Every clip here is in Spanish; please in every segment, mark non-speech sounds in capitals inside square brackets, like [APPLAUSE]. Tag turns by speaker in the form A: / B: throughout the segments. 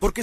A: porque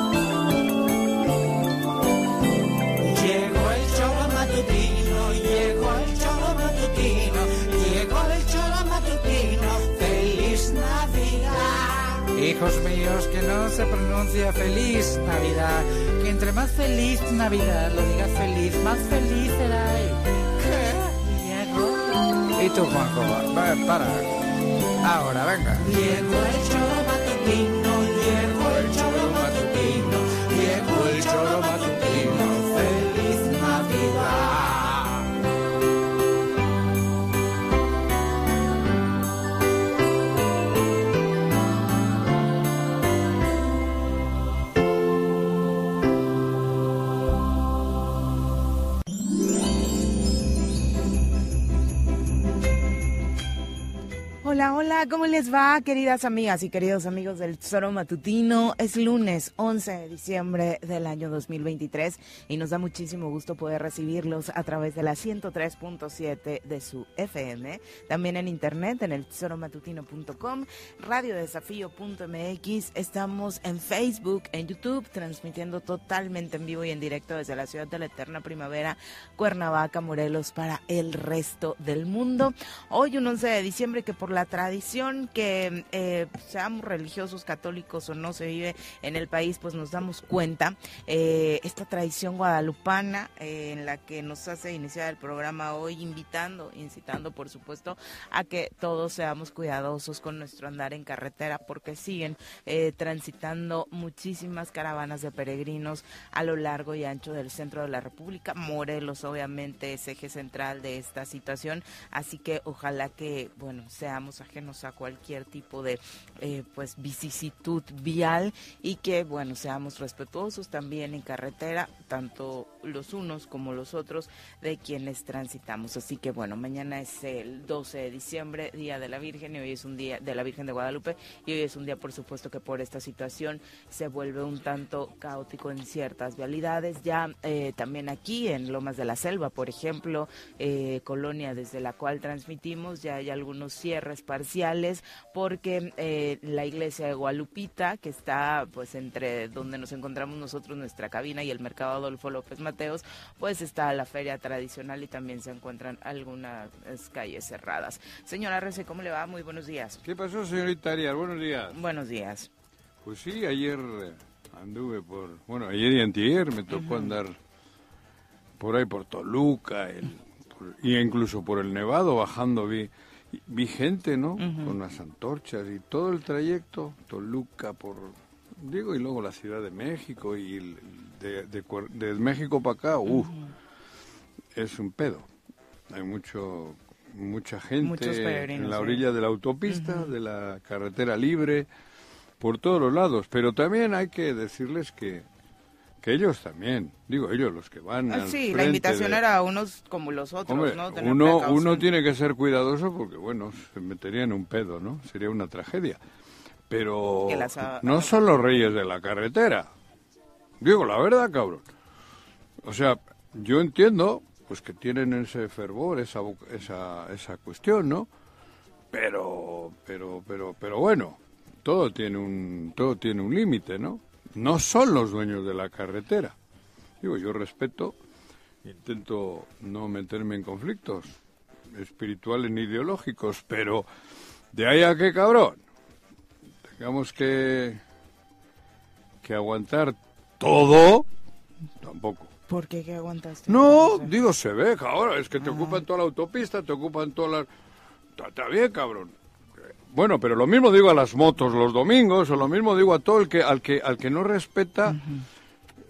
B: Hijos míos, que no se pronuncia feliz Navidad. Que entre más feliz Navidad lo digas feliz, más feliz será. ¿Qué? ¿Y tú, Juanjo? Va, para. Ahora, venga.
C: Llegó el choro matutino, llegó el choro matutino, llegó el choro matutino, feliz Navidad.
D: Hola, hola, ¿cómo les va, queridas amigas y queridos amigos del Tesoro Matutino? Es lunes 11 de diciembre del año 2023 y nos da muchísimo gusto poder recibirlos a través de la 103.7 de su FM, también en internet en el tesoromatutino.com, radiodesafío.mx, estamos en Facebook, en YouTube, transmitiendo totalmente en vivo y en directo desde la ciudad de la eterna primavera, Cuernavaca, Morelos, para el resto del mundo. Hoy un 11 de diciembre que por la tradición que eh, seamos religiosos, católicos o no se vive en el país, pues nos damos cuenta eh, esta tradición guadalupana eh, en la que nos hace iniciar el programa hoy, invitando, incitando por supuesto a que todos seamos cuidadosos con nuestro andar en carretera, porque siguen eh, transitando muchísimas caravanas de peregrinos a lo largo y ancho del centro de la República. Morelos obviamente es eje central de esta situación, así que ojalá que, bueno, seamos ajenos a cualquier tipo de eh, pues vicisitud vial y que bueno seamos respetuosos también en carretera tanto los unos como los otros de quienes transitamos así que bueno mañana es el 12 de diciembre día de la Virgen y hoy es un día de la Virgen de Guadalupe y hoy es un día por supuesto que por esta situación se vuelve un tanto caótico en ciertas vialidades ya eh, también aquí en Lomas de la Selva por ejemplo eh, colonia desde la cual transmitimos ya hay algunos cierres parciales porque eh, la iglesia de Gualupita, que está pues entre donde nos encontramos nosotros, nuestra cabina y el mercado Adolfo López Mateos, pues está la feria tradicional y también se encuentran algunas calles cerradas. Señora Rece, ¿cómo le va? Muy buenos días.
E: ¿Qué pasó, señorita Arias? Buenos días.
D: Buenos días.
E: Pues sí, ayer anduve por, bueno, ayer y antier me tocó uh -huh. andar por ahí, por Toluca, el, por, y incluso por el Nevado, bajando vi vi gente, ¿no? Uh -huh. Con las antorchas y todo el trayecto, Toluca por, digo, y luego la Ciudad de México y el, de, de, de, México para acá, uh, uh -huh. es un pedo. Hay mucho, mucha gente en la orilla ¿sí? de la autopista, -huh. de la carretera libre, por todos los lados, pero también hay que decirles que que ellos también, digo ellos los que van. Ah,
D: sí, la invitación de... era a unos como los otros, Hombre, ¿no?
E: Tener uno, precaución. uno tiene que ser cuidadoso porque, bueno, se metería en un pedo, ¿no? Sería una tragedia. Pero las... no son los reyes de la carretera. Digo, la verdad, cabrón. O sea, yo entiendo pues que tienen ese fervor, esa, esa, esa cuestión, ¿no? Pero, pero, pero, pero bueno, todo tiene un, todo tiene un límite, ¿no? no son los dueños de la carretera. Digo, yo respeto, intento no meterme en conflictos espirituales ni ideológicos, pero de ahí a qué cabrón, tengamos que, que aguantar todo, tampoco.
D: ¿Por qué que aguantaste?
E: No, digo, se ve, ahora es que te ah. ocupan toda la autopista, te ocupan todas las... Está bien, cabrón Bueno, pero lo mismo digo a las motos los domingos, o lo mismo digo a todo el que, al que, al que no respeta,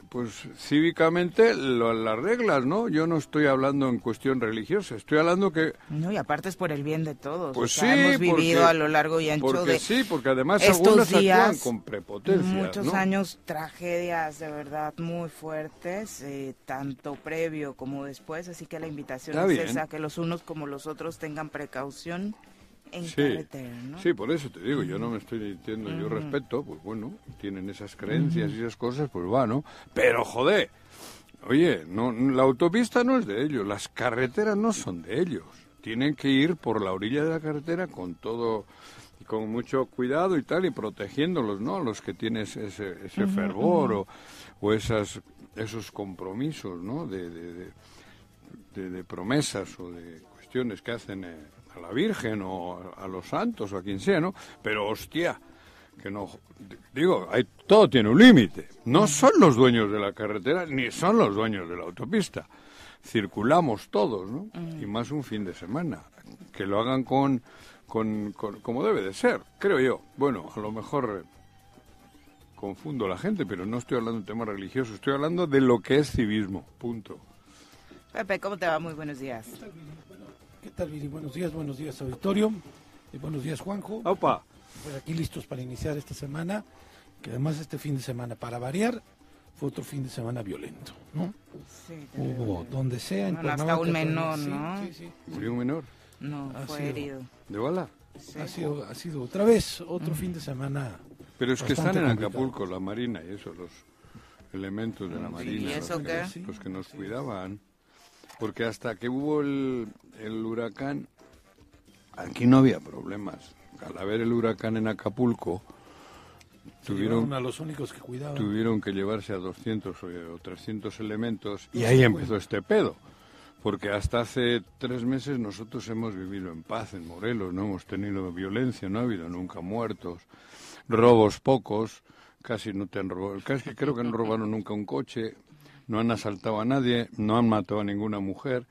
E: pues cívicamente lo- las reglas, ¿no? Yo no estoy hablando en cuestión religiosa, estoy hablando que
D: No, y aparte es por el bien de todos.
E: Pues
D: o sea,
E: sí,
D: hemos vivido
E: porque-
D: a lo largo y ancho
E: porque
D: de
E: sí, porque además algunos
D: estos
E: actúan
D: días,
E: con prepotencia,
D: Muchos
E: ¿no?
D: años tragedias de verdad muy fuertes, eh, tanto previo como después, así que la invitación
E: Está
D: es
E: bien.
D: esa, que los unos como los otros tengan precaución en
E: Sí,
D: carretera, ¿no? Mm.
E: sí, por eso te digo, yo no me estoy diciendo, yo
D: Ujú.
E: respeto, pues bueno, tienen esas creencias
D: Mm.
E: y esas cosas, pues va, ¿no? Pero joder, oye, no, la autopista no es de ellos, las carreteras no son de ellos, tienen que ir por la orilla de la carretera con todo, con mucho cuidado y tal, y protegiéndolos, ¿no? A los que tienes ese, ese
F: Ujú,
E: fervor o, o esas, esos compromisos, ¿no? De, de- de- de- de promesas o de cuestiones que hacen eh, a la Virgen o a los santos o a quien sea, ¿no? Pero hostia, que no. Digo, hay, todo tiene un límite. No son los dueños de la carretera ni son los dueños de la autopista. Circulamos todos, ¿no?
G: Mm.
E: Y más un fin de semana. Que lo hagan con, con, con- como debe de ser, creo yo. Bueno, a lo mejor eh, confundo a la gente, pero no estoy hablando de temas religiosos, estoy hablando de lo que es civismo, punto.
D: Pepe, ¿cómo te va? Muy buenos días.
G: ¿Qué tal, Viri? Buenos días, buenos días, auditorio. Y buenos días, Juanjo.
E: Opa.
G: Pues aquí listos para iniciar esta semana, que además este fin de semana, para variar, fue otro fin de semana violento, ¿no?
D: Sí, te
G: Hubo donde sea, en
D: Bueno, hasta
G: Cuernavaca,
D: un menor,
G: sí,
D: ¿no?
G: sí, sí.
E: ¿Murió un menor? Ah.
D: No,
G: Ha
D: fue
G: sido.
D: herido. Mm.
E: ¿De bala?
G: Ha, sido, ha sido otra vez otro fin de semana.
E: Pero es que
G: bastante
E: están en
G: complicado.
E: Acapulco, la Marina y eso, los elementos de la
G: Sí,
E: Marina,
G: ¿y eso
E: los, que,
G: qué?
E: los que nos cuidaban. Porque hasta que hubo el, el huracán, aquí no había problemas. Al haber el huracán en Acapulco,
G: Fueron
E: tuvieron,
G: a los únicos que cuidaban.
E: tuvieron que llevarse a 200 o o 300 elementos y ahí empezó este pedo. Porque hasta hace tres meses nosotros hemos vivido en paz en Morelos, no hemos tenido violencia, no ha habido nunca muertos, robos pocos, casi no te han robado, casi creo que
G: [LAUGHS]
E: no robaron nunca un coche, no han asaltado a nadie, no han matado a ninguna mujer.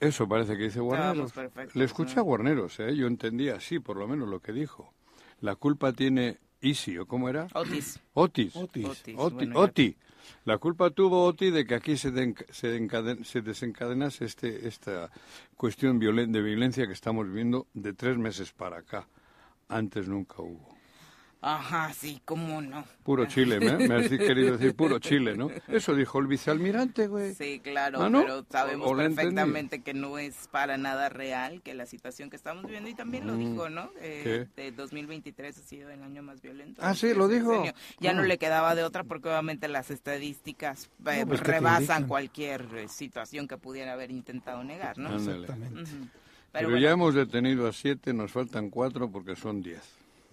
E: Eso parece que dice Guarneros.
D: Estábamos perfectos,
E: Le escuché
D: ¿no?
E: a Guarneros, ¿eh? yo entendía así por lo menos lo que dijo. La culpa tiene Isi, ¿o cómo era?
D: Otis.
E: Otis.
G: Otis.
E: Oti,
D: bueno, ya-
E: Oti. La culpa tuvo Oti de que aquí se, denca- se, encaden- se desencadenase este, esta cuestión violen- de violencia que estamos viviendo de tres meses para acá. Antes nunca hubo.
D: Ajá, sí, cómo no.
E: Puro Chile, ¿me, me has querido decir puro Chile, ¿no? Eso dijo el vicealmirante, güey.
D: [LAUGHS] Sí, claro,
E: Ah, ¿no?
D: pero sabemos
E: O- o la entendí.
D: perfectamente que no es para nada real, que la situación que estamos viviendo, y también lo
E: Mm.
D: dijo, ¿no? Eh, de 2023 ha sido el año más violento.
E: Ah,
D: de
E: sí,
D: este
E: lo dijo.
D: sexenio. Ya no
E: Ah.
D: le quedaba de otra porque obviamente las estadísticas eh,
G: No, pues, ¿qué te
D: rebasan
G: indican?
D: cualquier eh, situación que pudiera haber intentado negar, ¿no?
E: Ándale.
G: Exactamente.
D: Ujú.
E: Pero,
D: Pero, bueno,
E: ya hemos detenido a siete, nos faltan cuatro porque son diez.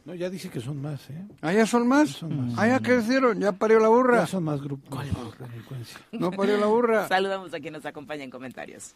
G: No, ya dice que son más, ¿eh?
E: ¿Ah, ya son más? ¿Ah, ya crecieron? ¿Ya parió la burra?
G: Ya son más grupos de delincuencia.
E: ¿No parió la burra?
D: [LAUGHS] saludamos a quien nos acompaña en comentarios.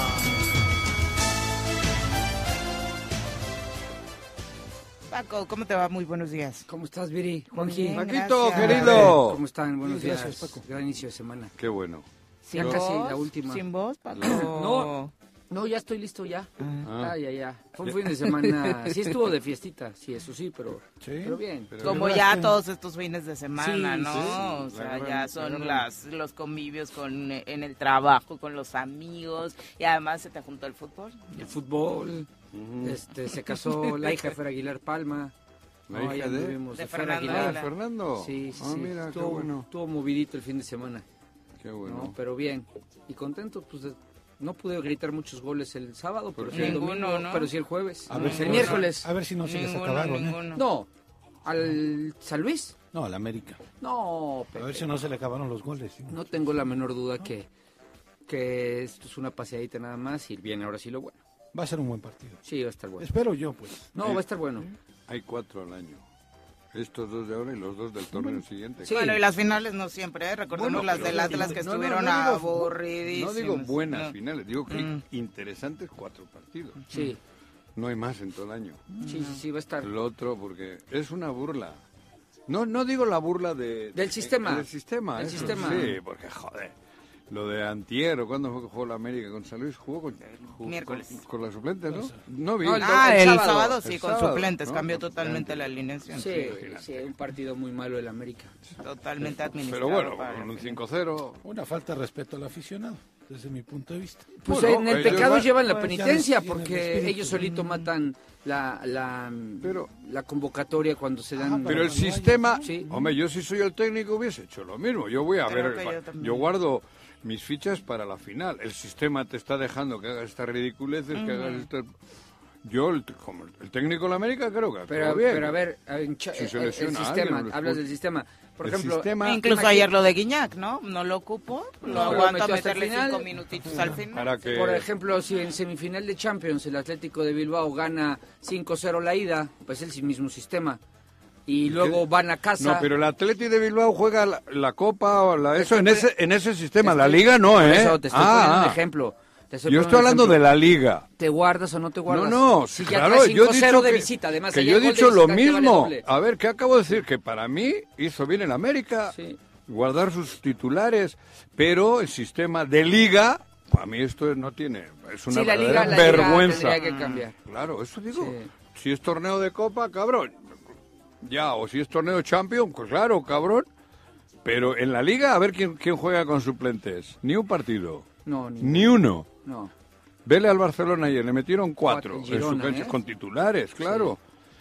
D: Paco, ¿cómo te va? Muy buenos días.
B: ¿Cómo estás, Viri? Juanji.
D: bien,
E: Paquito,
D: gracias.
E: querido.
B: ¿Cómo están? Buenos días.
G: Gracias,
B: Gran inicio de semana.
E: Qué bueno.
B: Ya
D: ¿Sin
B: casi
D: voz?
B: la última.
D: ¿Sin voz, Paco?
B: No. No, ya estoy listo ya.
E: Ah.
B: Ah, ya, ya. Fue un fin [LAUGHS]
E: [LAUGHS]
B: de semana. Sí estuvo de fiestita, sí, eso sí, pero,
G: Sí.
B: pero bien.
D: Como ya todos estos fines de semana,
B: Sí,
D: ¿no?
B: sí.
D: o sea,
B: Agarran-
D: ya son
B: agarran.
D: las los convivios con en el trabajo, con los amigos y además se te juntó el fútbol.
B: El fútbol. Este,
G: [LAUGHS]
B: se casó la hija de Fer Aguilar Palma.
E: La
B: No,
E: hija
B: ahí
E: de-
B: anduvimos,
D: de
B: Fer
D: Fernando
B: Aguilar.
G: Ah,
D: Aguilar.
E: Fernando.
B: Sí, sí,
E: Ah,
B: sí.
E: mira, qué
B: estuvo,
E: bueno.
B: estuvo movidito el fin de semana.
E: Qué bueno.
B: ¿no? Pero bien. Y contento, pues de- no pude gritar muchos goles el sábado, pero
E: ¿Por
B: sí el
E: qué?
D: Ninguno,
B: domingo,
D: ¿no?
B: pero sí el jueves.
G: A ver si
B: el
G: no-
B: miércoles.
G: A ver si no se les acabaron, ¿eh?
D: ninguno.
B: No, al San Luis.
G: No, al América.
B: No,
G: A
B: Pepe,
G: ver si no se le acabaron los goles. ¿sí?
B: no tengo la menor duda que, que esto es una paseadita nada más y viene ahora sí lo bueno.
G: Va a ser un buen partido.
B: Sí, va a estar bueno.
G: Espero yo, pues.
B: No, va a estar bueno.
E: Hay cuatro al año. Estos dos de ahora y los dos del torneo siguiente.
H: Sí. Bueno, y las finales no siempre, ¿eh? recordemos
E: Bueno,
H: las
E: pero
H: del
E: no
H: Atlas
E: digo-
H: que
E: no, no,
H: estuvieron
E: no digo-
H: aburridísimas.
E: No digo buenas
H: No. Mm.
E: finales, digo que interesantes cuatro partidos. Mm.
B: Sí.
E: No hay más en todo el año.
H: Mm.
B: Sí, sí, sí, va a estar.
E: Lo otro, porque es una burla. No, no digo la burla de,
B: Del sistema.
E: Del sistema.
B: Del
E: eso,
B: sistema.
E: Sí, porque joder. Lo de Antiero, ¿cuándo fue que jugó la América con San Luis? Jugó con, jugó
H: Miércoles.
E: con, con las suplentes, ¿no? No vi.
H: No, el- Ah, el el sábado. sábado sí,
E: El
H: con suplentes, cambió
E: Con
H: totalmente
E: suplentes.
H: la alineación.
B: Sí,
E: Imagínate.
B: sí, un partido muy malo del América.
H: Totalmente
E: Pero bueno, con un 5-0.
G: Una falta de respeto al aficionado, desde mi punto de vista.
B: Pues en el pecado llevan
G: Pues
B: la penitencia porque ellos solitos matan la, la, la convocatoria cuando se dan.
E: Pero el sistema,
B: Sí.
E: hombre, yo si soy el técnico hubiese hecho lo mismo. Yo voy a
B: Creo
E: ver,
B: que
E: pa-
B: yo
E: yo,
B: también.
E: guardo mis fichas para la final. El sistema te está dejando que hagas estas ridiculeces, que hagas
B: Ujú.
E: estas- Yo, el, t- como el técnico de la América, creo que actúa
B: Pero,
E: bien.
B: pero a ver, en cha-
E: Si se
B: el, el
E: lesiona alguien,
B: sistema,
E: no les
B: hablas
E: puedo-
B: del sistema. Por
E: El
B: ejemplo, eh,
E: sistema-
H: Incluso ayer lo de Guiñac, ¿no? No lo ocupo, lo
B: No, lo
H: aguanto a
B: metió hasta el
H: meterle
B: final.
H: cinco minutitos al final.
E: Para que-
B: Por ejemplo, si en semifinal de Champions el Atlético de Bilbao gana 5-0 la ida, pues es el mismo sistema. Y luego van a casa.
E: No, pero el Atleti de Bilbao juega la, la Copa o la, eso en ese, en ese sistema. La
B: Estoy-
E: Liga no,
B: por
E: ¿eh?
B: eso te estoy
E: Ah,
B: poniendo un
E: ah.
B: ejemplo. Te estoy
E: Yo
B: poniendo
E: estoy
B: un
E: hablando de
B: ejemplo.
E: la Liga.
B: ¿Te guardas o no te guardas?
E: No, no, sí,
B: Si ya
E: claro,
B: traes
E: yo he
B: 5-0
E: dicho
B: de
E: que,
B: visita, además.
E: que
B: allá
E: yo he
B: el gol de
E: dicho lo
B: visitante vale
E: mismo.
B: doble.
E: a ver, ¿qué acabo de decir? Que para mí hizo bien el América guardar sus titulares, pero el sistema de liga, para mí esto no tiene, es una
B: Sí, la
E: verdadera
B: liga, la liga
E: vergüenza. Mm,
B: tendría que cambiar.
E: Claro, eso digo. Si es torneo de Copa, cabrón, ya, o si es torneo Champions, pues claro, cabrón. Pero en la liga, a ver quién, quién juega con suplentes. Ni un partido,
B: No, ni,
E: ni uno.
B: no.
E: Vele al Barcelona ayer, le metieron cuatro,
B: Cuatro, en
E: en
B: Girona,
E: su cancha,
B: ¿eh?
E: con titulares, claro.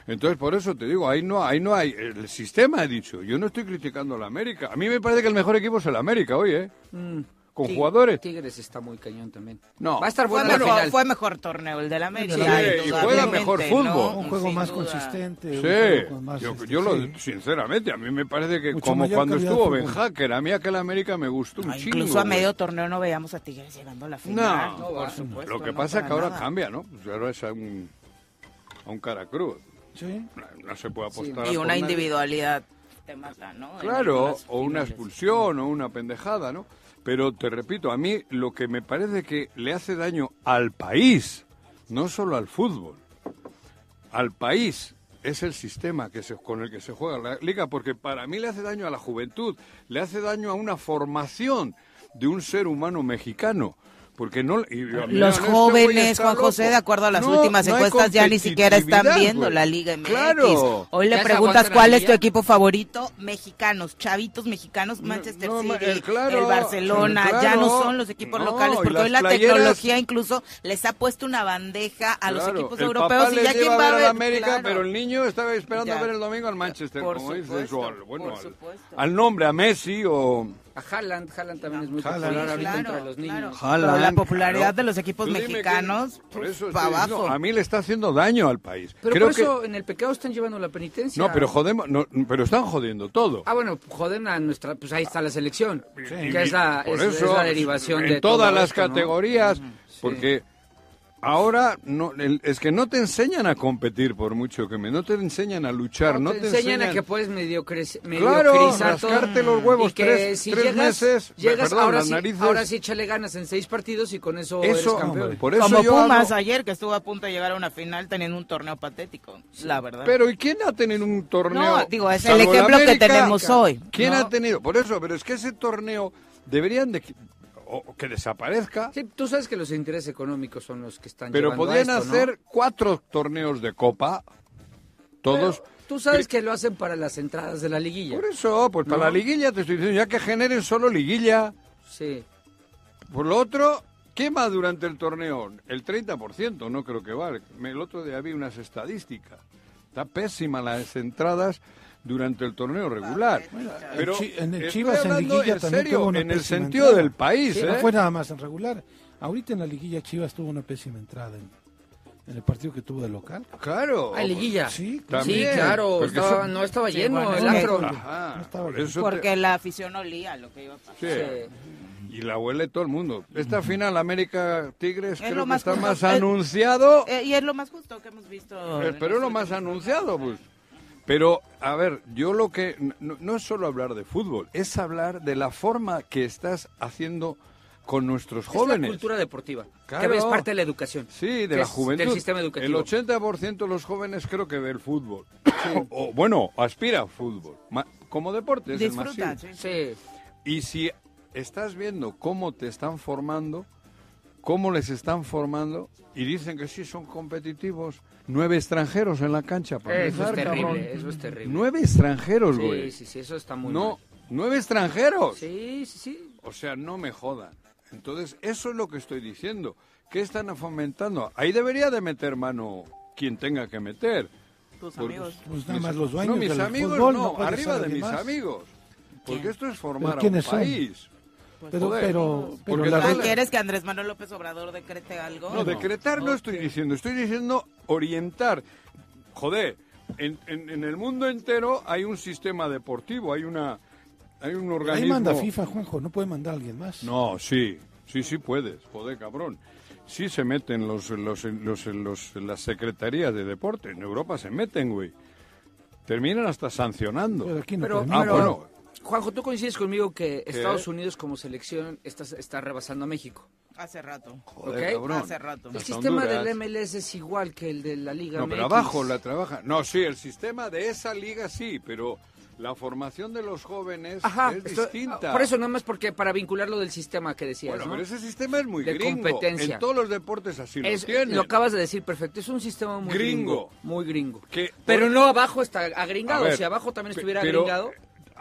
E: Entonces, por eso te digo, ahí no, ahí no hay. El sistema, he dicho. Yo no estoy criticando al América. A mí me parece que el mejor equipo es el América hoy, ¿eh?
B: Mm.
E: Con
B: Tig-
E: jugadores.
B: Tigres está muy cañón también.
E: No.
B: Va a estar
H: fue,
B: buena la
H: mejor,
B: final.
H: fue mejor torneo el de la América.
E: Sí, y juega
H: indudablemente,
E: mejor
H: ¿no?
E: fútbol.
G: Un juego
H: Sin
G: más
H: duda.
G: consistente. un juego con más,
E: Sí, yo,
G: este,
E: yo lo,
G: sí.
E: sinceramente, a mí me parece que
G: Mucho
E: como
G: mayor
E: cuando
G: calidad
E: estuvo
G: de
E: Ben
G: fútbol.
E: Hacker, a mí aquel América me gustó
B: Ah,
E: un chingo.
H: Incluso a
E: güey.
H: medio torneo no veíamos a Tigres llegando a la final.
E: No,
H: por supuesto.
E: lo que
H: no,
E: pasa es
H: para
E: que ahora
H: nada.
E: cambia, ¿no? Pues ahora es a un, a un cara cruz.
G: Sí.
E: No, no se puede apostar. a
H: Y
E: por
H: una
E: nadie.
H: individualidad te mata, ¿no? En
E: Claro,
H: algunas
E: o una
H: finales.
E: expulsión o una pendejada, ¿no? Pero te repito, a mí lo que me parece que le hace daño al país, no solo al fútbol, al país es el sistema que se, con el que se juega la liga, porque para mí le hace daño a la juventud, le hace daño a una formación de un ser humano mexicano. Porque no, y- y- mira,
H: Los
E: este güey
H: jóvenes,
E: está
H: Juan
E: loco.
H: José, de acuerdo a las
E: No,
H: últimas
E: no hay
H: encuestas, ya ni siquiera están
E: competitividad,
H: viendo
E: güey.
H: la Liga MX.
E: Claro.
H: Hoy
B: ¿Ya
H: le
B: se
H: preguntas
B: aguantan
H: cuál
B: la
H: es tu
B: liga?
H: equipo favorito. Mexicanos, chavitos mexicanos, Manchester
E: no, ma-
H: City,
E: el
H: el,
E: claro,
H: Barcelona.
E: el claro.
H: Ya no son los equipos
E: No,
H: locales
E: y
H: porque
E: las
H: hoy la
E: playeras-
H: tecnología incluso les ha puesto una bandeja a los
E: Claro,
H: equipos
E: el
H: europeos.
E: papá
H: y
E: les
H: ya quién
E: lleva
H: va
E: a ver
H: ver?
E: América,
H: Claro.
E: pero el niño estaba esperando
H: Ya.
E: a ver el domingo al Manchester,
B: Por
E: como dices,
B: supuesto,
E: o al, bueno,
B: por
E: al-
B: supuesto.
E: al nombre, a Messi o...
B: A Haaland, Haaland también es muy
E: Haaland.
B: popular
E: Sí,
B: ahorita
E: claro,
B: entre los niños.
H: Pero la
E: Haaland,
H: popularidad
E: claro.
H: de los equipos
E: Tú dime quién-
H: mexicanos, pues,
E: por eso
H: pa'
E: estoy diciendo,
H: abajo.
E: a mí le está haciendo daño al país.
B: Pero
E: Creo
B: por
E: que-
B: eso en el pecado están llevando la penitencia.
E: No, pero jodemos, no, pero están jodiendo todo.
B: Ah, bueno, joden a nuestra... Pues ahí está la selección,
E: Y-
B: que es la,
E: por
B: es- es
E: eso,
B: la derivación
E: en
B: de todo
E: todas las
B: esto, ¿no?
E: categorías, porque ahora no, el- es que no te enseñan a competir por mucho que me, no te enseñan a luchar, no,
B: te enseñan a que puedes mediocre,
E: Claro,
B: mediocrizar todo.
E: rascarte los huevos
B: y que
E: tres-
B: si
E: tres
B: llegas,
E: meses,
B: llegas
E: perdón,
B: ahora,
E: las
B: sí,
E: narices.
B: ahora sí échale ganas en seis partidos y con eso,
E: Eso,
B: eres campeón.
E: hombre, por eso
H: Como
E: yo
H: Pumas
E: hablo-
H: ayer, que estuvo a punto de llegar a una final teniendo un torneo patético. La verdad.
E: Pero ¿y quién ha tenido un torneo?
H: No, digo, es el
E: salvo la
H: ejemplo que
E: América?
H: tenemos hoy,
E: ¿Quién
H: ¿no?
E: ha tenido? Por eso, pero es que ese torneo deberían de qui- o- o que desaparezca,
B: Sí, tú sabes que los intereses económicos son los que están
E: pero
B: llevando a
E: podrían
B: esto, ¿no?
E: hacer cuatro torneos de copa, todos.
B: Tú sabes que lo hacen para las entradas de la liguilla.
E: Por eso, pues para
B: No.
E: la liguilla te estoy diciendo, ya que generen solo liguilla.
B: Sí.
E: Por lo otro, quema durante el torneo? El 30%, no creo que va. El otro día vi unas estadísticas. Está pésima las entradas durante el torneo regular. Pero
G: Chi- en el
E: estoy
G: Chivas, en
E: hablando
G: Liguilla
E: en
G: también
E: serio,
G: tuvo una
E: en el
G: pésima
E: sentido
G: entrada.
E: del país,
G: Sí,
E: ¿eh?
G: No fue nada más en regular. Ahorita en la Liguilla Chivas tuvo una pésima entrada en, en el partido que tuvo de local.
E: Claro.
B: Ah, liguilla.
G: Sí,
E: También,
B: Sí, claro.
E: porque
B: estaba-
E: eso-
B: No estaba
H: Sí,
B: lleno
H: bueno,
B: el
H: ok.
B: antro.
E: Ajá, por eso te-
H: Ah, Porque la afición olía lo que iba a pasar.
E: Sí. Y la huele todo el mundo. Esta final América Tigres
H: Es
E: creo
H: lo
E: que
H: más
E: está
H: justo. eh,
E: más
H: Es-
E: anunciado
H: Eh, y es lo más justo que hemos visto.
E: Eh, pero es lo más anunciado, pues. Pero, a ver, yo lo que. No, no es solo hablar de fútbol, es hablar de la forma que estás haciendo con nuestros
B: Es la
E: jóvenes.
B: cultura deportiva,
E: Claro.
B: que es parte de la educación.
E: Sí,
B: que
E: de la
B: es
E: juventud.
B: Del sistema educativo.
E: El 80% de los jóvenes creo que ve el fútbol. o, bueno, aspira a fútbol. Ma- Como deporte, es el más Ah,
B: Disfruta,
E: simple.
B: sí.
E: Y si estás viendo cómo te están formando, cómo les están formando, y dicen que sí, son competitivos, nueve extranjeros en la cancha. Para
B: Eh, Eso es
E: empezar, Eh, cabrón.
B: terrible, eso es terrible.
E: Nueve extranjeros,
B: Sí,
E: güey.
B: sí, sí, eso está muy
E: No,
B: mal.
E: nueve extranjeros.
B: Sí, sí, sí.
E: O sea, no me jodan. Entonces, eso es lo que estoy diciendo. ¿Qué están fomentando? Ahí debería de meter mano quien tenga que meter.
H: Tus
G: amigos. Pues nada más los dueños
E: No, mis
G: del
E: amigos
G: fútbol, no
E: no,
G: puede
E: arriba
G: ser
E: de
G: alguien
E: mis
G: más.
E: amigos. Porque esto es formar
G: ¿Pero
E: a un
G: quiénes son?
E: país.
G: Pero-
E: Joder,
G: Pues, pero- pero
E: porque
G: las-
E: dale-
H: ¿Quieres que Andrés Manuel López Obrador decrete algo?
E: no, decretar no estoy diciendo, estoy diciendo orientar. Joder, en, en- en el mundo entero hay un sistema deportivo, hay una hay un organismo.
G: Ahí manda FIFA, Juanjo, no puede mandar a alguien más.
E: No, sí, sí, sí puedes, joder, cabrón. Sí se meten los, los, los, los- las secretarías de deporte, en Europa se meten, güey. Terminan hasta sancionando.
G: Pues
B: Pero,
E: ah,
B: pero,
E: bueno,
B: Juanjo, tú coincides conmigo que
E: ¿Qué?
B: Estados Unidos como selección está, está rebasando a México.
H: Hace rato.
E: Joder,
B: ¿ok?
E: cabrón. Hace rato.
B: El
E: Hasta
B: sistema
E: Honduras.
B: del MLS es igual que el de la Liga
E: no, pero
B: MX.
E: abajo la trabaja. No, sí, el sistema de esa liga sí, pero la formación de los jóvenes
B: Ajá,
E: es
B: esto-
E: distinta.
B: Por eso, nada más porque para vincularlo del sistema que decías.
E: Bueno,
B: ¿no?
E: pero ese sistema es muy
B: de
E: gringo.
B: competencia.
E: En todos los deportes así
B: Es-
E: lo tienen.
B: lo acabas de decir perfecto. Es un sistema muy
E: Gringo.
B: gringo. Muy gringo.
E: Que-
B: Pero no abajo está agringado.
E: A ver,
B: si abajo también
E: pe-
B: estuviera
E: pero-
B: agringado,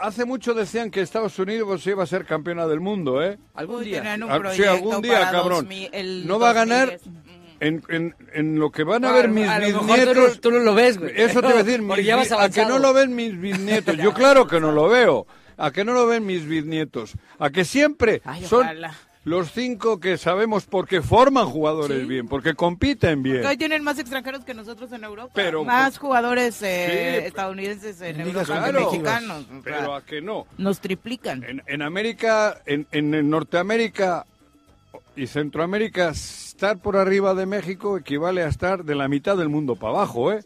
E: Hace mucho decían que Estados Unidos iba a ser campeona del mundo, ¿eh?
B: algún
H: Uy,
B: día.
H: tenían un
E: Ah, sí,
H: proyecto
E: algún día,
H: para
E: cabrón.
H: 2000, el
E: no va a
H: 2010.
E: ganar en, en- en lo que van a
B: No,
E: ver
B: a-
E: mis
B: a lo mejor
E: bisnietos.
B: tú no- tú no lo ves, güey.
E: Eso te voy a decir,
B: [LAUGHS] Porque
E: mis
B: ya
E: bi-
B: vas
E: a que
B: avanzado.
E: no lo ven mis bisnietos. Yo claro que no lo veo. A que no lo ven mis bisnietos. A que siempre
H: Ay,
E: son
H: ojalá.
E: los cinco que sabemos porque forman jugadores bien, porque compiten bien.
H: Que hoy tienen más extranjeros que nosotros en Europa.
E: Pero-
H: más jugadores eh,
E: Sí, pe-
H: estadounidenses en
G: En
H: Europa
G: ligas
H: que
E: Claro,
H: mexicanos. o sea,
E: pero a que no.
H: nos triplican.
E: En, en América, en, en- en Norteamérica y Centroamérica, estar por arriba de México equivale a estar de la mitad del mundo para abajo, ¿eh?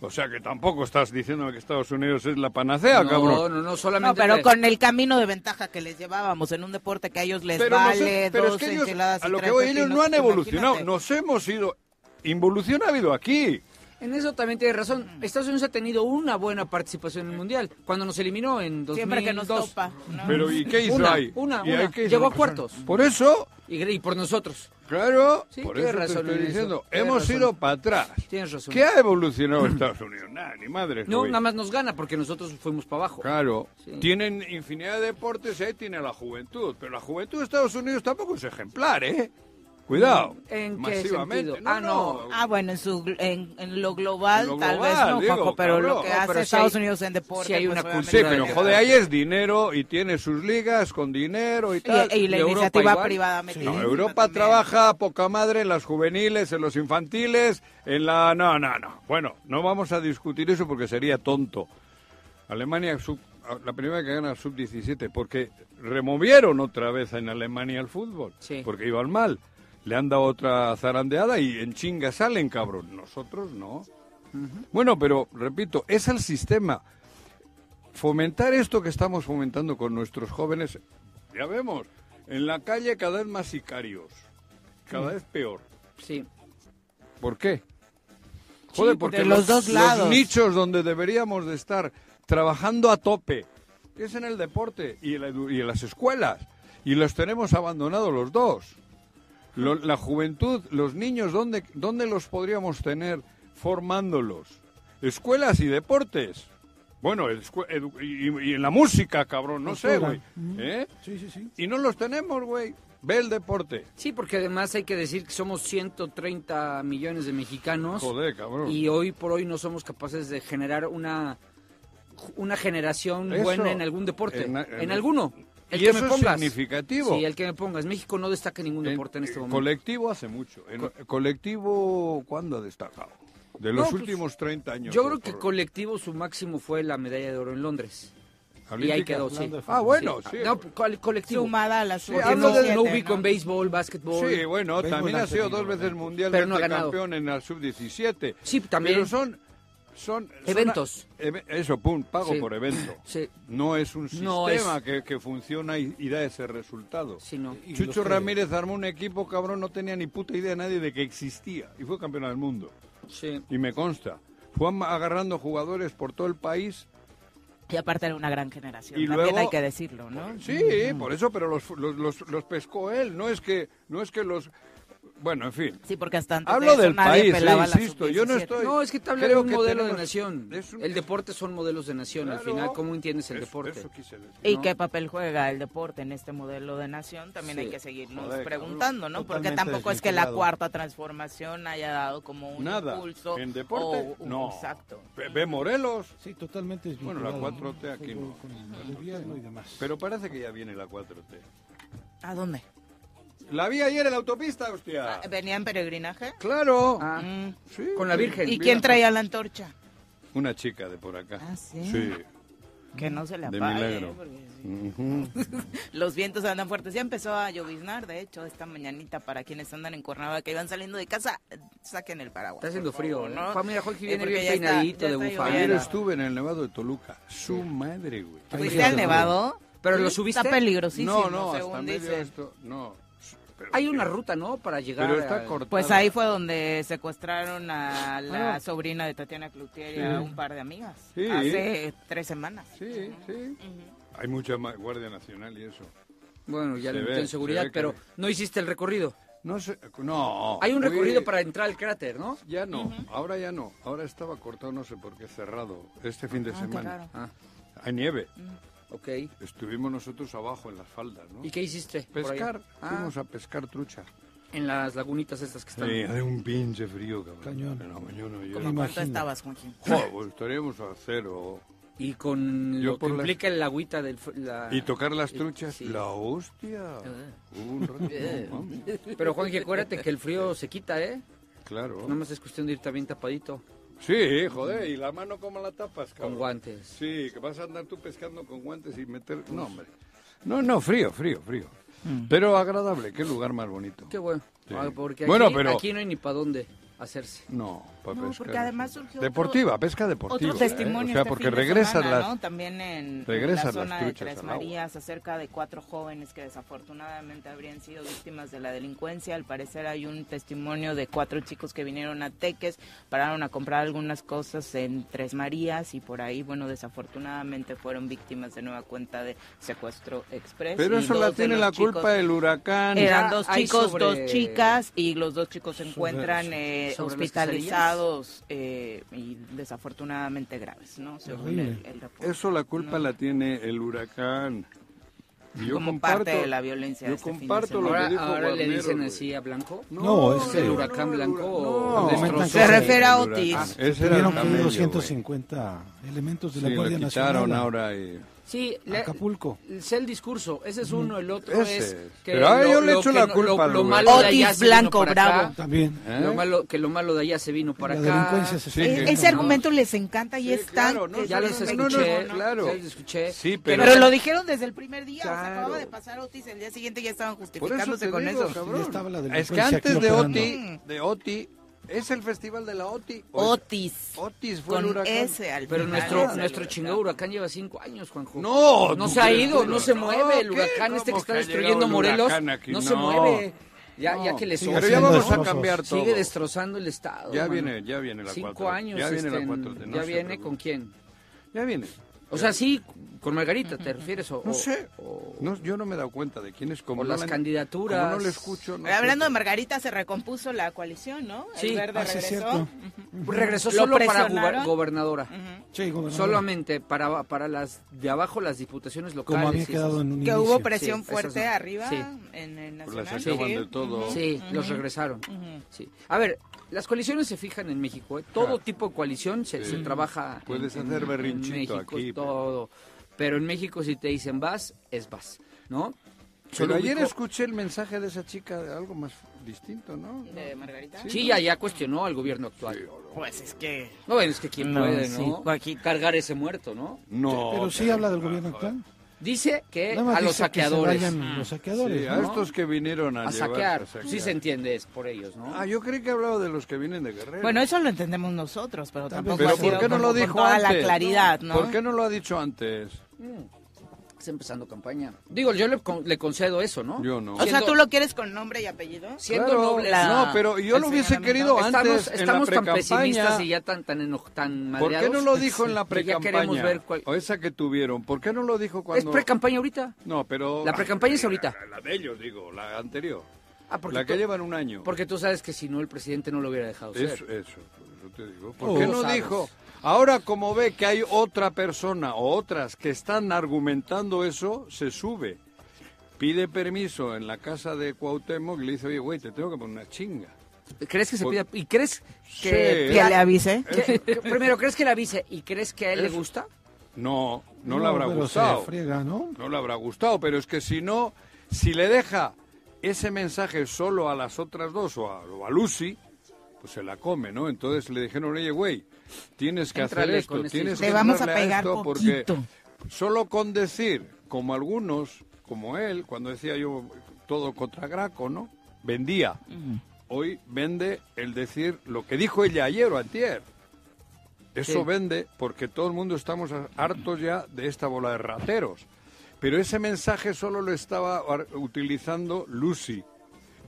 E: O sea que tampoco estás diciéndome que Estados Unidos es la panacea,
B: no,
E: cabrón.
B: no, no,
H: No,
B: solamente.
H: pero
B: te-
H: con el camino de ventaja que les llevábamos en un deporte que a ellos les
E: Pero, no
H: vale
E: sé- pero
H: dos
E: es que ellos,
H: enchiladas y
E: a lo que
H: tres
E: voy, ellos no
H: pepinos,
E: han evolucionado.
H: imagínate.
E: Nos hemos ido. Involución ha habido aquí.
B: En eso también tienes razón. Estados Unidos ha tenido una buena participación en el Mundial. Cuando nos eliminó en 2002.
H: Siempre que nos topa. ¿no?
E: Pero ¿y qué hizo
B: Una,
E: ahí?
B: una,
E: ¿Y ahí
B: una.
E: qué hizo la
B: Llegó a
E: persona?
B: cuartos.
E: Por eso,
B: Y, y por nosotros.
E: claro,
B: Sí,
E: por
B: tienes
E: eso te
B: razón en
E: estoy
B: eso,
E: diciendo,
B: tienes
E: hemos
B: razón.
E: ido para atrás.
B: Tienes razón.
E: ¿Qué
H: [CLEARS THROAT]
E: ha evolucionado Estados Unidos? Nada, ni madre.
B: No, nada más nos gana porque nosotros fuimos para abajo.
E: Claro,
B: Sí.
E: tienen infinidad de deportes y ahí tiene la juventud, pero la juventud de Estados Unidos tampoco es ejemplar, ¿eh? Cuidado.
B: ¿En qué
E: masivamente.
B: sentido? Ah, no.
H: Ah, bueno, en, su, en, en lo global,
E: En lo
H: tal vez
E: global,
H: no,
E: digo,
H: Juanjo, pero
E: cabrón.
H: lo que
E: No,
H: hace
B: pero si
H: Estados
B: hay-
H: Unidos en deporte.
B: si hay
H: pues,
B: una
H: obviamente,
E: Sí,
B: cultura
E: pero
B: de-
E: joder, ahí es dinero y tiene sus ligas con dinero y tal.
H: Y, y la
B: Y Europa
H: iniciativa
B: igual.
H: privada metida
E: No,
H: encima
E: Europa
H: también.
E: trabaja a poca madre en las juveniles, en los infantiles, en la... No, no, no. Bueno, no vamos a discutir eso porque sería tonto. Alemania, sub- la primera que gana sub-17, porque removieron otra vez en Alemania el fútbol,
B: Sí.
E: porque iban mal. Le han dado otra zarandeada y en chinga salen, cabrón. Nosotros no. Bueno, pero repito, es el sistema. Fomentar esto que estamos fomentando con nuestros jóvenes, ya vemos, en la calle cada vez más sicarios, cada vez peor.
B: Mm. Sí.
E: ¿Por qué?
H: Sí, de los dos lados.
E: nichos donde deberíamos de estar trabajando a tope es en el deporte y en, la edu- y en las escuelas. Y los tenemos abandonados los dos. Lo- la juventud, los niños, ¿dónde, ¿dónde los podríamos tener formándolos? Escuelas y deportes. Bueno, escue- edu- y, y- y en la música, cabrón, no sé,
G: Cultura.
E: güey. ¿Eh?
G: Sí, sí, sí.
E: Y no los tenemos, güey. Ve el deporte.
B: Sí, porque además hay que decir que somos 130 millones de mexicanos.
E: Joder, cabrón.
B: Y hoy por hoy no somos capaces de generar una, una generación
E: Eso.
B: buena en algún deporte. En,
E: En- en-
B: alguno. El
E: y
B: que
E: eso
B: me
E: es
B: pongas.
E: significativo.
B: Sí, el que me pongas. México no destaca en ningún
E: En-
B: deporte en este
E: eh,
B: momento.
E: Colectivo hace mucho. En, colectivo, ¿cuándo ha destacado? De
B: No,
E: los
B: pues,
E: últimos 30 años.
B: Yo
E: por-
B: creo que
E: por-
B: colectivo su máximo fue la medalla de oro en Londres. Y ahí
E: Olímpica.
B: quedó, sí.
E: Ah, bueno, sí.
B: No, co- colectivo.
H: Sumada a la sub-
B: Porque
E: hablo
B: no,
E: de-
B: no
H: 17,
B: ubico en béisbol, básquetbol.
E: Sí, bueno,
G: Béisbol
E: también
G: ha
E: ha sido
G: tenido,
E: dos veces mundial
B: Pero no ha ganado.
E: campeón en la sub-17.
B: Sí, también.
E: Pero son, Son
B: Eventos.
E: son a- eve- eso, pum, pago
B: Sí.
E: por evento.
B: [CLEARS THROAT] Sí.
E: No es un sistema
B: No es-
E: Que, que funciona y, y da ese resultado.
B: Y los
E: Chucho
B: que-
E: Ramírez armó un equipo, cabrón, no tenía ni puta idea nadie de que existía. Y fue campeón del mundo.
B: Sí.
E: Y me consta. Fue am- agarrando jugadores por todo el país.
D: Y aparte era una gran generación.
E: Y
D: También
E: luego-
D: hay que decirlo, ¿no?
E: Sí, por eso, pero los, los, los- los pescó él. No es que, no es que los... Bueno, en fin. Ah,
D: Sí, porque hasta antes de
E: Hablo
D: eso
E: del
D: nadie
E: país, eh,
D: pelaba la
E: insisto. Yo no
D: sub-17.
E: estoy...
B: No, es que te habla de
E: creo
B: un
E: que
B: modelo de
E: tenemos-
B: nación. El deporte son modelos de nación. Al
E: Claro.
B: final, ¿cómo entiendes el
E: Eso-
B: deporte?
E: eso quise decir.
D: ¿Y
B: ¿No?
D: qué papel juega el deporte en este modelo de nación? También
B: Sí.
D: hay que seguirnos
B: Joder,
D: preguntando, ¿no? Porque
E: totalmente
D: tampoco es que la
E: desvinculado.
D: cuarta transformación haya dado como un
E: Nada.
D: impulso.
E: En deporte,
D: o un-
E: no.
D: Exacto.
E: Ve- Ve Morelos.
G: Sí, totalmente
E: Bueno, la
G: desvinculado,
E: 4T aquí
G: Fútbol
E: no.
G: con el gobierno y demás.
E: Pero parece que ya viene la 4T.
D: ¿A dónde?
E: La vi ayer en la autopista, hostia.
D: ¿Venía en peregrinaje?
E: Claro.
D: Mm.
E: Sí.
B: Con la Virgen.
D: ¿Y quién traía la antorcha?
E: Una chica de por acá.
D: Ah, sí.
E: Sí.
D: Que no se le
E: De
D: apague.
E: milagro.
D: porque sí.
E: Ujú.
D: Los vientos andan fuertes. Ya empezó a lloviznar, de hecho, esta mañanita para quienes andan en Cuernavaca que van saliendo de casa, eh, saquen el paraguas.
B: Está haciendo
D: por
B: frío,
D: favor,
B: ¿no? Pa, mira, Jorge
D: Sí,
B: viene
D: porque
B: bien
D: ya está-
B: peinadito
D: ya
B: de
D: está
B: bufanda.
E: Ayer
D: lloviendo.
E: estuve en el Nevado de Toluca. Su madre, güey.
B: Pues
D: ¿Fuiste al nevado?
B: Pero
D: Sí,
B: lo subiste.
D: Está peligrosísimo,
E: No, no, hasta
D: según
E: medio
D: dicen.
E: esto. No. Pero-
B: Hay una ruta, ¿no? Para llegar.
E: Pero está
B: a-
E: cortada.
D: Pues ahí fue donde secuestraron a la
E: Ah.
D: sobrina de Tatiana Cloutier y a un par de amigas.
E: Sí.
D: Hace tres semanas.
E: Sí, sí. Hay mucha ma- Guardia Nacional y eso.
B: Bueno, ya
E: Se
B: le
E: ve,
B: metí en
E: se
B: seguridad,
E: ve que-
B: pero no hiciste el recorrido.
E: No sé. No.
B: Hay un
E: güey.
B: recorrido para entrar al cráter, ¿no?
E: Ya no, ahora ya no. Ahora estaba cortado, no sé por qué, cerrado este fin de semana.
B: Ah,
E: Hay nieve.
B: Mm. ok.
E: Estuvimos nosotros abajo en las faldas, ¿no?
B: ¿Y qué hiciste? por ahí?
E: Pescar.
B: Ah,
E: Fuimos a pescar trucha.
B: en las lagunitas estas que están.
E: Sí, hace un pinche frío, cabrón.
G: Cañón.
E: En la mañana yo...
D: ¿Cómo cuánto estabas, Joaquín?
E: Joder, pues estaríamos a cero.
B: Y con
E: Yo
B: lo que
E: por las-
B: implica el agüita del. fr- La...
E: Y tocar las truchas,
B: sí. Ah. Eh.
E: la hostia. Hubo un
B: [LAUGHS]
E: rato, no mames.
B: Pero Juan, que acuérdate que el frío se quita, ¿eh?
E: Claro.
B: Nada más es cuestión de ir también tapadito
E: Sí, joder, y la mano como la tapas, cabrón.
B: con guantes.
E: Sí, que vas a andar tú pescando con guantes y meter... No, hombre. No, no, frío, frío, frío.
D: Mm.
E: Pero agradable, qué lugar más bonito.
B: Qué bueno.
E: Sí.
B: Ah, porque aquí,
E: Bueno, pero-
B: aquí no hay ni para dónde hacerse.
E: No, para
D: No,
E: pescar.
D: porque además surgió otro-
E: Deportiva, pesca deportiva.
D: Otro testimonio.
E: ¿eh? O sea,
D: este
E: porque
D: fin de
E: regresan
D: semana,
E: las...
D: ¿no? También en
E: regresan
D: la
E: las
D: zona de
E: truchas
D: Tres
E: al agua.
D: Marías, acerca de cuatro jóvenes que desafortunadamente habrían sido víctimas de la delincuencia. Al parecer hay un testimonio de cuatro chicos que vinieron a Teques, pararon a comprar algunas cosas en Tres Marías y por ahí, bueno, desafortunadamente fueron víctimas de nueva cuenta de secuestro express.
E: Pero
D: Y
E: eso
D: dos
E: la
D: de
E: tiene
D: los
E: la
D: chicos
E: culpa del huracán.
D: eran
B: Ya
D: dos
B: Ah, hay
D: chicos,
B: sobre-
D: dos chicas y los dos chicos se encuentran eh,
B: sobre las
D: hospitalizados eh, y desafortunadamente graves, ¿no? Según el, el reporte.
E: Eso la culpa la tiene el huracán. Y yo
D: Como
E: comparto,
D: parte de la violencia de
E: Yo
D: este fin de
E: comparto lo
D: semana.
E: que
B: Ahora,
E: dijo
B: ahora le
E: Guarnero,
B: dicen
E: güey.
B: así a Blanco.
G: No, es
B: el
G: el-
B: huracán
E: No,
B: blanco. destrozó-
D: Se refiere a
E: el
D: Otis.
E: huracán. Ese era el
G: Tuvieron que
E: camello,
G: ir
E: güey.
G: 250 elementos de
E: Sí,
G: la
E: lo
G: Guardia
E: quitaron
G: Nacional. a-
E: ahora y...
B: Sí, le-
G: Acapulco.
B: sé el discurso. Ese es uno, el otro
E: Mm. Ese
B: es.
E: es. Pero ahora yo le echo la
B: no-
E: culpa al
B: lo,
E: lugar.
B: malo de allá
D: Otis
B: se vino
D: Blanco
B: para acá.
D: Bravo.
G: También.
E: ¿eh?
B: Lo malo, que lo malo de allá se vino para
G: la
B: acá.
G: delincuencia se
E: Sí,
G: fue.
E: que-
D: E- Ese argumento les encanta y
E: Sí,
D: es tan...
E: claro, no,
B: Ya los
E: No,
B: escuché.
E: no, no, claro.
B: Ya los escuché.
E: Sí,
D: Pero,
E: pero...
D: lo dijeron desde el primer día, o sea,
E: Claro.
D: acababa de pasar Otis, el día siguiente ya estaban
E: Por eso
D: justificándose
E: te
D: con
E: digo,
D: eso. Mm.
E: cabrón.
G: Ya estaba la
E: es que
G: delincuencia
E: antes
G: aquí
E: de
G: operando.
E: OTI, de OTI, es el festival de la OTI. O es-
D: Otis,
E: Otis fue el
D: con
E: huracán.
D: ese al
B: Pero
D: final
B: nuestro,
D: es el
B: nuestro
D: huracán.
B: chingado huracán lleva cinco años, Juanjo.
E: No,
B: no
E: ¿tú
B: se ha
E: crees?
B: ido, no se
E: No,
B: mueve el
E: ¿qué?
B: huracán este que
E: ¿Cómo que
B: está
E: ha
B: destruyendo
E: llegado el
B: Morelos.
E: huracán aquí?
B: No se
E: No.
B: mueve. Ya, ya que le
G: Sigue
B: sobra.
E: Pero ya
G: haciendo
E: vamos a
G: destrozos.
E: cambiar todo.
B: Sigue destrozando el Estado.
E: Ya
B: mano.
E: viene, ya viene la
B: Cinco
E: 4T.
B: años.
E: Ya viene la
B: este,
E: 4T, no
B: ¿Ya
E: se
B: viene
E: preocupe.
B: con quién?
E: Ya viene.
B: O sea, sí, con Margarita, ¿te refieres? O,
E: No
B: o-
E: sé.
B: o-
E: No, yo no me he dado cuenta de quién es como
B: O
E: no
B: las
E: la-
B: candidaturas.
E: Como no le escucho.
B: Eh,
E: no
D: Pero Hablando
E: sé.
D: de Margarita, se recompuso la coalición, ¿no?
B: Sí.
D: el verde
G: Ah, sí, es
D: regresó.
G: cierto.
B: Regresó
D: Lo
B: solo para
D: presionaron.
B: jugar gobernadora.
G: Sí, gobernador.
B: Solamente para, para las de abajo, las diputaciones locales.
G: Como había
B: y
G: quedado
B: esas.
G: en un
D: Que
G: inicio.
D: hubo presión
B: Sí, esas
D: fuerte
B: no.
D: arriba
B: Sí.
D: en el
E: Pues las
D: Nacional.
E: acaban de todo.
B: Sí, los regresaron. Sí. A ver, las coaliciones se fijan en México. ¿eh? Todo
E: Claro.
B: tipo de coalición se, se
E: Sí.
B: trabaja. en-
E: Puedes
B: en-
E: hacer
B: en
E: berrinchito
B: México,
E: aquí, pero-
B: todo. Pero en México si te dicen vas, es vas, ¿no?
E: Pero
B: Solo
E: ayer
B: ubicó-
E: escuché el mensaje de esa chica de algo más distinto, ¿no?
D: ¿De Margarita?
B: Sí, ya, ya cuestionó al gobierno actual.
D: Pues es que...
B: No, bueno, es que quién
D: No,
B: puede,
D: sí,
B: ¿no?
D: Joaquín.
B: Cargar ese muerto, ¿no?
E: No.
G: Pero sí habla del gobierno actual.
B: Dice que
G: Nada más
B: a
G: dice
B: los
G: que se
B: saqueadores. Ah.
G: vayan los saqueadores,
E: Sí, a
G: ¿no?
E: estos que vinieron a,
B: A
E: llevarse,
B: saquear.
E: a saquear.
B: Sí se entiende, es por ellos, ¿no?
E: Ah, yo creí que hablaba de los que vienen de Guerrero.
H: Bueno, eso lo entendemos nosotros, pero tampoco
E: Pero
H: ha sido
E: ¿por qué no
H: como
E: lo
H: con
E: dijo
H: toda
E: antes?
H: la claridad, ¿no?
E: ¿Por qué no lo ha dicho antes?
B: Está empezando campaña. Digo, yo le, con- le concedo eso, ¿no?
E: Yo no.
H: O sea, ¿tú lo quieres con nombre y apellido?
B: Siendo
E: Claro,
B: nobles,
E: no, pero yo
H: el
E: lo hubiese querido
H: señalamiento.
E: antes
B: Estamos,
E: en la
B: estamos tan pesimistas
E: precampaña.
B: y ya tan, tan, eno- tan
E: ¿Por qué
B: madreados
E: no lo dijo en la
B: [LAUGHS] que ya queremos
E: precampaña?
B: ver cuál...
E: O esa que tuvieron. ¿Por qué no lo dijo
B: ¿Es
E: cuando...?
B: precampaña ahorita?
E: No, pero...
B: La precampaña es ahorita.
E: La, la de ellos, digo, la anterior.
B: Ah, porque
E: la que
B: tú-
E: llevan un año.
B: Porque tú sabes que si no, el presidente no lo hubiera dejado
E: Eso,
B: ser.
E: eso, por eso te digo.
B: Tú
E: ¿Por qué
B: lo
E: no
B: sabes.
E: dijo? Ahora como ve que hay otra persona o otras que están argumentando eso, se sube. Pide permiso en la casa de Cuauhtémoc y le dice, oye, güey, te tengo que poner una chinga.
B: ¿Crees que se
E: Por-
B: pida? ¿Y crees
E: Sí.
B: que...
H: ¿Que le avise?
B: [LAUGHS] que- que- primero, ¿crees que le avise? ¿Y crees que a él le
E: Eso.
B: gusta?
E: No, no, le habrá
G: pero
E: gustado.
G: Se friega, ¿no?
E: No le habrá gustado, pero es que si no, si le deja ese mensaje solo a las otras dos o a, o a Lucy, pues se la come, ¿no? Entonces le dijeron, oye, güey, tienes que
B: Éntrale
E: hacer
B: con
E: esto,
B: este
E: tienes
B: hijo.
E: que
H: Le vamos a
E: entrarle
H: pegar
E: esto
H: poquito.
E: porque solo con decir, como algunos, como él, cuando decía yo todo contra Graco, ¿no? Vendía. Hoy vende el decir lo que dijo ella ayer o antier. Eso
B: Sí.
E: vende porque todo el mundo estamos a- hartos ya de esta bola de rateros. Pero ese mensaje solo lo estaba ar- utilizando Lucy.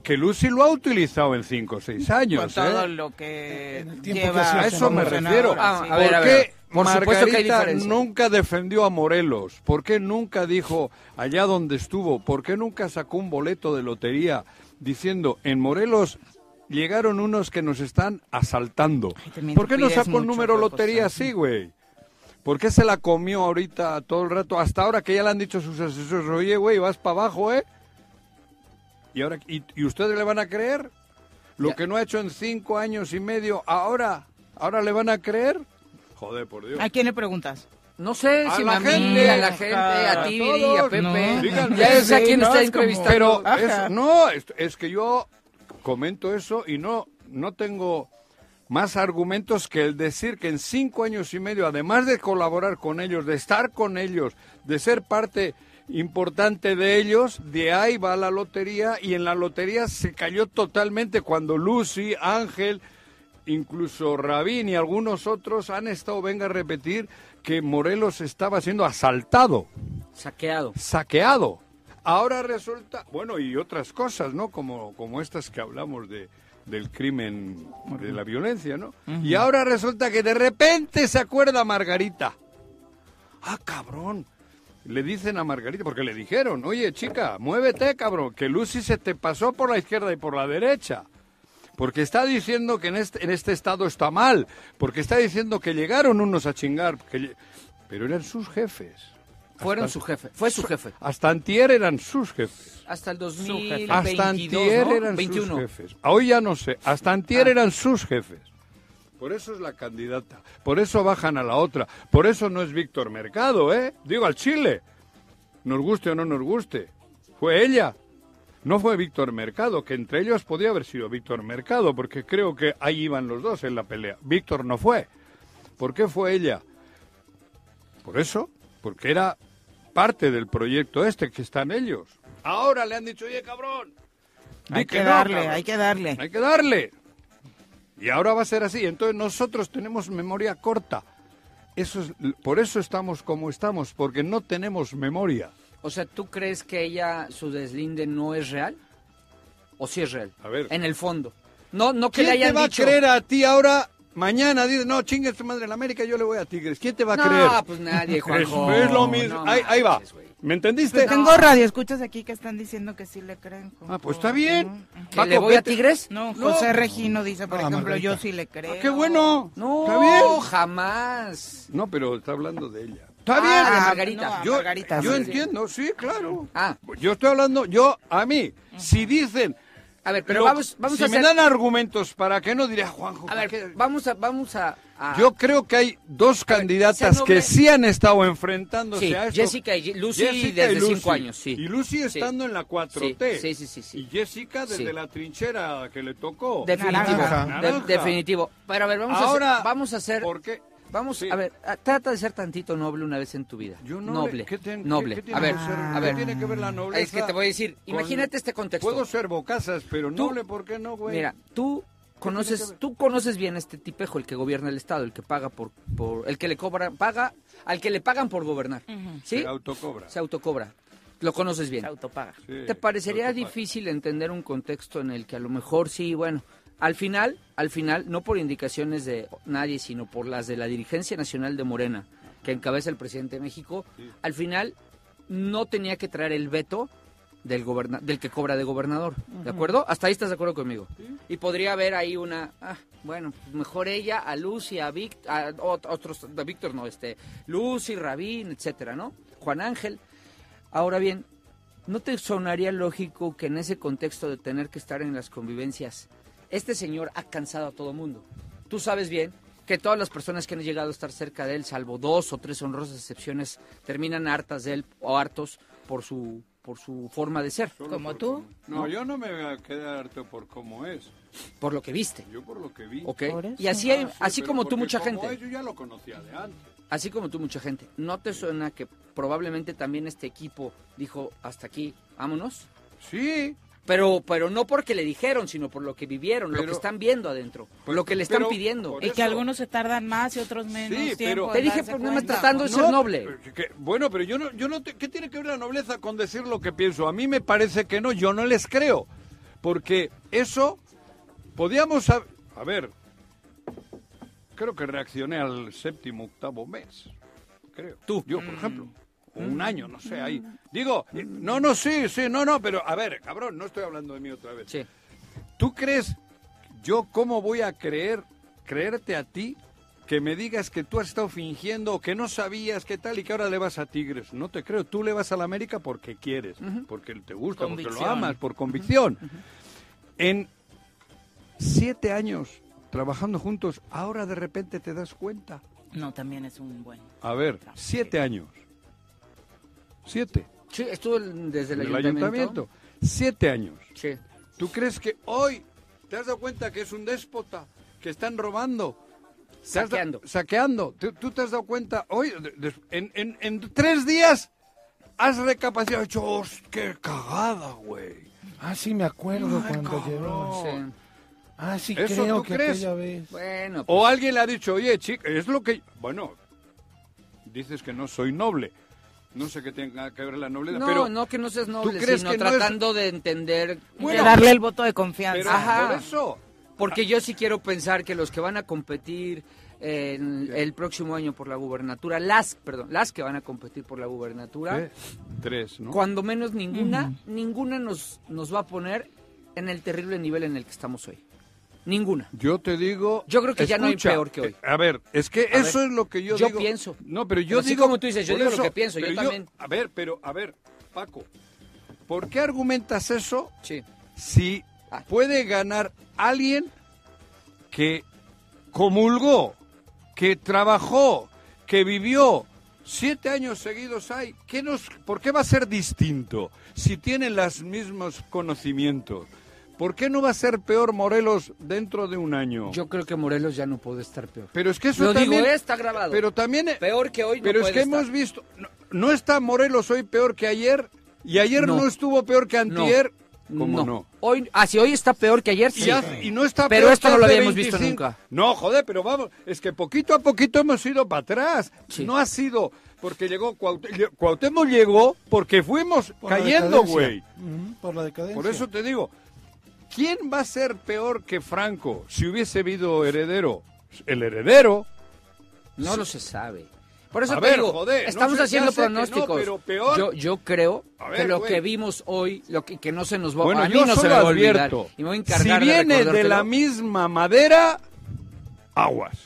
E: Que Lucy lo ha utilizado en 5 o 6 años.
H: Con todo
E: ¿eh?
H: lo que
G: En el tiempo que
H: lleva...
G: sea,
E: A eso me
G: Senadora,
E: refiero.
B: Ah,
H: sí.
B: a ver, a
E: ¿Por
B: ver.
E: qué
B: Por supuesto que hay
E: Margarita
B: diferencia.
E: nunca defendió a Morelos? ¿Por qué nunca dijo allá donde estuvo? ¿Por qué nunca sacó un boleto de lotería diciendo en Morelos llegaron unos que nos están asaltando?
H: Ay, también
E: ¿Por
H: te
E: qué no
H: pides
E: sacó un
H: mucho,
E: número
H: Paco,
E: lotería
H: sí.
E: así, güey? ¿Por qué se la comió ahorita todo el rato? Hasta ahora que ya le han dicho sus asesores, oye, güey, vas para abajo, ¿eh? ¿Y, ahora, y, y ustedes le van a creer? Lo
B: Ya.
E: que no ha hecho en cinco años y medio, ahora, ahora le van a creer. Joder, por Dios.
H: ¿A quién le preguntas?
B: No sé,
E: A
B: si
E: la
B: me-
E: gente,
B: a la gente, a
E: a
B: ti,
E: todos,
B: Viri, a
E: no.
B: Pepe.
E: Díganme.
B: Ya es a
E: Sí,
B: quien
E: no,
B: está
E: es como-
B: entrevistando.
E: Pero es- no, es, es que yo comento eso y no, no tengo más argumentos que el decir que en cinco años y medio, además de colaborar con ellos, de estar con ellos, de ser parte importante de ellos, de ahí va la lotería y en la lotería se cayó totalmente cuando Lucy, Ángel, incluso Rabín y algunos otros han estado, venga a repetir, que Morelos estaba siendo asaltado
B: Saqueado.
E: saqueado. Ahora resulta, bueno, y otras cosas, ¿no? Como, como estas que hablamos de, del crimen, de la violencia, ¿no? Y ahora resulta que de repente se acuerda Margarita. Ah, cabrón. Le dicen a Margarita, porque le dijeron, oye, chica, muévete, cabrón, que Lucy se te pasó por la izquierda y por la derecha. Porque está diciendo que en este, en este estado está mal. Porque está diciendo que llegaron unos a chingar. que lle- Pero eran sus jefes.
B: Fueron su jefe. Fue su jefe.
E: Hasta antier eran sus jefes.
B: Hasta el
E: Jefe.
B: 2022,
E: Hasta antier
B: ¿no?
E: eran
B: 21.
E: sus jefes. Hoy ya no sé. Hasta antier eran sus jefes. Por eso es la candidata. Por eso bajan a la otra. Por eso no es Víctor Mercado, ¿eh? Digo, al Chile. Nos guste o no nos guste. Fue ella. No fue Víctor Mercado, que entre ellos podía haber sido Víctor Mercado, porque creo que ahí iban los dos en la pelea. Víctor no fue. ¿Por qué fue ella? Por eso, porque era parte del proyecto este que están ellos. Ahora le han dicho, oye, cabrón. di
H: Hay que
E: no,
H: darle,
E: cabrón.
H: hay que darle.
E: Hay que darle. Y ahora va a ser así. Entonces nosotros tenemos memoria corta. Eso es, por eso estamos como estamos, porque no tenemos memoria.
B: O sea, ¿tú crees que ella, su deslinde, no es real? ¿O sí es real?
E: A ver.
B: En el fondo. No, no que
E: ¿Quién
B: le hayan
E: te va
B: dicho.
E: a creer a ti ahora? Mañana dice, no, chingue tu madre en América, yo le voy a Tigres. ¿Quién te va a
B: no,
E: creer?
B: pues
E: [LAUGHS]
B: nadie,
E: es,
B: Juanjo.
E: es lo mismo.
B: No
E: ahí, ahí va.
B: manches, güey. Pues
E: ¿Me entendiste?
H: Pues Tengo radioescuchas aquí que están diciendo que sí le creen.
E: Ah, pues está bien.
B: ¿Que
E: Paco,
B: le voy a
E: vete.
B: Tigres?
H: No,
E: No.
H: José Regino dice, por
G: Ah,
H: ejemplo,
G: Margarita.
H: yo sí le creo.
E: Ah, ¡Qué bueno!
B: No,
E: ¿Está bien?
B: jamás.
E: No, pero está hablando de ella. ¡Está
B: Ah,
E: bien!
B: de
H: Ah,
B: Margarita.
H: no, a
E: Yo,
H: Margarita,
E: yo
H: sí.
E: entiendo, sí, claro.
B: Ah.
E: Yo estoy hablando, yo, a mí, si dicen...
B: A ver, pero
E: lo-
B: vamos, vamos
E: si
B: a hacer...
E: me dan argumentos para que no diré, Juanjo,
B: A
E: ¿para qué?
B: ver, vamos a... Vamos a, a-
E: Yo creo que hay dos
B: sea
E: candidatas
B: noble.
E: que sí han estado enfrentándose
B: Sí,
E: a esto.
B: Jessica y Lucy
E: Jessica
B: desde
E: y Lucy.
B: cinco años, sí.
E: Y Lucy
B: Sí.
E: estando en la 4T.
B: Sí, sí, sí, sí, sí.
E: Y Jessica desde
B: Sí.
E: la trinchera que le tocó.
B: Definitivo.
G: Naranja.
B: De-
E: Naranja.
B: definitivo. Pero a ver, vamos a
E: Ahora,
B: hacer... Vamos a hacer...
E: ¿por qué?
B: Vamos a ver, a- trata de ser tantito noble una vez en tu vida.
E: no
B: noble.
E: le- ¿qué te-
B: noble.
E: qué- qué
B: a
E: tiene
B: ver,
E: que ser-
B: a
E: qué
B: ver.
E: tiene que ver la nobleza
B: Es que te voy a decir,
E: con-
B: imagínate este contexto.
E: Puedo ser bocazas, pero
B: Tú-
E: noble, ¿por qué no, güey?
B: Mira, tú
E: tiene
B: conoces,
E: que
B: tú conoces bien este tipejo, el que gobierna el estado, el que paga por, por el que le cobra, paga, al que le pagan por gobernar, ¿sí?
E: Se autocobra.
B: Se autocobra. Lo conoces bien.
H: Se autopaga.
E: Sí,
B: ¿Te parecería
E: autopaga.
B: difícil entender un contexto en el que a lo mejor sí, bueno, al final, al final, no por indicaciones de nadie, sino por las de la dirigencia nacional de Morena, que encabeza el presidente de México, al final no tenía que traer el veto del goberna- del que cobra de gobernador, ¿de acuerdo? Hasta ahí estás de acuerdo conmigo. Y podría haber ahí una, ah, bueno, mejor ella, a Lucy, a Víctor, a ot- otros, a Víctor no, este, Lucy, Rabín, etcétera, ¿no? Juan Ángel. Ahora bien, ¿No te sonaría lógico que en ese contexto de tener que estar en las convivencias, este señor ha cansado a todo mundo? Tú sabes bien que todas las personas que han llegado a estar cerca de él, salvo dos o tres honrosas excepciones, terminan hartas de él o hartos por su, por su forma de ser,
H: Como tú.
E: No, yo no me voy a quedar harto por cómo es.
B: por lo que viste.
E: Yo por lo que vi.
B: ¿ok?
H: Por eso.
B: Y así, hay-
E: Ah, sí,
B: así
E: pero
B: como tú
E: porque
B: mucha
E: como
B: gente.
E: es, yo ya lo conocía de antes.
B: Así como tú, mucha gente. ¿No te suena que probablemente también este equipo dijo hasta aquí, vámonos?
E: Sí.
B: Pero, pero no porque le dijeron, sino por lo que vivieron, lo
E: Pero-
B: que están viendo adentro,
E: Pues,
B: lo que le están
E: pero-
B: pidiendo.
E: por
I: Y
E: eso-
I: que algunos se tardan más y otros menos
E: Sí,
I: tiempo.
E: pero-
I: en
B: Te dije,
I: darse
B: pues, nada más
I: cuenta.
B: tratando de ser noble.
E: pero que- bueno, pero yo no, yo no te- ¿qué tiene que ver la nobleza con decir lo que pienso? A mí me parece que no, yo no les creo. Porque eso podíamos hab- a ver. Creo que reaccioné al séptimo, octavo mes. Creo. Tú. Yo, por ejemplo. O un año, no sé, ahí. Digo, eh, no, no, sí, sí, no, no, pero a ver, cabrón, no estoy hablando de mí otra vez.
B: Sí.
E: ¿Tú crees, yo cómo voy a creer, creerte a ti, que me digas que tú has estado fingiendo, o que no sabías, que tal, y que ahora le vas a Tigres? No te creo, tú le vas a la América porque quieres, porque te gusta, porque
H: Convicción.
E: lo amas, por convicción. En siete años trabajando juntos, ahora de repente te das cuenta.
H: No, también es un buen.
E: A ver, siete años. Siete.
B: Sí, estuvo el- desde el,
E: en el
B: ayuntamiento.
E: ayuntamiento. Siete años.
B: Sí.
E: ¿Tú crees que hoy te has dado cuenta que es un déspota? Que están robando. ¿Te has da-
B: Saqueando.
E: saqueando. ¿Tú, tú te has dado cuenta hoy? de- de- en, en- en tres días has recapacitado. Hecho, "Host, ¡Qué cagada, güey!
G: Ah, sí, me acuerdo
E: Ay,
G: cuando
E: cabrón.
G: llegó.
B: Sí.
G: Ah, sí,
E: ¿Eso
G: creo
E: tú
G: que
E: crees?
G: aquella vez.
B: Bueno, pues-
E: O alguien le ha dicho, oye, chico, es lo que... Bueno, dices que no soy noble. No sé qué tenga que ver la nobleza,
B: no,
E: pero...
B: no que no seas noble,
E: crees
B: sino
E: que no es-
B: tratando de entender.
E: Bueno,
H: de darle el voto de
E: pero
H: confianza.
B: Ajá.
E: por eso...
B: Porque yo sí quiero pensar que los que van a competir en el próximo año por la gubernatura, las, perdón, las que van a competir por la gubernatura,
E: ¿Qué? Tres, ¿no?
B: cuando menos ninguna, ninguna nos, nos va a poner en el terrible nivel en el que estamos hoy. Ninguna.
E: Yo te digo.
B: Yo creo que ya no hay
E: escucha,
B: peor que hoy.
E: eh, A ver, es que
B: A
E: eso
B: ver,
E: es lo que yo,
B: yo
E: digo.
B: pienso.
E: No, pero yo
B: Pero así
E: digo.
B: como tú dices, yo
E: por
B: digo lo que pienso, yo
E: pero
B: también.
E: A ver, pero, a ver, Paco, ¿por qué argumentas eso
B: Sí.
E: si
B: Ah.
E: puede ganar alguien que comulgó, que trabajó, que vivió? Siete años seguidos hay. ¿Qué nos, ¿Por qué va a ser distinto si tienen los mismos conocimientos? ¿Por qué no va a ser peor Morelos dentro de un año?
B: Yo creo que Morelos ya no puede estar peor.
E: Pero es que eso
B: Lo digo, eh,
E: también...
B: está grabado.
E: Pero también... eh,
B: Peor que hoy no
E: Pero es
B: puede
E: que
B: estar.
E: hemos visto... No, no está Morelos hoy peor que ayer y ayer
B: No.
E: no, estuvo peor que antier. ¿Cómo no?
B: Hoy, ah, si hoy está peor que ayer,
E: Y,
B: sí.
E: hace- y no está
B: Pero
E: peor
B: esto
E: que
B: no lo
E: hace
B: habíamos visto
E: 25.
B: nunca.
E: No, joder, pero vamos, es que poquito a poquito hemos ido para atrás.
B: Sí.
E: No ha sido porque llegó Cuauhtémoc, Cuauhtémoc llegó porque fuimos
G: Por la
E: cayendo,
G: decadencia.
E: güey.
G: Ujú, por la decadencia.
E: Por eso te digo, ¿quién va a ser peor que Franco si hubiese habido heredero? El heredero
B: No lo se sabe. Por eso
E: A
B: te
E: ver,
B: digo,
E: joder, no
B: estamos
E: sé, ya
B: haciendo
E: sé que no,
B: pronósticos.
E: pero peor.
B: Yo, yo creo
E: A ver,
B: que lo
E: güey.
B: que vimos hoy, lo que, que no se nos va
E: Bueno,
B: a mí
E: yo
B: no se
E: solo
B: me va a olvidar.
E: advierto.
B: Y me voy a
E: si
B: encargar
E: viene de
B: recordártelo.
E: la misma madera, aguas.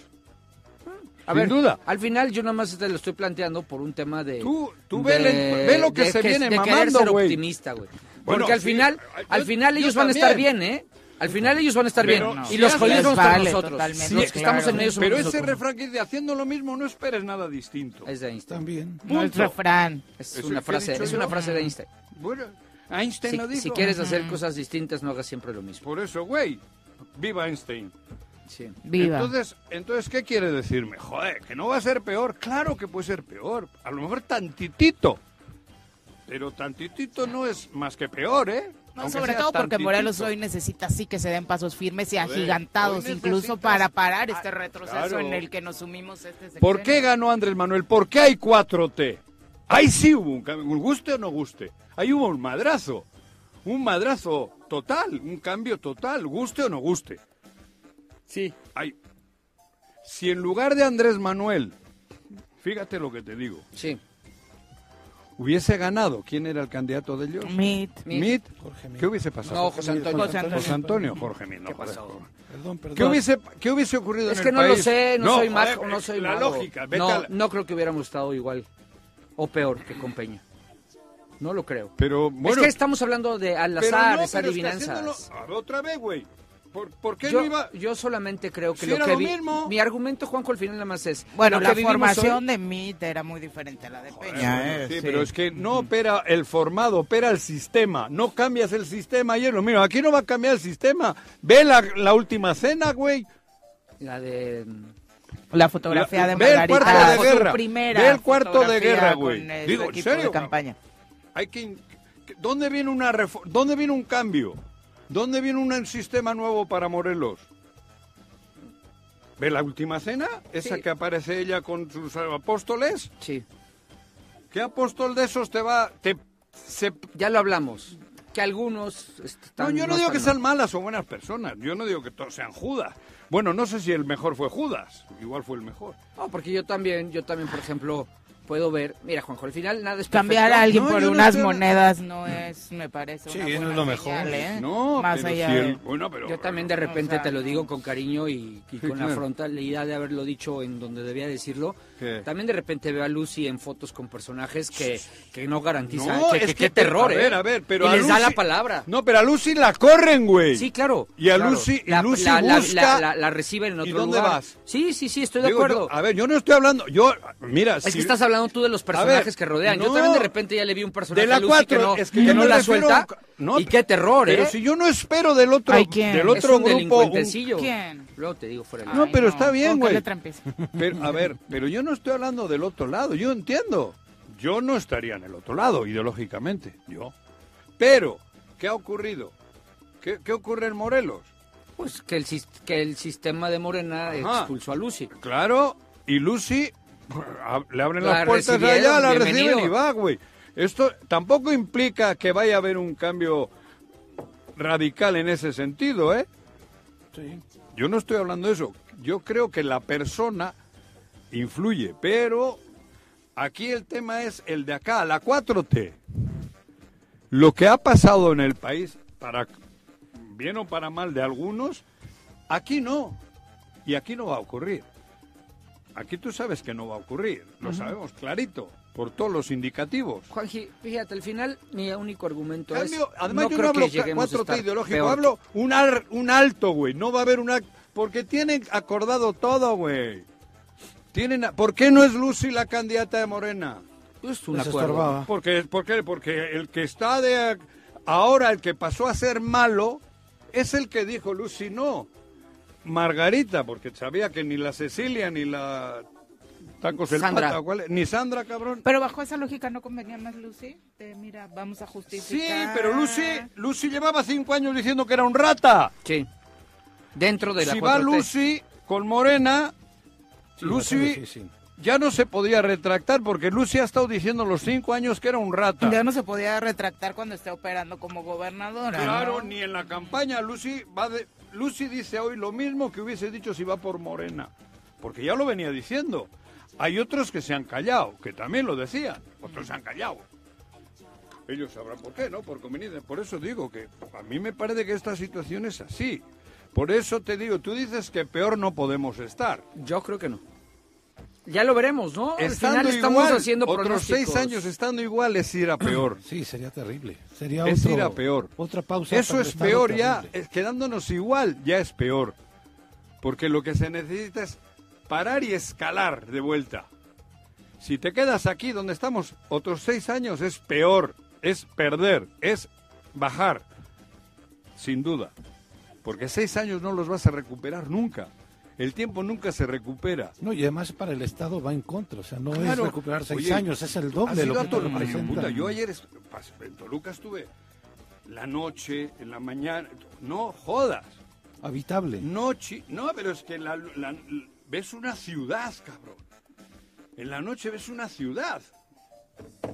B: A
E: sin
B: ver,
E: duda.
B: Al final yo nada más te lo estoy planteando por un tema de.
E: Tú- tú
B: de-
E: ve el- ve lo que
B: de
E: se viene
B: de querer
E: mamando,
B: ser
E: güey.
B: optimista, güey.
E: Bueno,
B: Porque al
E: sí,
B: final,
E: yo-
B: al final
E: yo
B: ellos van a estar
E: también.
B: bien, ¿eh? Al final ellos van a estar
E: Pero
B: bien.
E: no.
B: Y los
E: Sí,
B: jodidos
E: les
B: vamos a estar
H: vale,
B: nosotros.
H: totalmente,
B: los que estamos en
H: claro.
B: medio somos
E: Pero ese
B: nosotros.
E: refrán que dice haciendo lo mismo no esperes nada distinto.
B: Es de Einstein.
G: También.
H: No es refrán.
B: Es
E: Eso
B: una
E: que he
B: frase,
E: dicho
B: es
E: yo. Mm,
B: una frase de Einstein.
E: Bueno, Einstein
B: Si,
E: lo dijo.
H: Mm.
B: si quieres hacer cosas distintas, no hagas siempre lo mismo.
E: Por eso, güey, viva Einstein.
B: Sí.
J: Viva.
E: Entonces, entonces, ¿qué quiere decirme? Joder, que no va a ser peor. Claro que puede ser peor. A lo mejor tantitito. Pero tantitito no es más que peor, ¿eh?
H: No,
E: Aunque
H: sobre
E: sea
H: todo porque
E: tantitito.
H: Morelos hoy necesita sí que se den pasos firmes y
E: Joder,
H: agigantados,
E: hoy
H: incluso
E: necesitas-
H: para parar este retroceso
E: claro.
H: en el que nos sumimos este sexenio.
E: ¿Por qué ganó Andrés Manuel? ¿Por qué hay 4T? Ahí sí hubo un cambio, un guste o no guste. Ahí hubo un madrazo. Un madrazo total, un cambio total, guste o no guste. Sí. Si en lugar de Andrés Manuel, fíjate lo que te digo.
B: Sí.
E: Hubiese ganado, ¿quién era el candidato de ellos?
H: Mit.
E: Mit.
G: Jorge
E: ¿Qué hubiese pasado?
B: No, José Antonio.
E: José Antonio,
B: José Antonio.
E: Jorge Mit. no,
B: ¿Qué
E: joder.
B: pasó?
G: Perdón, perdón.
E: ¿Qué hubiese, qué hubiese ocurrido
B: Es
E: en
B: que
E: el
B: no lo
E: país?
B: sé, no, soy
E: joder,
B: mago, no soy
E: La
B: mago.
E: lógica, vete
B: no,
E: a la-
B: no creo que hubiéramos estado igual o peor que con Peña. No lo creo.
E: Pero bueno,
B: es que estamos haciendo de al
E: Pero
B: azar,
E: no,
B: es
E: pero es que
B: adivinanzas.
E: haciéndolo- a ver, otra vez, güey. ¿Por, por qué
B: yo,
E: no iba?
B: yo solamente creo que
E: Si
B: lo
E: era
B: que
E: lo
B: vi-
E: mismo.
B: mi argumento Juanjo al final nada más es
H: Bueno,
B: lo que
H: la
B: vivimos
H: formación
B: hoy-
H: de Mit era muy diferente a la de Peña.
E: Bueno,
H: ¿eh?
E: sí,
H: Sí.
E: pero es que no opera el formado, opera el sistema. No cambias el sistema, ayer lo mira, aquí no va a cambiar el sistema. Ve la, la última cena, güey.
B: la de
H: La fotografía
E: La-
H: de
E: ve el cuarto
H: Margarita.
E: de
H: su
E: guerra,
H: primera
E: ve el cuarto de
H: fotografía
E: guerra,
H: con
E: güey.
H: el
E: Digo, ¿en
H: equipo
E: serio,
H: de
E: cabrón?
H: campaña.
E: Hay que in- que- ¿Dónde viene una refo- dónde viene un cambio? ¿Dónde viene un, un sistema nuevo para Morelos? ¿Ve la última cena? Esa
B: Sí.
E: que aparece ella con sus apóstoles.
B: sí,
E: ¿Qué apóstol de esos te va te se
B: ya lo hablamos. Que algunos est-
E: No,
B: están
E: yo no digo
B: están
E: que
B: mal.
E: sean malas o buenas personas. Yo no digo que todos sean Judas. Bueno, no sé si el mejor fue Judas. Igual fue el mejor.
B: No, porque yo también, yo también, por ejemplo, puedo ver, mira Juanjo, al final nada es
H: Cambiar
B: perfecto.
H: a alguien
E: No,
H: por
E: yo no
H: unas
E: estoy-
H: monedas no es, me parece, una
G: Sí, no
H: buena
G: es lo mejor.
H: señal, ¿eh?
E: No,
H: Más
E: pero
H: allá
E: si
H: de-
E: el- bueno, pero
B: Yo también de repente
H: O sea,
B: te lo
H: no.
B: digo con cariño y, y con la
E: claro.
B: frontalidad de haberlo dicho en donde debía decirlo.
E: ¿Qué?
B: También de repente veo a Lucy en fotos con personajes que, que no garantizan.
E: No,
B: que,
E: es
B: que-
E: que-
B: qué terror,
E: a
B: ¿eh?
E: ver, a ver, pero
B: Y
E: a
B: les da
E: Lucy-
B: la palabra.
E: No, pero a Lucy la corren, güey.
B: Sí, claro.
E: Y a
B: claro.
E: Lucy- y
B: la,
E: Lucy
B: la, la-
E: busca-
B: la- la- la reciben en
E: ¿Y
B: otro
E: dónde
B: lugar.
E: vas?
B: Sí, sí, sí, estoy de
E: Digo,
B: acuerdo.
E: yo- a ver, yo no estoy hablando. Yo, mira,
B: es
E: si-
B: que estás hablando tú de los personajes que rodean. yo
E: no.
B: también de repente ya le vi un personaje
E: De la
B: a Lucy
E: cuatro,
B: que no,
E: es que
B: que
E: yo
B: no
E: me
B: la
E: refiero
B: suelta.
E: a un ca- no,
B: y qué terror,
E: Pero
B: ¿eh?
E: si yo no espero del otro,
H: Ay, ¿quién?
E: del
H: Es
E: otro
B: es un
E: grupo. un-
B: delincuentecillo.
H: ¿Quién?
B: Luego te digo fuera del
E: No,
H: Ay,
E: pero está bien,
H: ¿Con qué
E: güey.
H: letra empieza?
E: [LAUGHS] Pero, a ver, pero yo no estoy hablando del otro lado, yo entiendo. Yo no estaría en el otro lado, ideológicamente, yo. Pero, ¿qué ha ocurrido? ¿Qué, qué ocurre en Morelos?
B: Pues que el, sis- que el sistema de Morena
E: Ajá.
B: expulsó a Lucy.
E: Claro, y Lucy a- le abren
B: La
E: las puertas
B: recibieron,
E: allá, la
B: bienvenido.
E: reciben y va, güey. Esto tampoco implica que vaya a haber un cambio radical en ese sentido, ¿eh?
G: Sí.
E: Yo no estoy hablando de eso. Yo creo que la persona influye, pero aquí el tema es el de acá, la 4T. Lo que ha pasado en el país, para bien o para mal de algunos, aquí no. Y aquí no va a ocurrir. Aquí tú sabes que no va a ocurrir. Lo sabemos clarito, por todos los indicativos.
B: Juanji, fíjate, al final mi único argumento
E: Cambio,
B: es...
E: además yo
B: creo
E: no hablo
B: que lleguemos a
E: 4T
B: estar
E: ideológico,
B: peor.
E: hablo un, ar- un alto, güey. No va a haber un acto. Porque tienen acordado todo, güey. Tienen, a- ¿Por qué no es Lucy la candidata de Morena?
B: Pues Es un
G: Les
B: acuerdo.
G: estorbaba.
E: Porque, ¿Por qué? Porque el que está de. ac- Ahora, el que pasó a ser malo es el que dijo Lucy no. Margarita, porque sabía que ni la Cecilia ni la. Tacos el
B: Sandra.
E: Pata, ¿cuál es? ni Sandra, Ah, cabrón.
H: Pero bajo esa lógica no convenía más Lucy. Te, mira, vamos a
E: Sí,
H: justificar.
E: pero Lucy, Lucy llevaba cinco años diciendo que era un rata.
B: Sí. Dentro de la
E: si
B: 4T.
E: va Lucy con Morena,
G: Sí, va a ser
E: Lucy
G: difícil.
E: ya no se podía retractar porque Lucy ha estado diciendo los cinco años que era un rata.
H: Ya no se podía retractar cuando esté operando como gobernadora.
E: Claro,
H: ¿no?
E: ni en la campaña Lucy va de... Lucy dice hoy lo mismo que hubiese dicho si va por Morena, porque ya lo venía diciendo. Hay otros que se han callado, que también lo decían, otros se han callado. Ellos sabrán por qué, ¿no? Por conveniencia. Por eso digo que a mí me parece que esta situación es así. Por eso te digo, tú dices que peor no podemos estar.
B: Yo creo que no. Ya lo veremos, ¿no? al
E: Estando
B: final estamos
E: igual,
B: haciendo
E: otros
B: pronósticos.
E: seis años estando igual es ir a peor.
G: Sí, sería terrible. Sería
E: Es
G: otro-
E: ir a peor.
G: Otra pausa.
E: Eso
G: para
E: es
G: el Estado
E: peor ya,
G: terrible.
E: es- quedándonos igual ya es peor. Porque lo que se necesita es parar y escalar de vuelta. Si te quedas aquí donde estamos otros seis años es peor, es perder, es bajar, sin duda. Porque seis años no los vas a recuperar nunca. El tiempo nunca se recupera.
G: No, y además para el Estado va en contra, o sea, no es
E: Claro.
G: recuperar seis
E: Oye,
G: años, es el
E: ha
G: doble de
E: sido
G: lo que
E: a todo
G: te
E: lo que-
G: representan.
E: puta, Yo ayer est- pas- en Toluca estuve la noche, en la mañana. No jodas.
G: Habitable.
E: Noche. No, pero es que la- la- ves una ciudad, cabrón. En la noche ves una ciudad.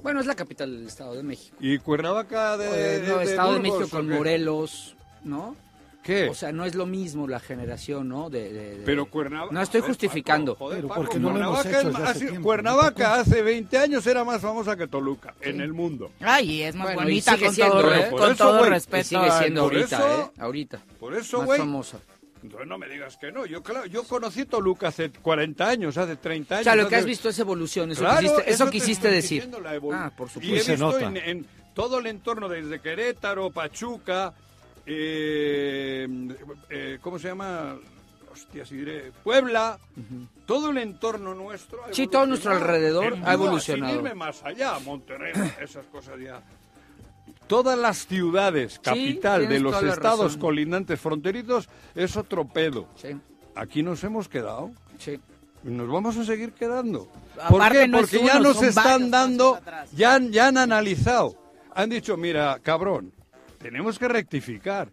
B: Bueno, es la capital del Estado de México.
E: Y Cuernavaca de.
B: Eh, no,
E: de- de
B: Estado de
E: Burgos,
B: México con
E: ¿o qué?
B: Morelos, ¿no?
E: ¿Qué?
B: O sea, no es lo mismo la generación, ¿no? De, de- de-
E: Pero Cuernavaca.
B: No estoy
E: Joder,
B: justificando.
E: Paco, joder,
B: Pero
E: Paco,
B: porque no lo hemos
E: Cuernavaca
B: hecho
E: es
B: desde
E: más-
B: hace
E: hace-
B: tiempo,
E: Cuernavaca hace 20 años era más famosa que Toluca en el mundo.
H: Ay, es más
B: Bueno, y
H: bonita
B: sigue
H: con
B: siendo,
H: todo,
B: ¿eh?
H: re-
B: Por
H: con
B: eso,
H: todo
B: güey,
H: respeto.
B: y sigue siendo
E: por
B: ahorita,
E: eso-
B: ¿eh? Ahorita.
E: Por eso,
B: Más
E: güey.
B: famosa.
E: Entonces no me digas que no. Yo claro, yo conocí Toluca hace 40 años, hace 30
B: O
E: años.
B: sea, lo que
E: hace-
B: has visto es evolución, eso
E: Claro,
B: quisiste, eso
E: te
B: quisiste
E: estoy
B: decir.
E: diciendo, la evolu-
B: Ah, por
E: Y he
B: supuesto.
G: se
E: visto
G: nota.
E: en, en todo el entorno, desde Querétaro, Pachuca, eh, eh, ¿cómo se llama? Hostia, si diré, Puebla, todo el entorno nuestro. ha
B: Sí, todo nuestro
E: evolucionado.
B: alrededor
E: En
B: ha
E: Cuba,
B: evolucionado.
E: Sin irme más allá, [CLEARS THROAT] Monterrey, esas cosas ya. Todas las ciudades, capital de
B: tienes
E: los
B: toda la
E: estados
B: razón.
E: colindantes fronterizos, es otro pedo.
B: Sí,
E: Aquí nos hemos quedado
B: sí.
E: y nos vamos a seguir quedando. ¿Por
H: Aparte,
E: qué?
H: no es
E: Porque
H: uno,
E: ya nos
H: son
E: están
H: varios
E: dando,
H: pasos atrás.
E: ya, han- ya han analizado. Han dicho, mira, cabrón, tenemos que rectificar.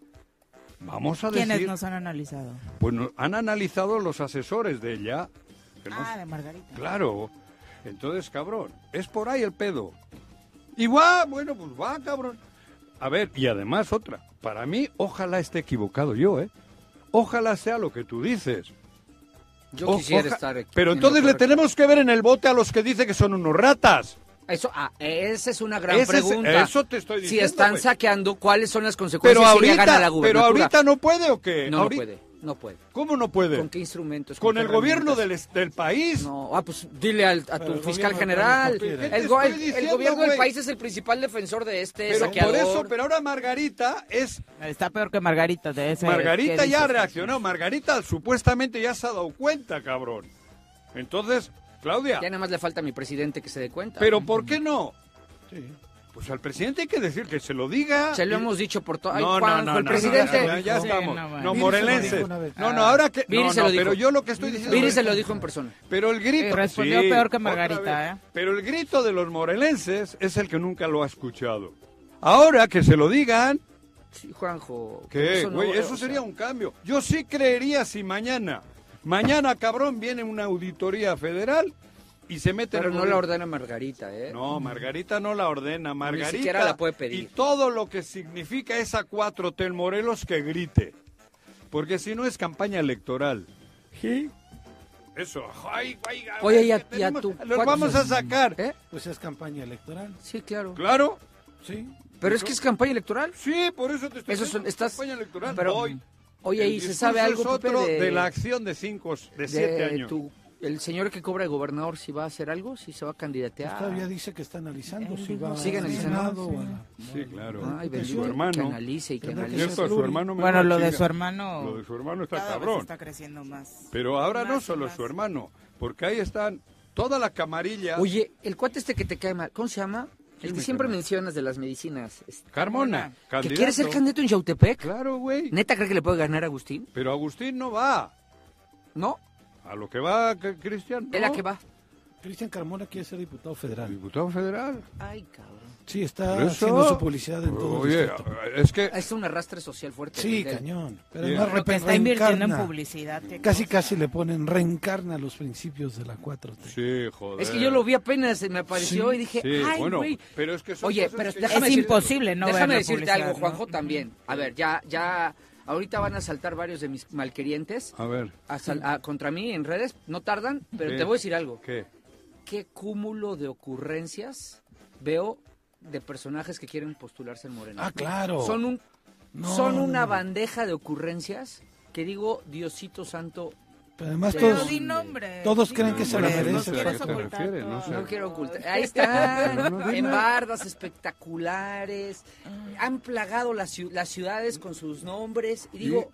E: Vamos a
H: ¿Quiénes
E: decir,
H: nos han analizado?
E: pues no- han analizado los asesores de ella. que no-
H: Ah, de Margarita.
E: Claro. Entonces, cabrón, es por ahí el pedo. Y va, bueno, pues va, cabrón. A ver, y además otra. Para mí, ojalá esté equivocado yo, ¿eh? Ojalá sea lo que tú dices.
B: Yo
E: O-
B: quisiera
E: oja-
B: estar aquí.
E: Pero
B: en
E: entonces
B: lo
E: le
B: correcto.
E: tenemos que ver en el bote a los que dicen que son unos ratas.
B: Eso, ah, esa es una gran
E: Ese es-
B: pregunta.
E: eso te estoy
B: Si
E: diciendo,
B: están
E: güey.
B: saqueando, ¿cuáles son las consecuencias
E: Pero
B: si ella gana la
E: ahorita, pero
B: gubernatura?
E: ahorita no puede o qué?
B: No, no
E: Ahorita-
B: puede, no puede.
E: ¿Cómo no puede?
B: ¿Con
E: Con,
B: qué instrumentos? qué
E: el gobierno
B: herramientas?
E: del, es- del país.
B: No, ah, pues dile al- a
G: Pero
B: tu
G: el
B: fiscal
G: gobierno
B: general.
G: del país no quiere.
E: ¿Qué
B: El,
E: te
B: go- el-
E: estoy
B: el
E: diciendo,
B: gobierno del
E: güey?
B: país es el principal defensor de este
E: Pero
B: saqueador.
E: por eso, pero ahora Margarita es
H: Está peor que Margarita de ese.
E: Margarita
H: ¿qué
E: ya ha
H: dices?
E: reaccionado, Margarita supuestamente ya se ha dado cuenta, cabrón. Entonces, Claudia,
B: Ya nada más le falta a mi presidente que se dé cuenta.
E: pero ¿por qué no?
G: Sí.
E: Pues al presidente hay que decir que se lo diga.
B: Se lo
E: Y-
B: hemos dicho por todo. Ay,
E: No, no,
B: Juanjo,
E: no,
B: el
E: no,
B: presidente.
E: no, ya, ya
H: Sí,
E: estamos.
H: no, bueno.
E: No,
G: Viri se lo
E: morelenses.
G: dijo una vez.
E: No, no, ahora que
B: Viri
E: no,
B: se
E: no,
B: lo dijo.
E: pero yo lo que estoy diciendo
B: Viri
E: es-
B: se lo dijo en persona.
E: Pero el grito.
H: Respondió peor que Margarita,
E: otra vez.
H: ¿eh?
E: Pero el grito de los morelenses es el que nunca lo ha escuchado. Ahora que se lo digan,
B: Sí, Juanjo.
E: que eso,
B: no, eh, o sea,
E: sería un cambio. Yo sí creería si mañana, mañana cabrón, viene una auditoría federal y se mete
B: Pero
E: en
B: no la ordena Margarita, ¿eh?
E: No, Margarita no la ordena, Margarita.
B: siquiera la puede pedir.
E: Y todo lo que significa esa 4 Tel Morelos que grite. Porque si no es campaña electoral. ¿Sí? Eso. Ay, ay, ay,
B: Oye, y a-
E: que
B: y a
E: tenemos-
B: tu-
E: Los vamos a sacar.
B: ¿Eh?
G: Pues es campaña electoral,
B: Sí, claro.
E: Claro.
G: sí.
B: Pero es que es campaña electoral.
E: Sí, por eso te estoy
B: Eso son-
E: diciendo,
B: estás-
E: campaña electoral.
B: pero-
E: Hoy,
B: Oye,
E: el
B: ¿y se
E: discurso
B: sabe algo,
E: es
B: Pepe,
E: otro
B: de-
E: de... la acción de 5, de 7
B: de
E: años.
B: tu- el señor que cobra el gobernador, si va a hacer algo, si se va a
G: Pues
B: candidatear.
G: todavía dice que está analizando si va
B: Eh, Sigue
G: al
B: analizando.
G: Senado o a la-
E: Sí, claro.
B: Ay,
E: Y
B: bendito,
E: su
B: Que
E: hermano.
B: analice y que
G: Tendrá que
B: analice.
G: ser-
E: Eso, su hermano me
H: Bueno,
E: va a
H: lo de
E: chingar.
H: su hermano.
E: Lo de su hermano está
H: cada vez
E: cabrón.
H: está creciendo más.
E: Pero ahora no
H: Más y
E: solo
H: más.
E: su hermano, porque ahí están toda la camarilla.
B: Oye, el cuate este que te cae mal, ¿cómo se llama? El que
E: me
B: siempre
E: cae mal.
B: mencionas de las medicinas. este,
E: Carmona,
B: ¿Que
E: candidato.
B: quiere ser candidato en Yautepec?
E: Claro, güey.
B: ¿Neta cree que le puede ganar a Agustín?
E: Pero Agustín no va.
B: No,
E: A lo que va C- Cristian. ¿no?
B: él a que va.
G: Cristian Carmona quiere ser diputado federal.
E: Diputado federal.
B: Ay, cabrón.
G: Sí,
E: Por
G: está
E: eso-
G: haciendo su publicidad en todo el
E: Oye,
G: distrito.
E: es que
B: Es un arrastre social fuerte.
G: Sí,
B: de él.
G: cañón. Pero
E: Bien.
G: además
J: Lo que
G: repen-
J: está invirtiendo en
G: reencarna.
J: publicidad. qué
G: Casi,
J: cosa.
G: casi le ponen reencarna los principios de la 4T.
E: Sí, joder.
B: Es que yo lo vi apenas, me apareció y dije,
E: Sí,
B: ay,
E: bueno,
B: güey.
E: pero es que son
B: Oye,
E: cosas
B: pero
E: que-
B: déjame
J: Es
B: decirte-
J: imposible no ver
B: Déjame
J: la
B: decirte
J: publicidad, ¿no?
B: algo, Juanjo, también. A ver, ya, ya, ahorita van a saltar varios de mis malquerientes
E: A ver.
B: a sal- a- contra mí en redes, no tardan, pero
E: Sí.
B: te voy a decir algo.
E: ¿Qué?
B: qué cúmulo de ocurrencias veo de personajes que quieren postularse en Morena.
G: Ah, claro.
B: Son un
G: No,
B: son una
G: no, no.
B: bandeja de ocurrencias que digo, Diosito santo,
G: Pero además
B: Pero
G: todos...
B: di-
J: nombre.
G: todos
J: di
G: creen que se la
J: nombre,
G: merece.
J: no
G: ¿A qué
J: quieres
G: te
J: ocultar
E: refieres? No
J: todo.
E: sé.
B: no quiero ocultar.
G: [LAUGHS]
B: Ahí están, en bardas espectaculares. Han plagado las, ciu- las ciudades con sus nombres y digo,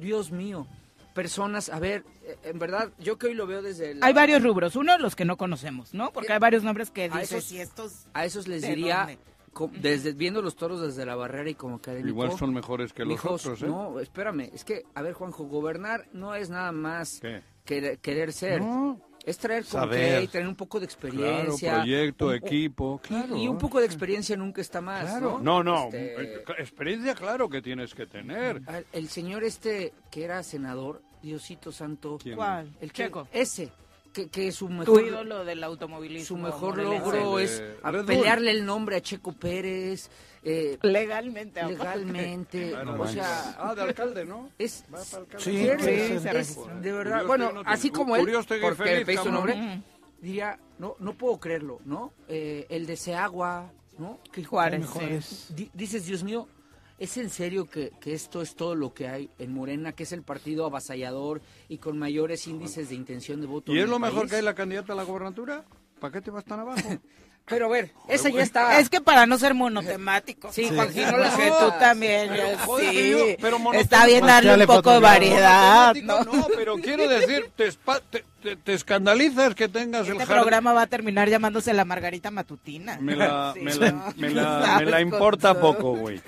B: Dios mío, personas, a ver, eh, en verdad, yo que hoy lo veo desde la-
J: Hay varios
E: Ah,
J: rubros. Uno, los que no conocemos, ¿no? Porque hay varios nombres que
B: A
J: dices,
B: esos-
J: y estos...
B: a esos les
J: ¿De
B: diría
J: dónde?
B: co- desde, viendo los toros desde la barrera y como académico.
E: Igual son mejores que los
B: dijo,
E: otros, ¿eh?
B: No, espérame, es que, a ver, Juanjo, gobernar no es nada más querer, querer ser.
E: No.
B: Es traer con
E: Saber.
B: y traer un poco de
E: Claro,
B: experiencia.
E: proyecto,
B: un-
E: equipo, claro.
B: Y un poco de experiencia nunca está más.
E: Claro. No,
B: No,
E: no,
B: Este-
E: eh, experiencia claro que tienes que tener.
B: Mm. Al- El señor este que era senador, Diosito Santo.
E: ¿Quién?
H: ¿Cuál?
B: El que-
H: Checo.
B: Ese. Que, que su
H: Tu
B: mejor,
H: ídolo del automovilismo.
B: su mejor
H: morelense.
B: logro
E: Eh,
B: es a
E: Red Bull.
B: pelearle el nombre a Checo Pérez. eh,
H: Legalmente. aparte.
B: legalmente.
E: Claro,
B: o sea,
E: ah, de alcalde, ¿no?
B: es,
E: Va para alcalde.
G: Sí,
B: es-
G: puede
B: es-
G: ser.
B: es de verdad.
E: Uriostegui
B: bueno,
E: no tiene-
B: así como él,
E: Uriostegui
B: porque
E: feliz,
B: feliz, su
E: cabrón.
B: nombre, diría, no, no puedo creerlo, ¿no? Eh, el de Seagua, ¿no? Que
H: Juárez,
G: Mejores.
B: Di- dices, Dios mío, ¿es en serio que, que esto es todo lo que hay en Morena, que es el partido avasallador y con mayores índices de intención de voto?
E: ¿Y
B: en
E: es
B: el
E: lo mejor
B: país?
E: que hay la candidata a la gobernatura? ¿Para qué te vas tan abajo?
B: [LAUGHS] Pero a ver, esa ya está.
H: Es que para no ser monotemático.
B: Sí,
H: Joaquín,
B: Juanjito,
H: no la
B: no.
H: sé, tú también.
E: Pero,
H: eh, sí.
E: joder, pero yo- pero monotemático-
H: Está bien darle un
G: Dale
H: poco de
G: foto,
H: variedad. ¿no?
E: No, no, pero quiero decir, te, espa- te- te- te escandalizas que tengas el
H: Este
E: jardín-
H: programa va a terminar llamándose la Margarita Matutina.
E: Me
B: [LAUGHS]
E: la,
H: [LAUGHS] Sí.
E: me la, me la, me
H: Sabes
E: la
H: con
E: importa
H: todo.
E: poco, güey.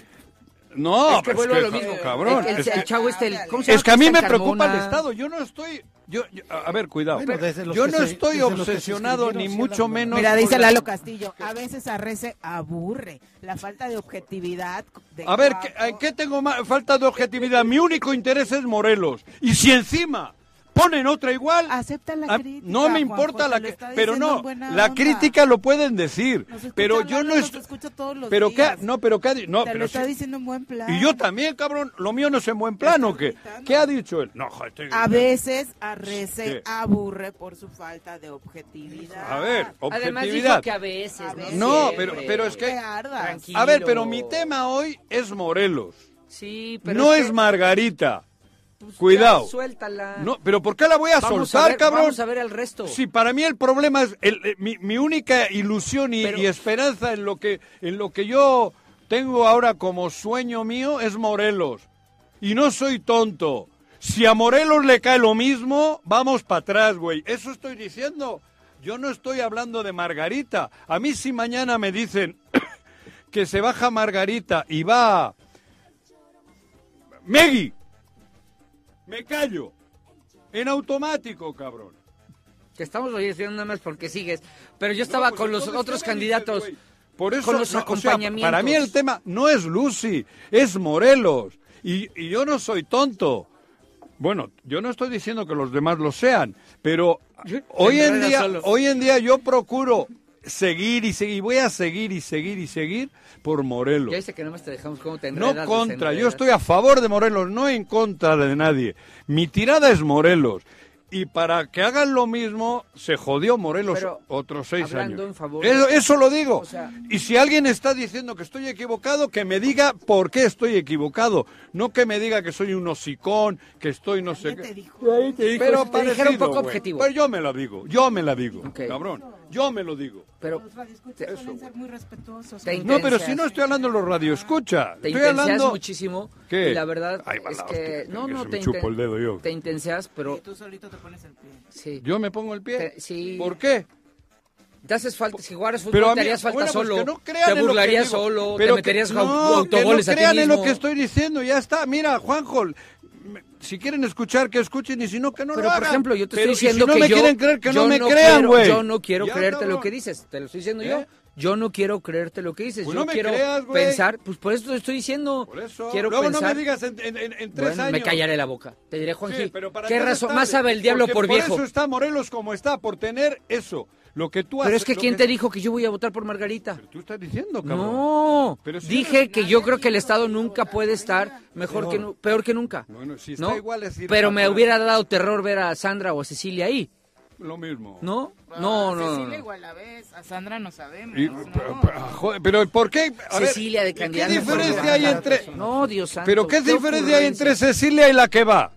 E: No,
B: Es que
E: pues
B: vuelvo a
E: que,
B: lo mismo.
E: Cabrón,
B: El, el-
E: es,
B: el
E: que,
B: chavo este, el- ¿cómo se
E: es que a mí
B: llama?
E: me
B: Cristian
E: preocupa el
B: Carmona.
E: Estado. Yo no estoy. Yo, yo- a ver, cuidado.
G: Bueno, desde los
E: yo
G: que
E: no
G: se-
E: estoy
G: desde los que se
E: obsesionado ni
G: suscribieron, sí
E: mucho
G: hablan de-
E: menos.
H: Mira,
E: con
H: dice
E: la-
H: Lalo Castillo, a veces Arrece aburre. La falta de objetividad. de
E: A ver,
H: Cuauhtémoc.
E: ¿qué, ¿en qué tengo más? falta de objetividad? Mi único interés es Morelos. Y si encima ponen otra igual.
H: Acepta la
E: ah,
H: crítica,
E: No
H: Juanjo,
E: me importa
H: te
E: la
H: lo
E: que-
H: está
E: Pero
H: diciendo
E: no,
H: en buena
E: la
H: onda.
E: crítica lo pueden decir.
H: ah, Nos escucha
E: Pero yo
H: Lalo,
E: no
H: nos
E: estoy.
H: escucha todos los
E: Pero qué.
H: días.
E: No, pero qué. ha di- No,
H: Te lo
E: pero
H: está
E: sí-
H: diciendo en buen plan.
E: Y yo también, cabrón, lo mío no es en buen plano, ¿qué?
H: gritando.
E: ¿Qué ha dicho él? No, joder, estoy-
H: A
E: [LAUGHS]
H: veces Arrece
E: ¿Qué?
H: aburre por su falta de objetividad.
E: A ver,
B: Además dijo
E: objetividad.
B: que a veces.
H: A veces.
E: No,
B: Siempre.
E: pero, pero es
H: Que
E: que...
H: ardas.
B: Tranquilo.
E: A ver, pero mi tema hoy es Morelos,
B: Sí, pero
E: no
B: que-
E: es Margarita.
B: pues, ya,
E: Cuidado.
B: Suéltala.
E: No, pero ¿por qué la voy a
B: Vamos
E: soltar,
B: ver-
E: cabrón?
B: Vamos a ver al resto.
E: Si para mí el problema es el- eh, mi, mi única ilusión y,
B: Pero-
E: y esperanza en lo que en lo que yo tengo ahora como sueño mío es Morelos. Y no soy tonto. Si a Morelos le cae lo mismo, vamos para atrás, güey. Eso estoy diciendo. Yo no estoy hablando de Margarita. A mí si mañana me dicen [COUGHS] que se baja Margarita y va Meggy, me callo. En automático, cabrón.
B: Que estamos oyendo nada más porque sigues. Pero yo estaba
E: No, pues
B: con los
E: entonces,
B: otros
E: ¿qué me
B: candidatos.
E: dices, güey? Por eso,
B: con los
E: no, o sea,
B: acompañamientos.
E: para mí el tema no es Lucy, es Morelos. Y, y yo no soy tonto. Bueno, yo no estoy diciendo que los demás lo sean, pero
B: Yo-
E: hoy
B: se
E: en,
B: enreda
E: día,
B: solo.
E: hoy en día yo procuro seguir y seguir, voy a seguir y seguir y seguir por Morelos.
B: Ya dice que nada más te dejamos como te
E: No
B: enredas,
E: contra, yo
B: desenredas.
E: estoy a favor de Morelos, no en contra de nadie. Mi tirada es Morelos. Y para que hagan lo mismo, se jodió Morelos
B: Pero,
E: otros seis
B: hablando
E: años.
B: en favor-
E: eso, eso lo digo.
B: O sea-
E: y si alguien está diciendo que estoy equivocado, que me diga por qué estoy equivocado. No que me diga que soy un hocicón, que estoy no sé
H: Nadie te
E: qué.
H: dijo.
E: Ahí te dijo, este Pero
B: te dijera un poco
E: güey.
B: objetivo.
E: Pero yo me la digo, yo me la digo,
B: Ok.
E: cabrón. Yo me lo digo.
B: Pero
H: Los radioescuchas suelen ser muy respetuosos.
B: Te
E: No, pero
B: Intenseas.
E: si no estoy hablando de los radioescucha.
B: te
E: estoy
B: intenseas
E: hablando...
B: muchísimo.
E: ¿Qué?
B: Y la verdad
E: Ahí va
B: es
E: la
B: que.
E: hostia,
B: no,
E: que
B: no,
E: se
B: te
E: me chupo
B: inten-
E: el dedo yo.
B: Te intenseas, pero.
H: Tú solito te pones el pie.
B: Sí.
E: Yo me pongo el pie.
B: Te- sí.
E: ¿Por qué?
B: Te haces falta, si jugaras fútbol
E: Pero a mí-
B: te harías falta
E: bueno, pues
B: solo,
E: que no crean en
B: te
E: lo que
B: burlarías
E: digo.
B: solo,
E: Pero
B: te
E: que-
B: meterías
E: no,
B: au-
E: que
B: autogoles
E: no
B: a ti
E: crean
B: mismo.
E: en lo que estoy diciendo, ya está. Mira, Juanjo, me- si quieren escuchar, que escuchen, y si no, que no
B: Pero
E: lo
B: por
E: hagan.
B: ejemplo, yo te
E: Pero,
B: estoy
E: y
B: diciendo
E: si no
B: que
E: me
B: yo,
E: quieren creer, que
B: yo
E: no me crean,
B: quiero-
E: güey.
B: Yo no quiero
E: Ya,
B: creerte lo
E: cabrón.
B: que dices, te lo estoy diciendo
E: ¿Eh?
B: yo. Yo no quiero creerte lo que dices,
E: Pues
B: yo
E: no me
B: quiero
E: creas, güey.
B: pensar, pues por eso te estoy diciendo.
E: Por eso.
B: Quiero
E: Luego
B: pensar.
E: no me digas en, en- en- en tres
B: bueno,
E: años.
B: me callaré la boca. Te diré, Juanji,
E: Sí, pero para
B: ¿qué
E: nada
B: razón?
E: tarde,
B: Más sabe el diablo
E: porque
B: por viejo.
E: Por eso está Morelos como está, por tener eso. Lo que tú
B: Pero
E: haces-
B: es que
E: lo
B: ¿quién te dijo que yo voy a votar por Margarita?
E: Tú estás diciendo, cabrón.
B: No,
E: Pero si
B: dije que yo creo que el Estado nunca puede estar mejor
E: Peor.
B: que nu- peor que nunca.
E: Bueno, si está igual es ir para
B: Pero me
E: atrás.
B: hubiera dado terror ver a Sandra o a Cecilia ahí,
E: Lo mismo.
B: ¿no?
E: Ah,
B: No, no.
H: Cecilia
B: no.
H: igual a vez, a Sandra no sabemos.
E: Y-
H: ¿no?
E: pero, pero, Ah, joder, pero ¿por qué? A ver,
B: Cecilia de
E: ¿y ¿Qué
B: candidata.
E: diferencia hay entre...
B: No, Dios santo.
E: ¿Pero qué diferencia hay entre Cecilia y la que va?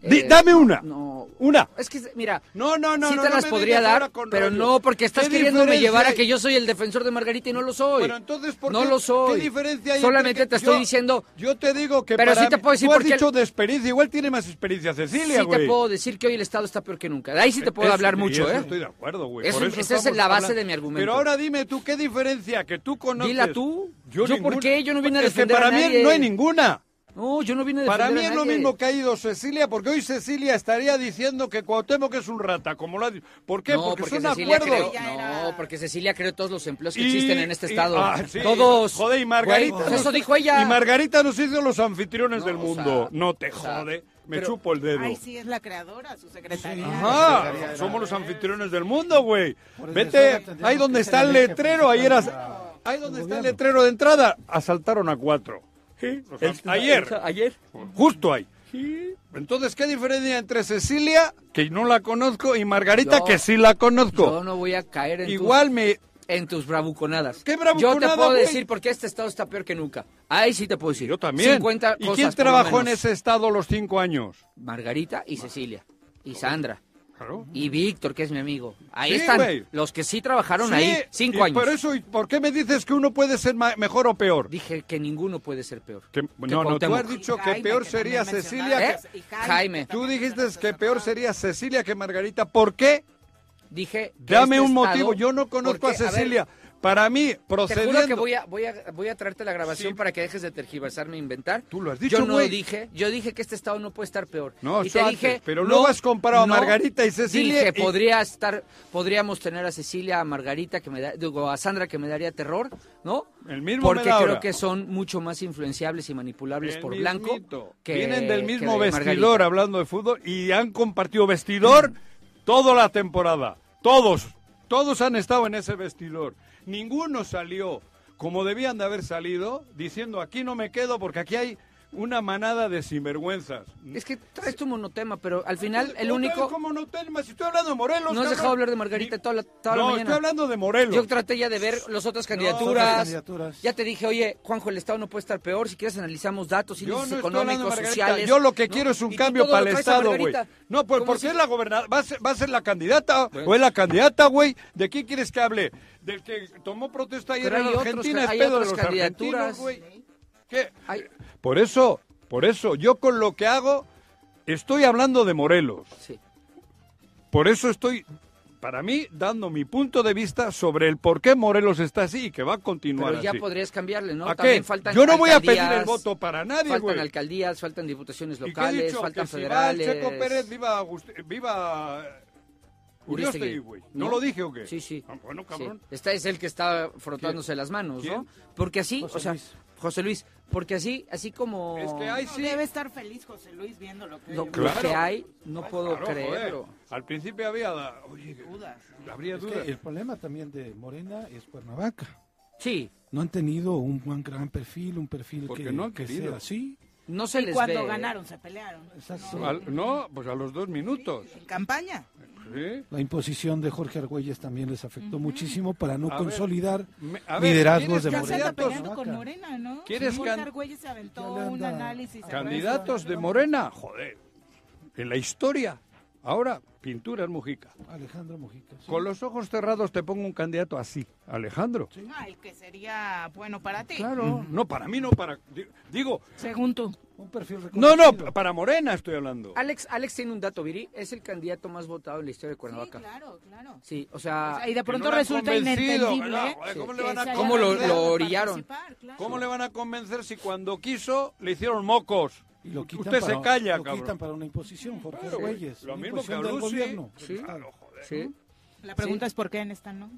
E: Di-
B: Eh,
E: dame una.
B: no,
E: Una.
B: Es que, mira,
E: No, no, no.
B: sí
E: no,
B: te
E: no
B: las
E: me
B: podría
E: vengas
B: dar,
E: ahora con
B: pero
E: rollos.
B: no, porque estás
E: ¿Qué
B: queriéndome
E: diferencia
B: llevar a
E: hay?
B: que yo soy el defensor de Margarita y no lo soy.
E: Bueno, entonces, ¿por
B: No
E: qué-
B: lo soy.
E: ¿Qué diferencia hay
B: Solamente
E: entre que
B: te estoy
E: yo-
B: diciendo...
E: Yo te digo que
B: Pero
E: para
B: sí te
E: mí-
B: puedo decir
E: tú has
B: por qué-
E: dicho de experiencia, igual tiene más experiencia Cecilia,
B: sí
E: güey.
B: te puedo decir que hoy el Estado está peor que nunca. De ahí sí te puedo
E: Eso,
B: hablar
E: y
B: mucho,
E: eso
B: ¿eh?
E: Estoy de acuerdo, güey.
B: Eso-
E: Por
B: esa es
E: estamos
B: la base
E: hablando.
B: de mi argumento.
E: Pero ahora dime tú, ¿qué diferencia que tú conoces?
B: Dila tú.
E: Yo,
B: ¿Yo por
E: ninguna.
B: qué? Yo no vine a
E: Es que
B: defender a
E: para mí
B: nadie.
E: no hay ninguna.
B: No, yo no vine a defender
E: Para mí
B: a
E: es lo
B: nadie.
E: mismo que ha ido Cecilia, porque hoy Cecilia estaría diciendo que Cuauhtémoc es un rata, como lo ha dicho. ¿Por qué?
B: No,
E: porque,
B: porque
E: son
B: Cecilia
E: acuerdos.
B: creó- no, porque Cecilia creó todos los empleos que
E: Y-
B: existen en este
E: y-
B: estado.
E: ah, sí.
B: Todos.
E: Joder, y Margarita.
B: Güey,
E: nos-
B: eso dijo ella.
E: Y Margarita nos hizo los anfitriones del
B: o sea,
E: mundo. no te
B: o sea,
E: jode. Me
B: pero-
E: chupo el dedo.
D: Ay, sí, es la creadora, su secretaria.
E: Ajá, somos los anfitriones del mundo, güey.
G: eso ahora
E: Vete,
G: tendríamos
E: ahí donde
G: que
E: está
G: ser el
E: el
G: eje
E: letrero, ahí eras, ahí donde está el letrero de entrada, asaltaron a cuatro. El-
C: Este,
E: ayer,
B: ayer,
E: justo ahí. Entonces, ¿qué diferencia entre Cecilia, que no la conozco, y Margarita,
B: Yo-
E: que sí la conozco?
B: Yo no voy a caer en
E: Igual
B: tus,
E: me...
B: en tus bravuconadas.
E: ¿Qué bravuconada,
B: Yo te puedo
E: güey?
B: decir por qué este estado está peor que nunca. Ahí sí te puedo decir. Yo
E: También.
B: 50
E: ¿Y
B: cosas,
E: quién
B: por lo
E: trabajó en
B: menos.
E: ese estado los cinco años?
B: Margarita y Cecilia. Y Sandra.
E: Claro.
B: Y Víctor, que es mi amigo. Ahí
E: Sí,
B: están
E: güey.
B: los que sí trabajaron
E: Sí,
B: ahí cinco
E: y
B: años.
E: Por eso, ¿y por qué me dices que uno puede ser ma- mejor o peor?
B: Dije que ninguno puede ser peor.
E: Que- no, no, tú
B: Cuauhtémoc.
E: has dicho
B: Y
E: que
B: Jaime,
E: peor
B: que
E: sería
B: también
E: Cecilia
B: mencionaste.
E: que...
B: ¿Eh? Y Jaime, Jaime.
E: Tú dijiste que peor sería Cecilia que Margarita. ¿Por qué?
B: Dije. que
E: Dame
B: este
E: un
B: estado-
E: motivo. Yo no conozco a
B: porque, ver,
E: Cecilia. Para mí,
B: Te juro que
E: procediendo...
B: voy a, voy a, voy a traerte la grabación para que dejes de tergiversarme e inventar. Tú lo has
E: dicho,
B: Yo no
E: güey.
B: dije, yo dije que este estado no puede estar peor.
E: No,
B: y
E: eso
B: te
E: antes,
B: dije,
E: pero luego has comparado a Margarita y Cecilia
B: Dije,
E: y-
B: podría estar, podríamos tener a Cecilia, a Margarita, que me da, digo, a Sandra que me daría terror, ¿no?
E: El mismo me
B: Porque
E: da
B: creo
E: ahora.
B: que son mucho más influenciables y manipulables
E: El
B: por blanco
E: mismito.
B: que
E: Vienen del mismo
B: que de
E: vestidor
B: Margarita. Mm.
E: hablando de fútbol y han compartido vestidor toda la temporada. Todos, todos han estado en ese vestidor. Ninguno salió como debían de haber salido diciendo aquí no me quedo porque aquí hay una manada de sinvergüenzas.
B: Es que traes tu monotema, pero al final el
E: Otra
B: único
E: vez como no te- si estoy hablando de Morelos.
B: No has
E: cabrón.
B: dejado hablar de Margarita toda la, toda la
E: No,
B: mañana.
E: estoy hablando de Morelos.
B: Yo traté ya de ver las otras candidaturas.
G: otras candidaturas.
B: Ya te dije, oye, Juanjo, el Estado no puede estar peor. Si quieres analizamos datos,
E: Yo no
B: índices
E: estoy hablando de
B: económicos,
E: Margarita.
B: sociales.
E: Yo lo que
B: ¿no?
E: quiero es un
B: Y tú
E: cambio
B: todo lo
E: para el
B: traes a
E: Estado, güey.
B: Margarita.
E: No, pues
B: ¿Cómo
E: porque
B: si-
E: es la gobernadora. ¿Va a ser, va a ser la candidata o es la candidata, güey? ¿De quién quieres que hable? Del que tomó protesta ayer
B: Pero
E: en
B: hay otros
E: Argentina,
B: ca-
E: es
B: hay
E: pedo de
B: otras
E: los argentinos,
B: candidaturas.
E: güey. ¿Qué?
B: Hay-
E: Por eso, por eso, yo con lo que hago, estoy hablando de Morelos.
B: Sí.
E: Por eso estoy, para mí, dando mi punto de vista sobre el por qué Morelos está así y que va a continuar
B: Pero ya
E: así.
B: podrías cambiarle, ¿no?
E: ¿A
B: También
E: qué?
B: faltan
E: Yo no voy a pedir
B: alcaldías,
E: el voto para nadie,
B: Faltan
E: güey.
B: alcaldías, faltan diputaciones
E: ¿Y qué he
B: locales,
E: dicho?
B: faltan
E: Que si va el
B: federales.
E: Checo Pérez, viva, Agust- viva Uriostegui, güey. ¿No, lo dije o qué?
B: Sí, sí.
E: Ah, bueno, cabrón.
B: Sí. Esta es el que está frotándose las manos, ¿no? Porque así, o sea, José Luis, porque así, así como
D: No, Debe estar feliz José Luis viendo lo que
B: lo, lo
E: Claro.
B: que hay, no puedo
E: Claro, joder.
B: creerlo.
E: Al principio había, da- oye, habría
G: Es que
E: dudas.
G: el problema también de Morena es Cuernavaca.
B: Sí.
G: No han tenido un buen gran perfil, un perfil
E: Porque
G: que
E: no han
G: que
E: querido.
G: sea así.
B: No
D: y cuando ganaron se pelearon.
G: Exacto.
E: Al- no, pues a los dos minutos.
D: En campaña.
E: ¿sí?
G: La imposición de Jorge Argüelles también les afectó muchísimo para no
E: A ver,
G: consolidar
E: me- a ver,
G: liderazgos de
E: ¿quiénes
D: Ya se anda
G: Morena.
D: peleando con Morena, ¿no?
E: ¿Quieres
D: Jorge
E: can-
D: Argüelles se aventó
G: Ya le
D: un
G: anda-
D: análisis.
E: Candidatos de Morena, joder. En la historia, ahora, pinturas Mujica.
G: Alejandro Mojica. sí.
E: Con los ojos cerrados te pongo un candidato así, Alejandro.
D: Ah, el que sería bueno para ti. Mm.
E: Claro. No, para mí no, para... di- Digo,
D: Según tú.
G: Un perfil
E: no, no,
G: reconocido.
E: para Morena estoy hablando.
B: Alex, Alex tiene un dato, Viri, es el candidato más votado en la historia de Cuernavaca. Sí,
D: Claro, claro.
B: o sea,
D: y de
E: que no
D: pronto
E: la han
D: resulta
E: convencido,
D: inentendible.
E: ¿verdad? ¿Cómo
D: que
E: le van a
D: se haya
B: ¿Cómo lo-
D: negado
B: lo
D: a
B: orillaron?
D: participar, claro.
E: ¿Cómo le van a convencer si cuando quiso le hicieron mocos?
G: Y lo quitan
E: Usted
G: para-
E: se calla,
G: lo
E: cabrón.
G: quitan para una imposición, Jorge
E: Claro, güey.
G: Argüelles.
E: Lo
G: una
E: mismo que a
G: imposición del
E: Lucy.
G: gobierno. Ah,
B: Sí.
E: Claro, joder.
B: sí.
D: La pregunta es por qué en esta no.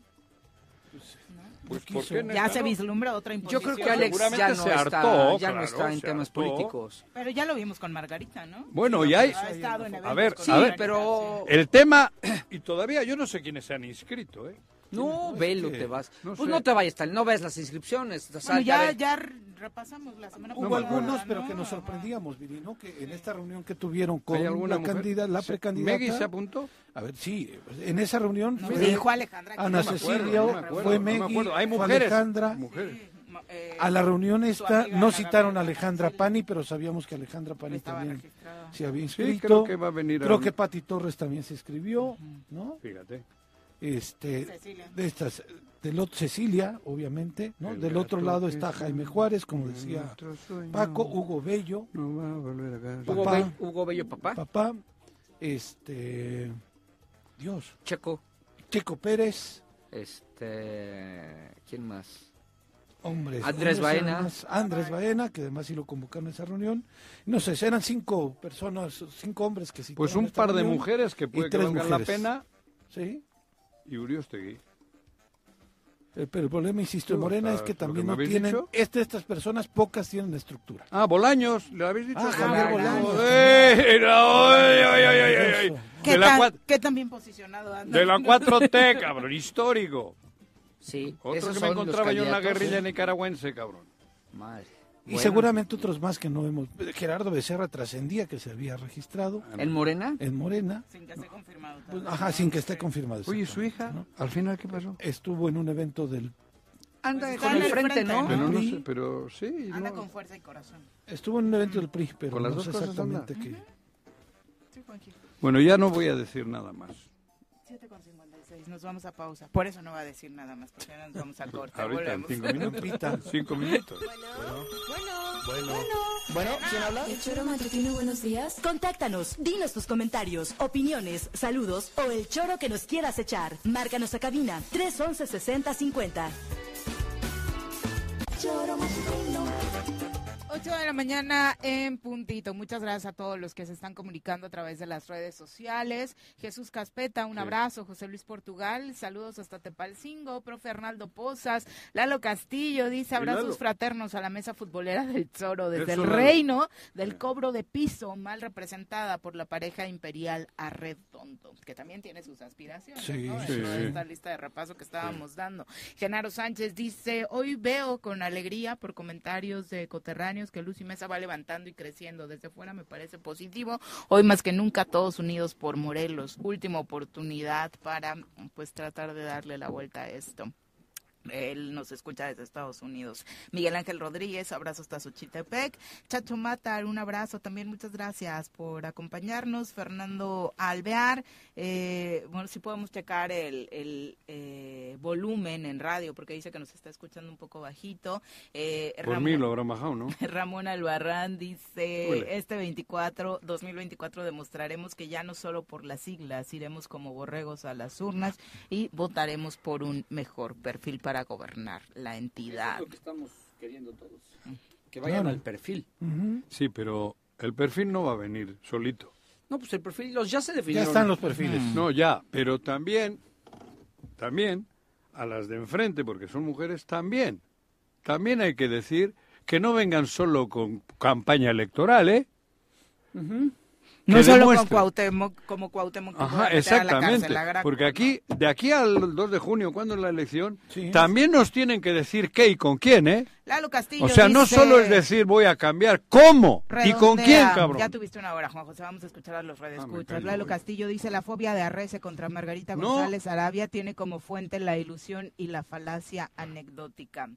E: Pues,
G: quiso.
E: ¿por qué no?
D: Ya se
E: Claro.
D: vislumbra otra
B: Yo
D: imposición.
B: creo que Alex
E: Seguramente
B: ya no
E: se
B: está,
E: hartó,
B: ya no
E: claro,
B: está en
E: se
B: temas
E: hartó.
B: políticos.
D: Pero ya lo vimos con Margarita, ¿no?
E: Bueno, y hay...
D: Ha estado en
E: A
D: eventos
E: ver,
D: con
B: Sí,
E: a ver.
D: Margarita,
B: pero
E: El tema... Y todavía yo no sé quiénes se han inscrito, ¿eh?
B: no, velo, te vas.
E: no
B: pues
E: sé.
B: no te vayas tal, no ves las inscripciones. o sea,
D: Bueno,
B: a
D: ya,
B: ver,
D: ya repasamos la semana
G: Hubo
E: me
G: algunos,
D: ¿no?
G: pero que nos sorprendíamos, Viri, ¿no? Que en esta reunión que tuvieron con
E: ¿Hay alguna
G: la,
E: mujer?
G: candidata, la
E: ¿Se-
G: precandidata.
E: ¿Meggy se apuntó?
G: A ver, sí, en esa reunión
D: Nos
G: fue
D: dijo Alejandra que
G: Ana
D: no me acuerdo,
G: Cecilia,
D: no me acuerdo,
G: fue
E: no me
G: Meggy,
E: acuerdo. Hay
G: fue
E: mujeres.
G: Alejandra,
E: Mujeres.
D: Ma- eh,
G: A la reunión
D: tu
G: esta
D: amiga,
G: no
D: la
G: citaron a
D: Gabriela.
G: Alejandra Pani, pero sabíamos que Alejandra Pani
D: Estaba
G: también
D: registrada.
G: se había
E: Sí,
G: inscrito.
E: creo que va a venir a
G: Creo
E: un-
G: que Pati Torres también se inscribió, ¿no?
E: Fíjate.
G: Este,
E: Cecilia.
G: de estas, del otro Cecilia, obviamente, ¿no?
E: El
G: del otro
E: gato
G: lado
E: que
G: está
E: sueña,
G: Jaime Juárez, como decía
E: nuestro sueño.
G: Paco, Hugo Bello,
E: No va a volver a
G: Papá.
B: Hugo, Bello, Hugo Bello, papá.
G: papá, este, Dios,
B: Checo,
G: Checo Pérez,
B: este, ¿quién más?
G: Hombres.
B: Andrés
G: hombres,
B: Baena.
G: además, Andrés Baena, que además sí lo convocaron a esa reunión. No sé, eran cinco personas, cinco hombres que sí.
E: Pues un par de mujeres que puede que valgan la pena.
G: Sí.
E: Y Uriostegui.
G: Eh, Pero el problema, insisto, en
E: Sí,
G: Morena
E: está-
G: es que
E: lo que
G: también
E: me
G: no
E: habéis
G: tienen.
E: dicho.
G: Este, estas personas, pocas tienen estructura.
E: Ah, Bolaños, ¿le habéis dicho?
G: Ah, Javier Bolaños.
E: Joder, ay, ay, ay, ay, ay, ay.
D: ¿Qué,
E: De la
D: tan,
E: cuat-
D: qué tan bien posicionado anda?
E: de la 4T, cabrón, histórico.
B: Sí,
E: Otro
B: esos
E: que me
B: son los
E: encontraba yo en la
B: candidatos,
E: guerrilla
B: ¿eh?
E: nicaragüense, cabrón.
B: Madre.
G: Y
B: Bueno,
G: seguramente otros más que no hemos. Gerardo Becerra trascendía que se había registrado.
B: ¿En Morena?
G: En Morena.
D: Sin que esté confirmado.
G: Pues, ajá, sin que esté confirmado.
E: Oye, ¿su hija? ¿Al final qué pasó?
G: Estuvo en un evento del.
B: Anda
D: Pues está
B: con el
D: en el
B: frente,
D: frente,
B: ¿no?
D: ¿no?
E: Pero no sé, pero sí.
D: Anda
E: no.
D: con fuerza y corazón.
G: Estuvo en un evento del PRI, pero
E: Por las
G: no
E: dos
G: sé
E: cosas anda.
G: exactamente qué.
D: Sí, Juanji.
E: Bueno, ya no voy a decir nada más.
D: 7 con 56. Nos vamos a pausa. Por eso no va a decir nada más, porque ahora nos vamos a corte.
E: Ahorita en
D: Volvemos.
E: cinco minutos. Cinco minutos.
F: Bueno. Bueno, ¿quién habla?
K: Ah, El Choro Matutino, buenos días. Contáctanos, dinos tus comentarios, opiniones, saludos o el choro que nos quieras echar. Márcanos a cabina 311 6050. Choro Matutino.
D: 8 de la mañana en puntito. Muchas gracias a todos los que se están comunicando a través de las redes sociales. Jesús Caspeta, un
L: Sí.
D: abrazo. José Luis Portugal, saludos hasta Tepalcingo. Profe Arnaldo Pozas, Lalo Castillo dice
L: Sí,
D: abrazos
L: Lalo.
D: fraternos a la mesa futbolera del Zoro desde
L: Eso,
D: el
L: Lalo.
D: reino del cobro de piso, mal representada por la pareja imperial Arredondo, que también tiene sus aspiraciones.
L: Sí,
D: ¿no?
L: sí.
D: Dentro de esta lista de repaso que estábamos dando. Genaro Sánchez dice, hoy veo con alegría por comentarios de coterráneos que Lucy Mesa va levantando y creciendo. Desde fuera me parece positivo. Hoy más que nunca todos unidos por Morelos. Última oportunidad para pues tratar de darle la vuelta a esto. Él nos escucha desde Estados Unidos. Miguel Ángel Rodríguez, abrazo hasta Xochitepec. Chacho Matar, un abrazo también. Muchas gracias por acompañarnos. Fernando Alvear, eh, bueno, si podemos checar el, el, eh, volumen en radio, porque dice que nos está escuchando un poco bajito. Eh,
E: Por mí lo habrá majado, ¿no?
D: [LAUGHS] Ramón Albarrán dice,
E: Ule.
D: este 24, 2024 demostraremos que ya no solo por las siglas iremos como borregos a las urnas y votaremos por un mejor perfil para gobernar la entidad.
B: Eso es lo que estamos queriendo todos. Mm. Que
E: vayan
B: vayan
E: Claro. al
B: al perfil.
E: Sí, pero el perfil no va a venir solito.
B: No, pues el perfil, los ya se definieron.
E: Mm. No, ya, pero también, también, a las de enfrente, porque son mujeres, también. También hay que decir que no vengan solo con campaña electoral, ¿eh?
D: No
E: Que
D: solo con
E: demuestren.
D: Cuauhtémoc, como Cuauhtémoc. que
E: Ajá,
D: pueda meter a la cárcel,
E: exactamente.
D: la gran-
E: Porque aquí, de aquí al 2 de junio, cuando es la elección, también nos tienen que decir qué y con quién, ¿eh?
D: Lalo Castillo
E: O sea, no
D: dice-
E: solo es decir voy a cambiar, ¿cómo? ¿Y con
D: Redondea.
E: quién, cabrón?
D: Ya tuviste una hora, Juan José. Vamos a escuchar a los
E: Ah,
D: radioescuchas.
E: callo,
D: Lalo
E: güey.
D: Castillo dice: La fobia de Arrece contra Margarita
E: No.
D: González Arabia tiene como fuente la ilusión y la falacia anecdótica.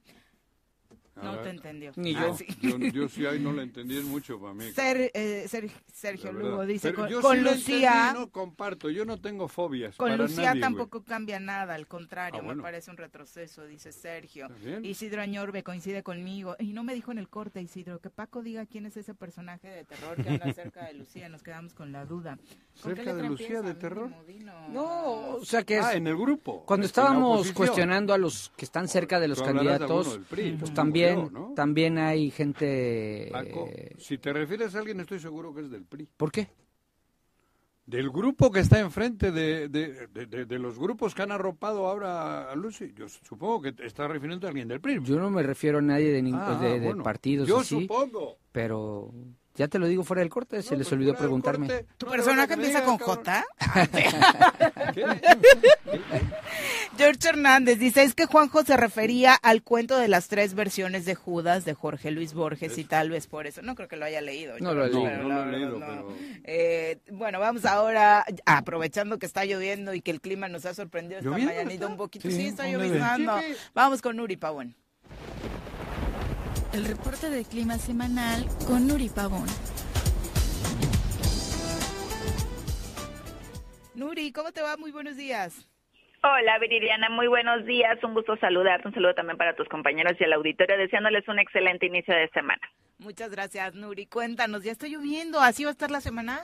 E: A
D: No
E: ver.
D: te entendió.
E: Ni
D: Ah,
E: yo.
D: sí.
E: yo.
D: [LAUGHS]
E: yo sí ahí no la entendí es mucho para mí.
D: Ser- eh, Ser- Sergio
E: la verdad.
D: Lugo dice:
E: Pero
D: Con,
E: yo
D: con
E: sí la
D: Lucía.
E: entendí, no comparto, yo no tengo fobias
D: Con
E: para
D: Lucía
E: nadie, güey.
D: tampoco cambia nada, al contrario,
E: Ah, bueno.
D: me parece un retroceso, dice Sergio.
E: Está bien.
D: Isidro Añorbe coincide conmigo. Y no me dijo en el corte, Isidro, que Paco diga quién es ese personaje de terror que anda
E: [LAUGHS]
D: cerca de Lucía. Nos quedamos con la duda. ¿Con qué
E: ¿Cerca de
D: letra
E: Lucía de terror?
B: No, o sea que es...
E: Ah, en el grupo.
B: Cuando
E: en la
B: estábamos
E: oposición.
B: cuestionando a los que están cerca de los
E: Tú hablarás de alguno
B: candidatos,
E: del PRI,
B: pues
E: como
B: también,
E: yo, ¿no?
B: también hay gente...
E: Paco,
D: Eh.
E: si te refieres a alguien, estoy seguro que es del PRI.
B: ¿Por qué?
E: Del grupo que está enfrente de, de, de- de- de los grupos que han arropado ahora a Lucy. Yo supongo que te estás refiriendo a alguien del PRI.
B: Yo no me refiero a nadie de, ningún
E: Ah,
B: de, de
E: bueno.
B: partidos
E: Yo
B: así,
E: supongo. pues
B: pero ya te lo digo fuera del corte, se les olvidó preguntarme.
D: ¿Tu personaje empieza con [LAUGHS] J? Ah, George Hernández dice, es que Juanjo se refería al cuento de las tres versiones de Judas de Jorge Luis Borges y tal vez por eso. No creo que lo haya leído.
B: No lo he
D: George,
B: leído.
D: pero
B: No,
D: la
B: no lo he
D: verdad
B: leído,
D: no. Eh, bueno, vamos ahora, aprovechando que está lloviendo y que el clima nos ha sorprendido esta
L: ¿Lloviendo
D: mañanita
L: está?
D: un poquito. Sí,
L: Sí,
D: está
L: un leve.
D: lloviznando.
L: Sí,
D: Vamos con Uri Pavón.
L: el reporte de clima semanal con Nuri Pavón.
D: Nuri, ¿cómo te va? Muy buenos días.
M: Hola Viridiana, muy buenos días, un gusto saludarte, un saludo también para tus compañeros y el auditorio, deseándoles un excelente inicio de semana.
D: Muchas gracias, Nuri. Cuéntanos, ya está lloviendo, ¿así va a estar la semana?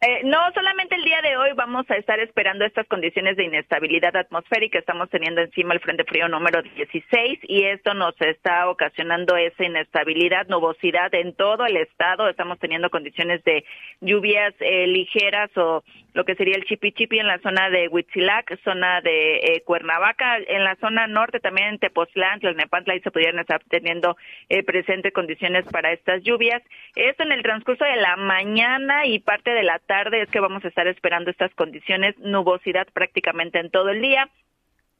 M: Eh, no, solamente el día de hoy vamos a estar esperando estas condiciones de inestabilidad atmosférica. Estamos teniendo encima el Frente Frío número 16 y esto nos está ocasionando esa inestabilidad, nubosidad en todo el estado. Estamos teniendo condiciones de lluvias eh, ligeras o lo que sería el chipichipi en la zona de Huitzilac, zona de eh, Cuernavaca, en la zona norte también en Tepoztlán, Tlalnepantla, ahí se pudieran estar teniendo presente condiciones para estas lluvias. Esto en el transcurso de la mañana y parte de la tarde es que vamos a estar esperando estas condiciones, nubosidad prácticamente en todo el día.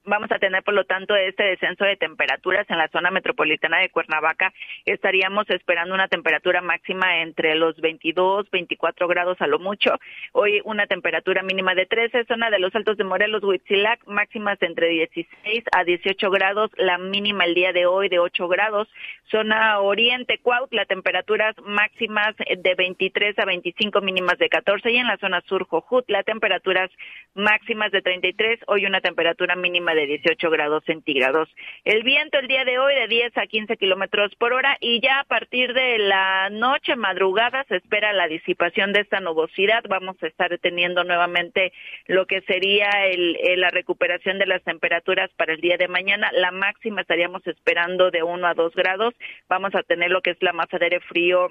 M: Vamos a tener, por lo tanto, este descenso de temperaturas en la zona metropolitana de Cuernavaca. Estaríamos esperando una temperatura máxima entre los 22, 24 grados a lo mucho. Hoy una temperatura mínima de 13, zona de los Altos de Morelos, Huitzilac, máximas entre 16 a 18 grados, la mínima el día de hoy de 8 grados. Zona Oriente, Cuautla, temperaturas máximas de 23 a 25, mínimas de 14. Y en la zona sur, Jojutla, temperaturas máximas de 33, hoy una temperatura mínima de de 18 grados centígrados. El viento el día de hoy de 10 a 15 kilómetros por hora y ya a partir de la noche madrugada se espera la disipación de esta nubosidad. Vamos a estar teniendo nuevamente lo que sería el, el, la recuperación de las temperaturas para el día de mañana. La máxima estaríamos esperando de 1 a 2 grados. Vamos a tener lo que es la masa de aire frío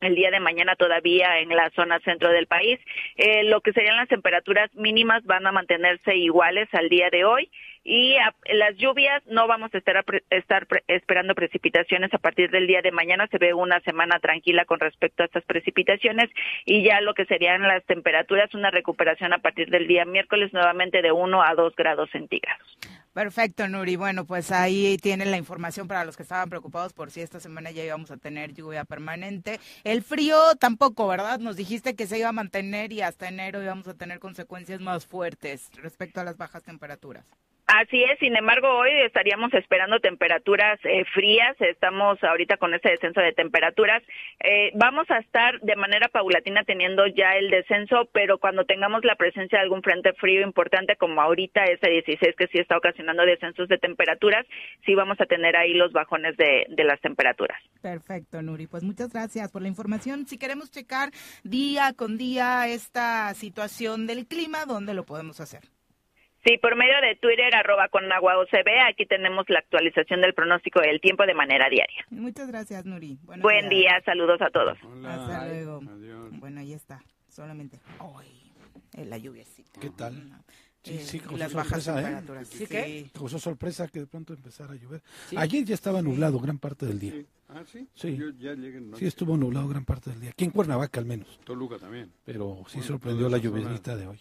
M: el día de mañana todavía en la zona centro del país. Eh, lo que serían las temperaturas mínimas van a mantenerse iguales al día de hoy y a, las lluvias no vamos a estar, a pre, estar pre, esperando precipitaciones a partir del día de mañana. Se ve una semana tranquila con respecto a estas precipitaciones y ya lo que serían las temperaturas, una recuperación a partir del día miércoles nuevamente de 1 a 2 grados centígrados.
D: Perfecto, Nuri. Bueno, pues ahí tienen la información para los que estaban preocupados por si esta semana ya íbamos a tener lluvia permanente. El frío tampoco, ¿verdad? Nos dijiste que se iba a mantener y hasta enero íbamos a tener consecuencias más fuertes respecto a las bajas temperaturas.
M: Así es, sin embargo, hoy estaríamos esperando temperaturas eh, frías, estamos ahorita con este descenso de temperaturas. Eh, vamos a estar de manera paulatina teniendo ya el descenso, pero cuando tengamos la presencia de algún frente frío importante, como ahorita ese 16 que sí está ocasionando descensos de temperaturas, sí vamos a tener ahí los bajones de, de las temperaturas.
D: Perfecto, Nuri. Pues muchas gracias por la información. Si queremos checar día con día esta situación del clima, ¿dónde lo podemos hacer?
M: Sí, por medio de Twitter, arroba con agua OCB, aquí tenemos la actualización del pronóstico del tiempo de manera diaria.
D: Muchas gracias, Nuri. Buenos
M: Buen días. día, saludos a todos.
D: Hola. Hasta luego. Adiós. Bueno, ahí está, solamente hoy, la lluviecita. eh,
G: ¿Qué tal? No. Sí, sí, causó las bajas sorpresa, temperaturas. ¿eh? ¿Sí, qué? Causó sorpresa que de pronto empezara a llover. ¿Sí? Ayer ya estaba nublado gran parte del día.
E: Sí. Ah, sí.
G: Sí. Yo ya sí, estuvo nublado gran parte del día. Aquí en Cuernavaca al menos.
E: Toluca también.
G: Pero sí bueno, sorprendió la llovinita de hoy.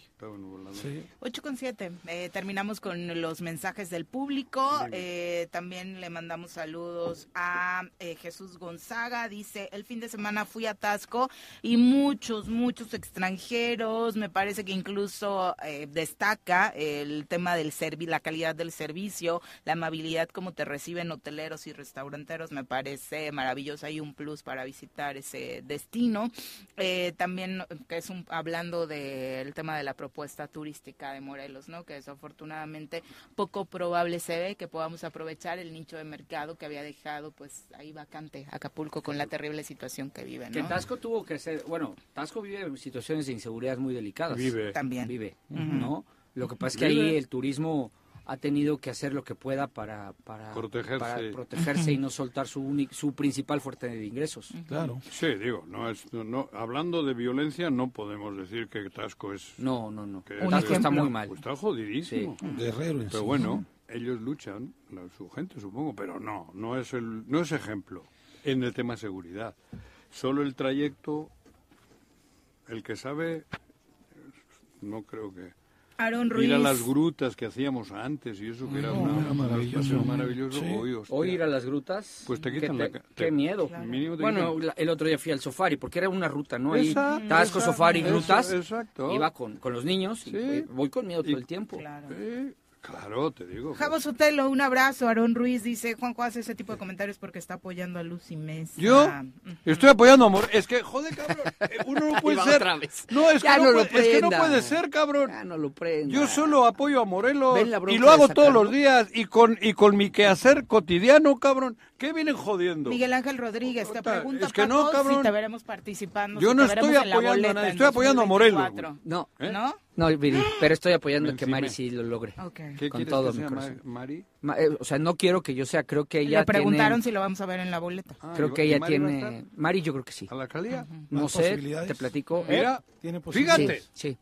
D: Sí. 8 con 7. Eh, terminamos con los mensajes del público. Eh, también le mandamos saludos a eh, Jesús Gonzaga. Dice, el fin de semana fui a Tasco y muchos, muchos extranjeros. Me parece que incluso eh, destaca el tema del servicio, la calidad del servicio, la amabilidad como te reciben hoteleros y restauranteros me parece maravillosa y un plus para visitar ese destino. Eh, también que es un, hablando del de tema de la propuesta turística de Morelos, ¿no? Que desafortunadamente poco probable se ve que podamos aprovechar el nicho de mercado que había dejado pues ahí vacante Acapulco con la terrible situación que vive, ¿no?
B: Que Tasco tuvo que ser, bueno, Tasco vive situaciones de inseguridad muy delicadas.
E: Vive.
B: También. Vive, uh -huh. ¿no? Lo que pasa es que ahí el turismo ha tenido que hacer lo que pueda para, para,
E: protegerse,
B: para protegerse y no soltar su, unic, su principal fuerte de ingresos.
G: Claro.
E: Sí, digo, no es, no, no, hablando de violencia no podemos decir que Tasco es...
B: No, no, no. Que Tasco está muy mal.
E: Pues está jodidísimo.
G: Sí. Guerrero.
E: Pero sí. bueno, ellos luchan, la, su gente supongo, pero no, no es, el, no es ejemplo en el tema seguridad. Solo el trayecto, el que sabe, no creo que...
D: Aaron Ruiz.
E: Ir a las grutas que hacíamos antes y eso que era, no, una, maravilloso. Un maravilloso. Sí.
B: Hoy, Hoy, ir a las grutas.
E: Pues te quitan la.
B: te,
E: Te,
B: qué miedo.
E: Claro. Mínimo te
B: bueno,
E: quitan.
B: el otro día fui al safari porque era una ruta, ¿no? Ahí, Tasco, safari, grutas.
E: Exacto.
B: Iba con, con los niños y sí. voy con miedo todo el tiempo.
D: Claro.
E: Eh, Claro, te digo.
D: Javo Sotelo, un abrazo. Aarón Ruiz dice, Juanjo hace ese tipo de comentarios porque está apoyando a Lucy Mesa. [LAUGHS]
E: ¿Yo? Estoy apoyando, amor. Es que, joder, cabrón, uno
B: Ahí
E: no puede
B: va
E: ser.
B: otra vez.
E: No, es que
B: Ya
E: no,
B: no lo
E: puede, es que no
B: prenda.
E: puede ser, cabrón.
B: no lo prenda.
E: Yo solo apoyo a Morelos
B: Ven la bronca
E: y lo
B: de
E: hago todos
B: sacarlo.
E: los días y con y con mi quehacer cotidiano, cabrón. ¿Qué vienen jodiendo?
D: Miguel Ángel Rodríguez, te pregunta
E: es que no,
D: Paco,
E: cabrón.
D: si te veremos participando.
E: Yo
D: si
E: no
D: te veremos
E: estoy
D: en la
E: apoyando a
D: boleta
E: nadie,
D: en
E: estoy apoyando a Morelos, güey.
D: 2024.
B: No.
E: ¿Eh?
D: ¿No?
B: No, Viri, pero estoy apoyando
E: Me
B: que
E: encimé.
B: Mari sí lo logre.
D: Ok.
E: ¿Qué
B: Con
E: quieres
B: todo
E: que
B: mi
E: sea,
B: corazón.
E: Ma- Mari?
B: Ma- eh, o sea, no quiero que yo sea, creo que ella
D: Le preguntaron
B: tiene,
D: si lo vamos a ver en la boleta.
B: creo que
E: Ah, ¿y
B: ella
E: Mari va a
B: tiene,
E: estar?
B: Mari yo creo que sí.
E: ¿A la alcaldía?
B: No
E: ¿Más
B: sé,
E: posibilidades?
B: te platico.
E: Mira,
B: ¿Tiene
E: fíjate.
B: Sí.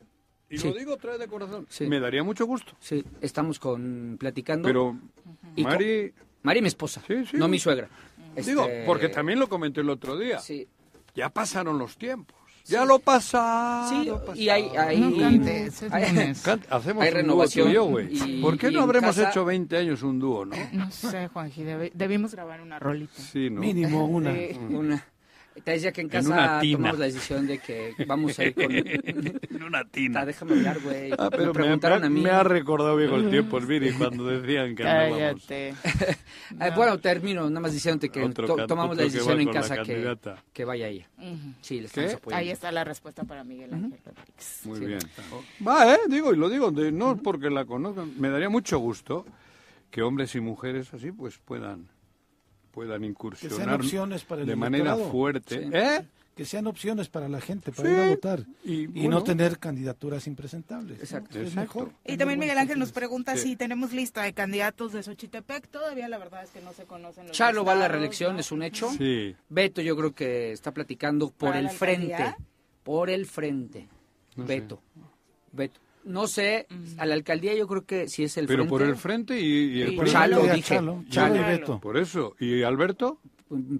E: Y
B: sí.
E: lo digo otra vez de corazón.
B: Me daría mucho gusto. Sí, estamos con platicando.
E: Pero
B: Y con-
E: Mari-
B: Mari mi esposa, no mi suegra.
E: Digo,
B: Este-
E: porque también lo comenté el otro día. Ya pasaron los tiempos.
B: Ya
E: lo pasa.
B: Sí, y hay, hay,
E: No
D: cantes,
B: [LAUGHS]
D: es lunes.
E: Can- Hacemos un dúo
B: Hay
E: tú y
B: renovación
E: yo, güey.
B: y-
E: ¿Por qué
B: y
E: no
B: en
E: habremos
B: casa-
E: hecho 20 años un dúo,
B: [LAUGHS]
E: no?
D: No sé, Juanji, debi- debimos grabar una rolita.
E: Sí, ¿no?
G: Mínimo una.
B: Sí, una. Te decía que en
E: En
B: casa
E: una tina.
B: tomamos la decisión de que vamos a
E: [LAUGHS]
B: ir con... en
E: una tina.
B: déjame hablar, güey.
E: Ah,
B: me
E: pero me,
B: preguntaron
E: me-
B: a mí.
E: me ha recordado viejo el tiempo, el Viri,
B: [LAUGHS]
E: cuando decían que andábamos.
B: Ah, Bueno, termino nada más diciéndote que
E: Otro
B: to-
E: can-
B: tomamos la
E: otro que
B: decisión
E: va
B: en
E: con la
B: casa que,
E: candidata.
B: que vaya ella.
D: Ujú.
B: Sí, le estamos apoyando.
D: Ahí está la respuesta para Miguel Ángel Rodríguez.
E: Muy bien. Va, ¿eh? Digo, y lo digo, de- no porque la conozcan. Me daría mucho gusto que hombres y mujeres así pues puedan puedan incursionar
G: opciones para el
E: de manera
G: electorado.
E: fuerte.
G: Sí.
E: ¿Eh?
G: Que sean opciones para la gente, para
E: Sí.
G: ir a votar.
E: Y,
G: Y,
E: bueno.
G: no tener candidaturas impresentables. ¿no?
E: Exacto.
G: Es
E: Exacto.
G: mejor.
D: Y también Miguel Ángel nos pregunta
B: Sí.
D: si tenemos lista de candidatos de Xochitepec. Todavía la verdad es que no se conocen los
B: Chalo va a la
D: listados,
B: reelección,
D: ¿no?
B: es un hecho.
E: Sí.
B: Beto yo creo que está platicando por
D: ¿Para
B: el
D: la alcaldía?
B: frente. Por el frente. Beto. Beto. No sé,
D: Mm.
B: a la alcaldía yo creo que si es el
E: Pero
B: frente.
E: por el frente y, y el
B: Y
E: PRI.
B: Chalo, Chalo, dije. Chalo, Chalo y Chalo. Beto.
E: Por eso. ¿Y Alberto?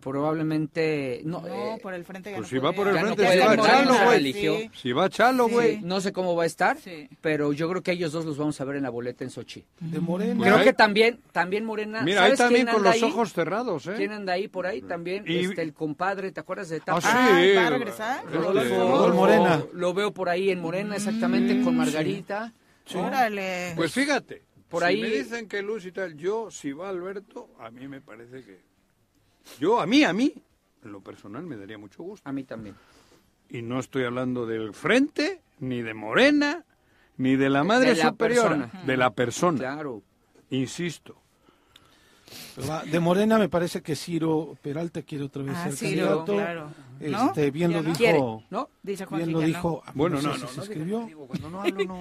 B: Probablemente... No, eh,
D: No, por el frente ya
E: Pues
D: no
E: si va
D: podría.
E: por el
B: Ya no
E: frente,
B: puede.
E: si va
B: Morena
E: Chalo,
B: la
E: güey.
B: eligió.
E: Si va Chalo, güey.
B: No sé cómo va a estar, pero yo creo que ellos dos los vamos a ver en la boleta en Sochi.
G: De Morena.
B: Creo
E: Pues Ahí-
B: que también, también Morena.
E: Mira, ahí
B: ¿sabes
E: también
B: quién
E: con
B: anda
E: los
B: ahí?
E: ojos cerrados, ¿eh?
B: ¿Quién anda ahí por ahí también?
E: Y-
B: Este, el compadre, ¿te acuerdas de Tapa?
E: Ah, sí. ¿va
D: a regresar?
E: Este,
G: Rodolfo Morena.
B: Lo veo por ahí en Morena, exactamente, con Margarita. ¿no?
D: Órale.
E: Mm, Pues fíjate,
B: Por
E: si
B: ahí-
E: me dicen que Luz y tal, yo si va Alberto, a mí me parece que yo a mí a mí en lo personal me daría mucho gusto.
B: A mí también.
E: Y no estoy hablando del frente ni de Morena ni de la madre
B: De la
E: superiora,
B: persona.
E: de la persona.
B: Claro.
E: Insisto.
G: Pero va- De Morena me parece que Ciro Peralta quiere otra vez
D: Ah,
G: ser
D: Ciro,
G: candidato.
D: claro.
G: Este,
D: ¿No?
G: bien
D: ¿Ya
G: lo
D: no?
G: dijo.
D: Quiere, ¿no? Dice Juanji
G: Bien lo
D: que no.
G: dijo.
E: Bueno,
G: sé
E: no,
G: si
E: no,
G: se
E: no,
G: escribió.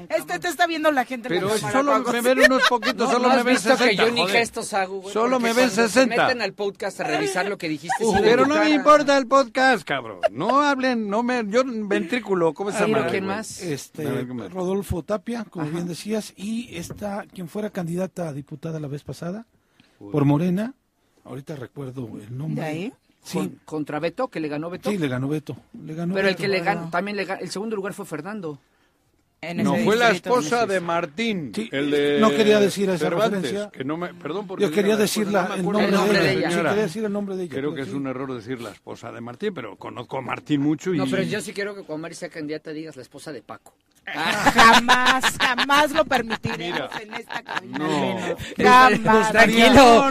D: Este te está viendo la gente. en la
E: Pero
D: cámara,
E: solo
D: Paco.
E: me ven unos poquitos,
B: No,
E: solo
B: no
E: me
B: has
E: ven
B: visto
E: 60.
B: que yo ni
E: joder.
B: gestos hago, güey.
E: Solo
B: porque
E: me ven
B: cuando Se
E: 60.
B: meten al podcast a revisar lo que dijiste. sí
E: Uh,
B: ven
E: pero
B: tu
E: no me
B: cara.
E: importa el podcast, cabrón. No hablen, no me. Yo ventrículo, ¿cómo se
B: A ver,
E: llama?
B: ¿quién
E: güey?
B: más?
G: Este,
E: A ver, ¿quién más?
G: Rodolfo Tapia, como bien decías, y esta, quien fuera candidata a diputada la vez pasada, por Morena, ahorita recuerdo el nombre.
B: ¿De ahí?
G: Sí.
B: Con- ¿Contra Beto, que le ganó Beto?
G: Sí, le ganó Beto. Le ganó
B: Pero el
G: Beto.
B: que le ganó, también le ganó. El segundo lugar fue Fernando.
E: No, fue la esposa de Martín. el de
G: no quería decir esa
E: Cervantes,
G: referencia.
E: que no me- perdón por
G: Yo
E: decir
G: quería
E: la esposa,
G: decirla,
E: me
G: el
E: acuerdo
G: nombre de ella.
E: señora.
G: Sí, quería decir el nombre de ella,
E: Creo
G: pero
E: que es
G: sí.
E: un error decir la esposa de Martín, pero conozco a Martín mucho y...
B: No, pero yo sí quiero que cuando Mari sea candidata digas la esposa
E: [LAUGHS]
B: de Paco.
D: Jamás, jamás lo permitiremos en esta cabina.
E: No.
D: Jamás.
B: Tranquilo.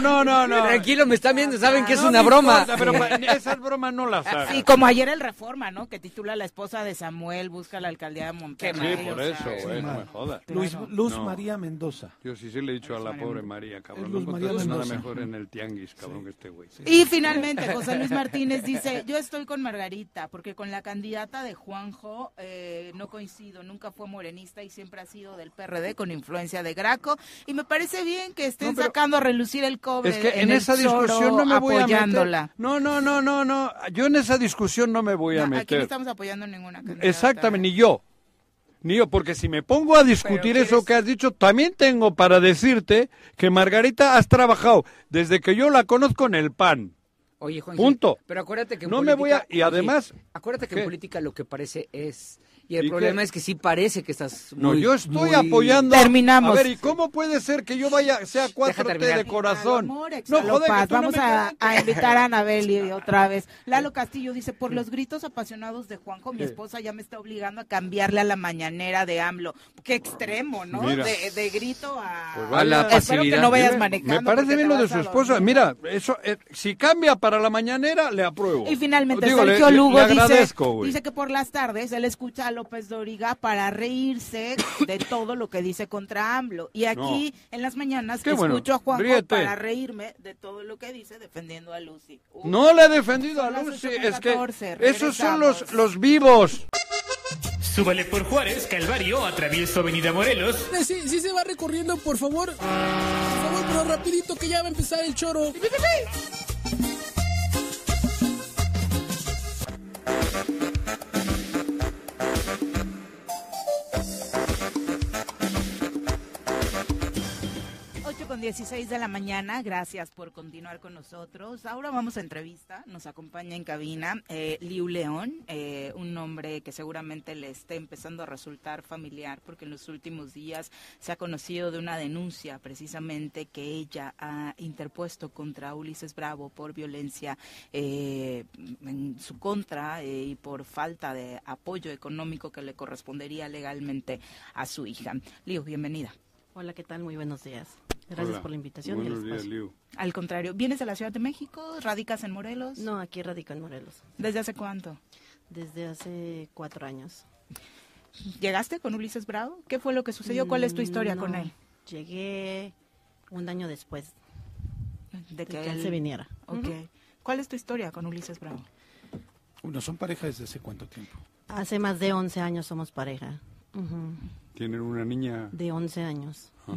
E: No, no, no, no.
B: Tranquilo, me están viendo, saben que es
E: No
B: una
E: me
B: broma.
E: importa, pero pa- esas bromas no las hagas.
D: Sí, como ayer el Reforma, ¿no? Que titula La esposa de Samuel busca la alcaldía de Monterrey.
E: Sí, por
D: o sea,
E: eso, güey, no me jodas.
G: Luis- Luz
E: No.
G: María Mendoza.
E: Yo sí se le he dicho a la pobre María,
G: Es
E: cabrón. No
G: Luz María
E: encontraste nada
G: Mendoza.
E: mejor en el tianguis, cabrón, que este güey.
D: Y finalmente, José Luis Martínez dice, yo estoy con Margarita, porque con la candidata de Juanjo eh, no coincido, nunca fue morenista y siempre ha sido del PRD con influencia de Graco, y me parece bien que estén
E: No, pero-
D: sacando a relucir el cobre
E: Es que en,
D: el
E: esa
D: Zoro
E: discusión no me voy a
D: apoyándola.
E: meter. No, no, no, no, no. Yo en esa discusión no me voy
D: No,
E: a
D: aquí no
E: meter.
D: estamos apoyando ninguna candidata.
E: Exactamente, ni yo. Ni yo, porque si me pongo a discutir eso que has dicho, también tengo para decirte que Margarita has trabajado desde que yo la conozco en el PAN.
B: Oye, Juan.
E: Punto.
B: Pero acuérdate que en
E: No me voy a- y
B: Juanji,
E: además-
B: acuérdate que
E: ¿Qué?
B: en política lo que parece es. Y el
E: ¿Y
B: problema
E: qué?
B: es que sí parece que estás.
E: No,
B: muy-
E: yo estoy
B: muy-
E: apoyando.
B: Terminamos.
E: A ver, ¿y cómo puede ser que yo vaya, sea 4T de corazón? No,
D: Lalo
E: joder, que
D: Paz,
E: tú no
D: vamos
E: me
D: a,
E: caes.
D: a invitar a Anabel
E: [LAUGHS]
D: y otra vez. Lalo Castillo dice, por los gritos apasionados de Juanjo, mi
E: Sí.
D: esposa ya me está obligando a cambiarle a la mañanera de AMLO. Qué extremo, ¿no?
E: Mira.
D: De, de grito a...
E: Pues
D: a
E: vaya.
D: la Espero que no vayas manejando.
E: Me parece
D: porque te
E: bien lo de
D: vas a
E: su
D: dormir.
E: esposa. Mira, eso eh, si cambia para la mañanera, le apruebo.
D: Y finalmente
E: Digo, le-
D: Sergio
E: le-
D: Lugo
E: le
D: dice,
E: agradezco, güey.
D: dice que por las tardes él escucha a López Doriga para reírse de todo lo que dice contra AMLO. Y aquí en las mañanas
E: Qué
D: que
E: bueno,
D: escucho a Juanjo
E: ríete.
D: para reírme de todo lo que dice defendiendo a Lucy. Uy.
E: No le he defendido a
D: Son las
E: Lucy.
D: 8 con
E: Es que
D: 14,
E: esos son
D: regresamos.
E: los, los vivos.
N: Súbale por Juárez, Calvario, atravieso Avenida Morelos.
O: Eh, Sí, sí se va recorriendo, por favor. Por favor, pero rapidito que ya va a empezar el choro.
D: Ocho con 16 de la mañana, gracias por continuar con nosotros. Ahora vamos a entrevista, nos acompaña en cabina eh, Liu León, eh, un nombre que seguramente le esté empezando a resultar familiar porque en los últimos días se ha conocido de una denuncia precisamente que ella ha interpuesto contra Ulises Bravo por violencia eh, en su contra eh, y por falta de apoyo económico que le correspondería legalmente a su hija. Liu, bienvenida.
P: Hola, ¿qué tal? Muy buenos días. Gracias
D: Hola.
P: por la invitación. y el
D: Buenos días,
P: espacio.
D: Liu. Al contrario, ¿vienes de la Ciudad de México? ¿Radicas en Morelos?
P: No, aquí radico en Morelos.
D: ¿Desde hace cuánto?
P: Desde hace cuatro años.
D: ¿Llegaste con Ulises Bravo? ¿Qué fue lo que sucedió? ¿Cuál es tu historia
P: No,
D: con él?
P: Llegué un año después
D: De
P: que él se viniera.
D: Ok.
P: Ujú.
D: ¿Cuál es tu historia con Ulises Bravo?
G: Bueno, son pareja desde hace cuánto tiempo.
P: Hace más de 11 años somos pareja. Ujú.
E: Tienen una niña.
P: De 11 años.
E: Ajá.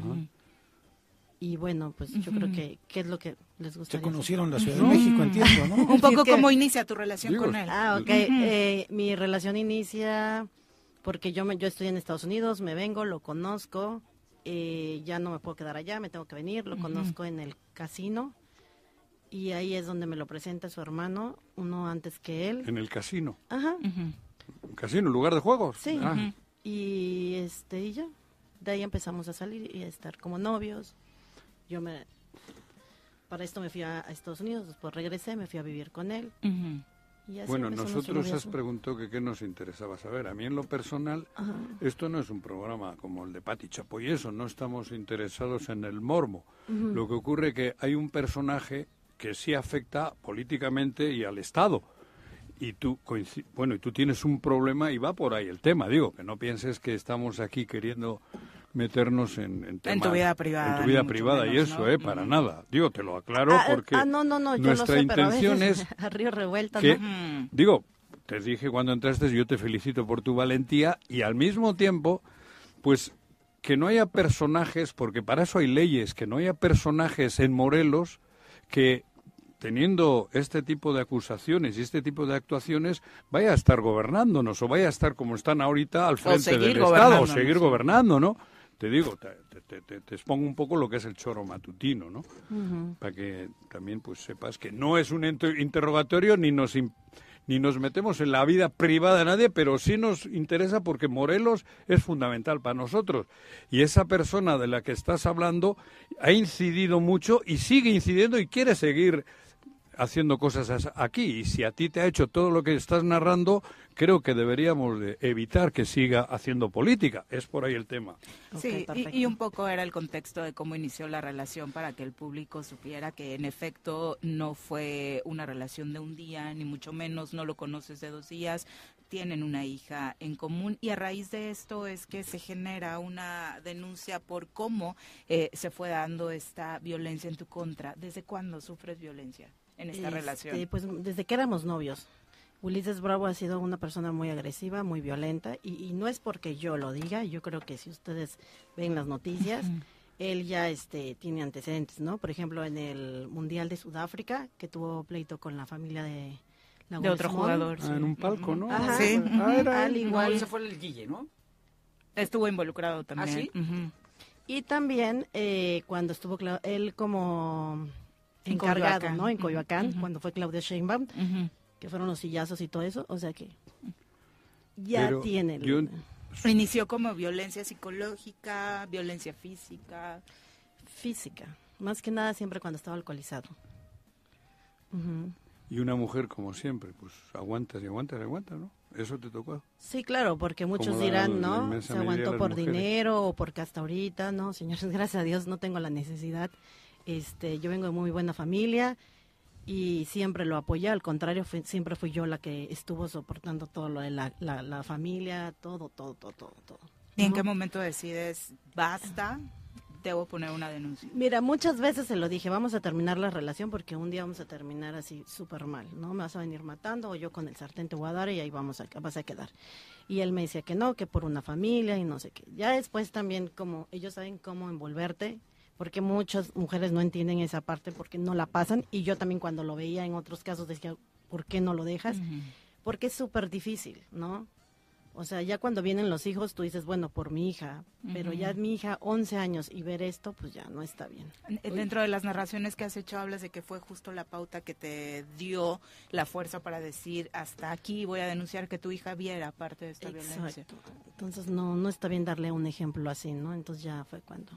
P: Y bueno, pues yo creo que, ¿qué es lo que les gusta?
G: conocieron en la Ciudad de México, entiendo, ¿no?
D: Un poco
P: Sí, es
D: cómo
P: que-
D: inicia tu relación con él.
P: Ah, ok.
D: Ujú.
P: Eh, mi relación inicia porque yo, me, yo estoy en Estados Unidos, me vengo, lo conozco, eh, ya no me puedo quedar allá, me tengo que venir, lo
D: Ujú.
P: conozco en el casino y ahí es donde me lo presenta su hermano, uno antes que él.
E: En el casino.
P: Ajá,
E: Casino, lugar de juegos.
P: sí.
E: Ah,
P: Y este, y ya, de ahí empezamos a salir y a estar como novios. Yo me... Para esto me fui a, a Estados Unidos, después regresé, me fui a vivir con él.
C: Mm.
P: Y así
E: Bueno,
P: empezó nuestro
E: nosotros has
P: noviazgo.
E: preguntado que qué nos interesaba saber. A mí en lo personal,
P: Ajá.
E: esto no es un programa como el de Pati Chapoy, eso, no estamos interesados en el mormo.
Q: Ujú.
E: Lo que ocurre que hay un personaje que sí afecta políticamente y al Estado. Y tú, coinci- bueno, y tú tienes un problema y va por ahí el tema, digo, que no pienses que estamos aquí queriendo meternos en, en, temas-
D: tu vida privada,
E: en tu
D: ni
E: vida
D: mucho
E: privada y
D: menos,
E: eso,
D: ¿no?
E: eh, para nada. Digo, te lo aclaro
P: Ah,
E: porque
P: ah, no, no, no, yo
E: nuestra
P: lo sé, pero a
E: intención
P: veces [LAUGHS]
E: es
P: a río revuelto,
E: que,
P: ¿no?
E: digo, te dije cuando entraste, yo te felicito por tu valentía y al mismo tiempo, pues que no haya personajes, porque para eso hay leyes, que no haya personajes en Morelos que teniendo este tipo de acusaciones y este tipo de actuaciones vaya a estar gobernándonos o vaya a estar como están ahorita al frente
Q: seguir
E: del Estado o
Q: gobernándonos.
E: seguir gobernando, ¿no? Te digo, te, te- te- te- te expongo un poco lo que es el choro matutino, ¿no?
Q: Ujú.
E: Para que también pues sepas que no es un ente- interrogatorio ni nos im- ni nos metemos en la vida privada de nadie, pero sí nos interesa porque Morelos es fundamental para nosotros. Y esa persona de la que estás hablando ha incidido mucho y sigue incidiendo y quiere seguir haciendo cosas as- aquí. Y si a ti te ha hecho todo lo que estás narrando, creo que deberíamos de evitar que siga haciendo política. Es por ahí el tema.
D: Sí, y- y, un poco era el contexto de cómo inició la relación para que el público supiera que en efecto no fue una relación de un día, ni mucho menos, no lo conoces de dos días, tienen una hija en común y a raíz de esto es que se genera una denuncia por cómo eh, se fue dando esta violencia en tu contra. ¿Desde cuándo sufres violencia en esta
P: Este,
D: relación?
P: Pues desde que éramos novios. Ulises Bravo ha sido una persona muy agresiva, muy violenta, y, y no es porque yo lo diga, yo creo que si ustedes ven las noticias,
R: Ujú.
P: él ya este, tiene antecedentes, ¿no? Por ejemplo, en el Mundial de Sudáfrica, que tuvo pleito con la familia de... la
D: De otro
P: Guzmán.
D: jugador, Ah, sí. en un
E: palco, ¿no?
P: Ajá,
D: Sí.
P: ah, era él. al
B: No,
P: igual.
B: ese fue el Guille, ¿no? ¿Ah,
D: Estuvo involucrado también.
B: sí?
D: Ujú.
P: ¿Ah, Y también eh, cuando estuvo Cla- él como
D: En
P: encargado,
D: Coyoacán.
P: ¿no? En Coyoacán,
D: Ujú.
P: cuando fue Claudia Sheinbaum,
D: Ujú.
P: que fueron los sillazos y todo eso, o sea que ya
E: Pero
P: tiene. el-
E: yo-
D: Inició como violencia psicológica, violencia física.
P: Física. Más que nada siempre cuando estaba alcoholizado. Ujú.
E: Y una mujer, como siempre, pues aguantas y aguantas y aguantas, ¿no? Eso te tocó.
P: Sí, claro, porque muchos
E: Como la-
P: dirán,
E: la
P: ¿no?
E: inmensa
P: Se
E: mayoría de
P: aguantó
E: las
P: por
E: mujeres.
P: dinero o porque hasta ahorita, no, señores, [LAUGHS] gracias a Dios no tengo la necesidad. Este, yo vengo de muy buena familia y siempre lo apoyé, al contrario, fui- siempre fui yo la que estuvo soportando todo lo de la, la- la familia, todo, todo, todo, todo, todo.
D: ¿Y en qué momento decides, basta, debo poner una denuncia?
P: Mira, muchas veces se lo dije, vamos a terminar la relación porque un día vamos a terminar así súper mal, ¿no? Me vas a venir matando o yo con el sartén te voy a dar y ahí vamos a, vas a quedar. Y él me decía que no, que por una familia y no sé qué. Ya después también como ellos saben cómo envolverte, porque muchas mujeres no entienden esa parte porque no la pasan y yo también cuando lo veía en otros casos decía, ¿por qué no lo dejas? Porque es súper difícil, ¿no? O sea, ya cuando vienen los hijos, tú dices, bueno, por mi hija, pero
D: Ujú.
P: ya mi hija, 11 años, y ver esto, pues ya no está bien.
D: N- Dentro de las narraciones que has hecho, hablas de que fue justo la pauta que te dio la fuerza para decir, hasta aquí voy a denunciar que tu hija viera parte de esta violencia.
P: Exacto. Entonces no, no está bien darle un ejemplo así, ¿no? Entonces ya fue cuando.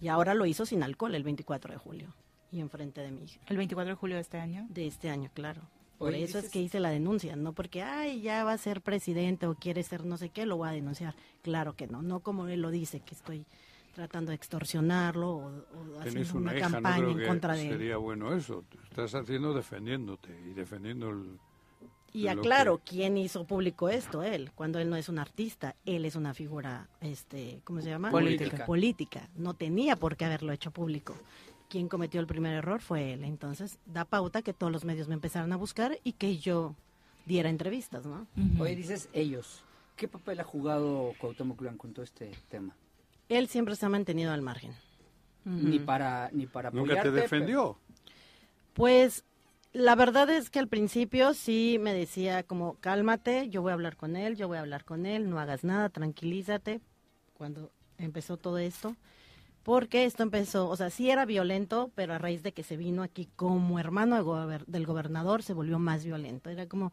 P: Y ahora lo hizo sin alcohol el 24 de julio y enfrente de mi hija.
D: ¿El 24 de julio de este año?
P: De este año, claro. Por
D: Oye,
P: eso es
D: dices-
P: que hice la denuncia, no porque, ay, ya va a ser presidente o quiere ser no sé qué, lo voy a denunciar. Claro que no, no como él lo dice, que estoy tratando de extorsionarlo o, o
E: Tenés
P: haciendo
E: una,
P: una,
E: hija,
P: campaña
E: no creo
P: en
E: que
P: contra de él.
E: sería bueno eso. Te Estás haciendo defendiéndote y defendiendo el...
P: Y
E: lo
P: aclaro, ¿quién hizo público esto? Él, cuando él no es un artista, él es una figura, este, ¿cómo se llama?
D: Política.
P: Política. No tenía por qué haberlo hecho público. Quien cometió el primer error fue él. Entonces, da pauta que todos los medios me empezaron a buscar y que yo diera entrevistas, ¿no?
B: Oye, dices ellos. ¿Qué papel ha jugado Cuauhtémoc Blanco en todo este tema?
P: Él siempre se ha mantenido al margen.
B: Ni para ni para
E: Nunca te
B: apoyarte, pero-
E: defendió.
P: Pues la verdad es que al principio sí me decía como cálmate, yo voy a hablar con él, yo voy a hablar con él, no hagas nada, tranquilízate. Cuando empezó todo esto, porque esto empezó, o sea, sí era violento, pero a raíz de que se vino aquí como hermano de gober- del gobernador se volvió más violento. Era como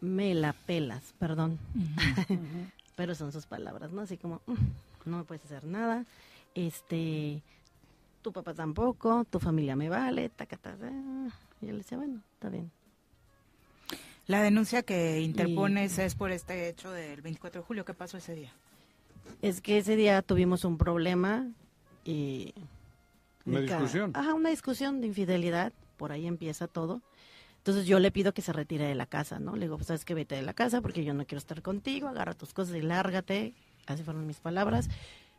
P: me la pelas, perdón. [LAUGHS] pero son sus palabras, ¿no? Así como "Mm, no me puedes hacer nada. Este tu papá tampoco, tu familia me vale, taca, taca. Y él decía, bueno, está bien.
D: La denuncia que interpones es por este hecho del 24 de julio. ¿Qué pasó ese día?
P: Es que ese día tuvimos un problema y...
E: Una
P: de cada-
E: discusión.
P: Ajá, una discusión de infidelidad, por ahí empieza todo. Entonces yo le pido que se retire de la casa, ¿no? Le digo, pues sabes que vete de la casa porque yo no quiero estar contigo, agarra tus cosas y lárgate. Así fueron mis palabras.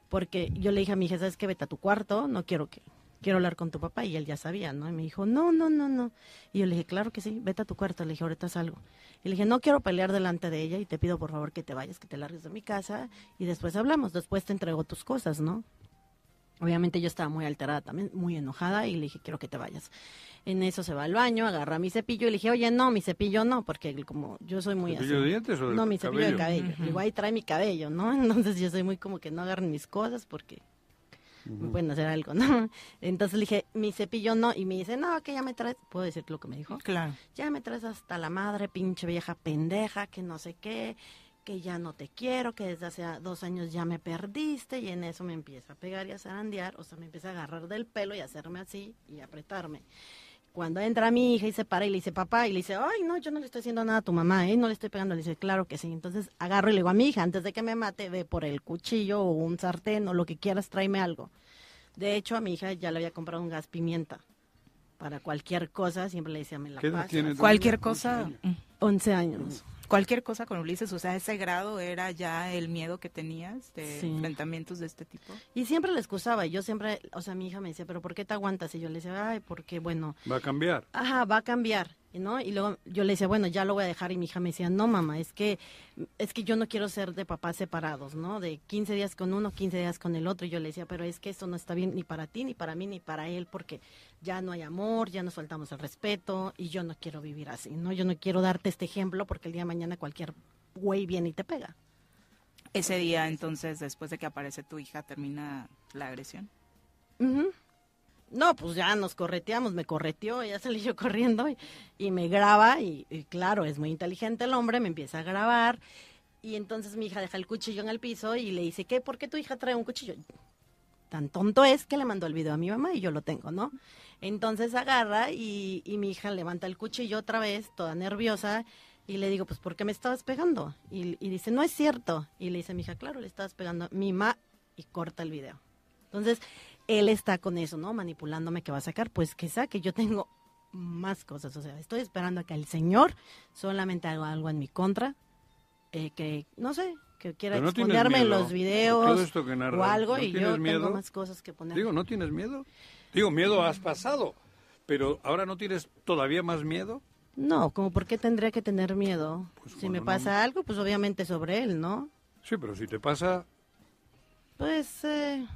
P: Porque yo le dije a mi hija, sabes que vete a tu cuarto, no quiero que... Quiero hablar con tu papá y él ya sabía, ¿no? Y me dijo, no, no, no, no. Y yo le dije, claro que sí, vete a tu cuarto. Le dije, ahorita salgo. Y le dije, no quiero pelear delante de ella y te pido por favor que te vayas, que te largues de mi casa y después hablamos, después te entrego tus cosas, ¿no? Obviamente yo estaba muy alterada también, muy enojada y le dije, quiero que te vayas. En eso se va al baño, agarra mi cepillo y le dije, oye, no, mi cepillo no, porque como yo soy muy
E: ¿Cepillo
P: así.
E: de dientes o de
P: No, mi cepillo de
E: cabello?
P: cabello.
E: Ujú.
P: Le digo, ahí trae mi cabello, ¿no? [LAUGHS] Entonces yo soy muy como que no agarren mis cosas porque me pueden hacer algo, ¿no? [LAUGHS] Entonces le dije, mi cepillo no. Y me dice, no, que ya me traes, ¿puedo decir lo que me dijo?
D: Claro.
P: Ya me traes hasta la madre, pinche vieja pendeja, que no sé qué, que ya no te quiero, que desde hace dos años ya me perdiste. Y en eso me empieza a pegar y a zarandear, o sea, me empieza a agarrar del pelo y hacerme así y apretarme. Cuando entra mi hija y se para y le dice papá y le dice, ay, no, yo no le estoy haciendo nada a tu mamá, ¿eh? no le estoy pegando. Le dice, claro que sí. Entonces agarro y le digo a mi hija, antes de que me mate, ve por el cuchillo o un sartén o lo que quieras, tráeme algo. De hecho, a mi hija ya le había comprado un gas pimienta. Para cualquier cosa, siempre le decía, me la
E: ¿Qué edad
P: pasas".
E: tiene tu
D: Cualquier cosa.
P: 11 años.
D: Cualquier cosa con Ulises, o sea, ese grado era ya el miedo que tenías de
P: Sí.
D: enfrentamientos de este tipo.
P: Y siempre la excusaba. y Yo siempre, o sea, mi hija me decía, pero ¿por qué te aguantas? Y yo le decía, ay, porque, bueno,
E: Va a cambiar.
P: ajá, va a cambiar, ¿no? Y luego yo le decía, bueno, ya lo voy a dejar y mi hija me decía, no, mamá, es que es que yo no quiero ser de papás separados, ¿no? De 15 días con uno, 15 días con el otro. Y yo le decía, pero es que esto no está bien ni para ti, ni para mí, ni para él, porque ya no hay amor, ya nos faltamos el respeto y yo no quiero vivir así, ¿no? Yo no quiero darte este ejemplo porque el día de mañana cualquier güey viene y te pega.
D: Ese día, entonces, después de que aparece tu hija, termina la agresión.
P: Ujú. No, pues ya nos correteamos, me correteó, ya salí yo corriendo y, y me graba y, y claro, es muy inteligente el hombre, me empieza a grabar y entonces mi hija deja el cuchillo en el piso y le dice, ¿qué? ¿Por qué tu hija trae un cuchillo? Tan tonto es que le mandó el video a mi mamá y yo lo tengo, ¿no? Entonces agarra y, y mi hija levanta el cuchillo otra vez, toda nerviosa, y le digo, pues ¿por qué me estabas pegando? Y, y dice, no es cierto. Y le dice a mi hija, claro, le estabas pegando mi mamá y corta el video. Entonces, él está con eso, ¿no? Manipulándome que va a sacar, pues que saque, yo tengo más cosas, o sea, estoy esperando a que el señor solamente haga algo en mi contra, eh, que no sé que quiera
E: Pero no tienes
P: exponerme en
E: miedo.
P: los videos
E: Todo esto que narras,
P: o algo
E: ¿no
P: y
E: tienes
P: yo
E: miedo?
P: tengo más cosas que poner
E: Digo, ¿no tienes miedo? Digo, miedo has pasado, pero ahora no tienes todavía más miedo.
P: no como por qué tendría que tener miedo si me
E: no-
P: pasa algo pues obviamente sobre él no
E: Sí, pero si te pasa,
P: pues eh,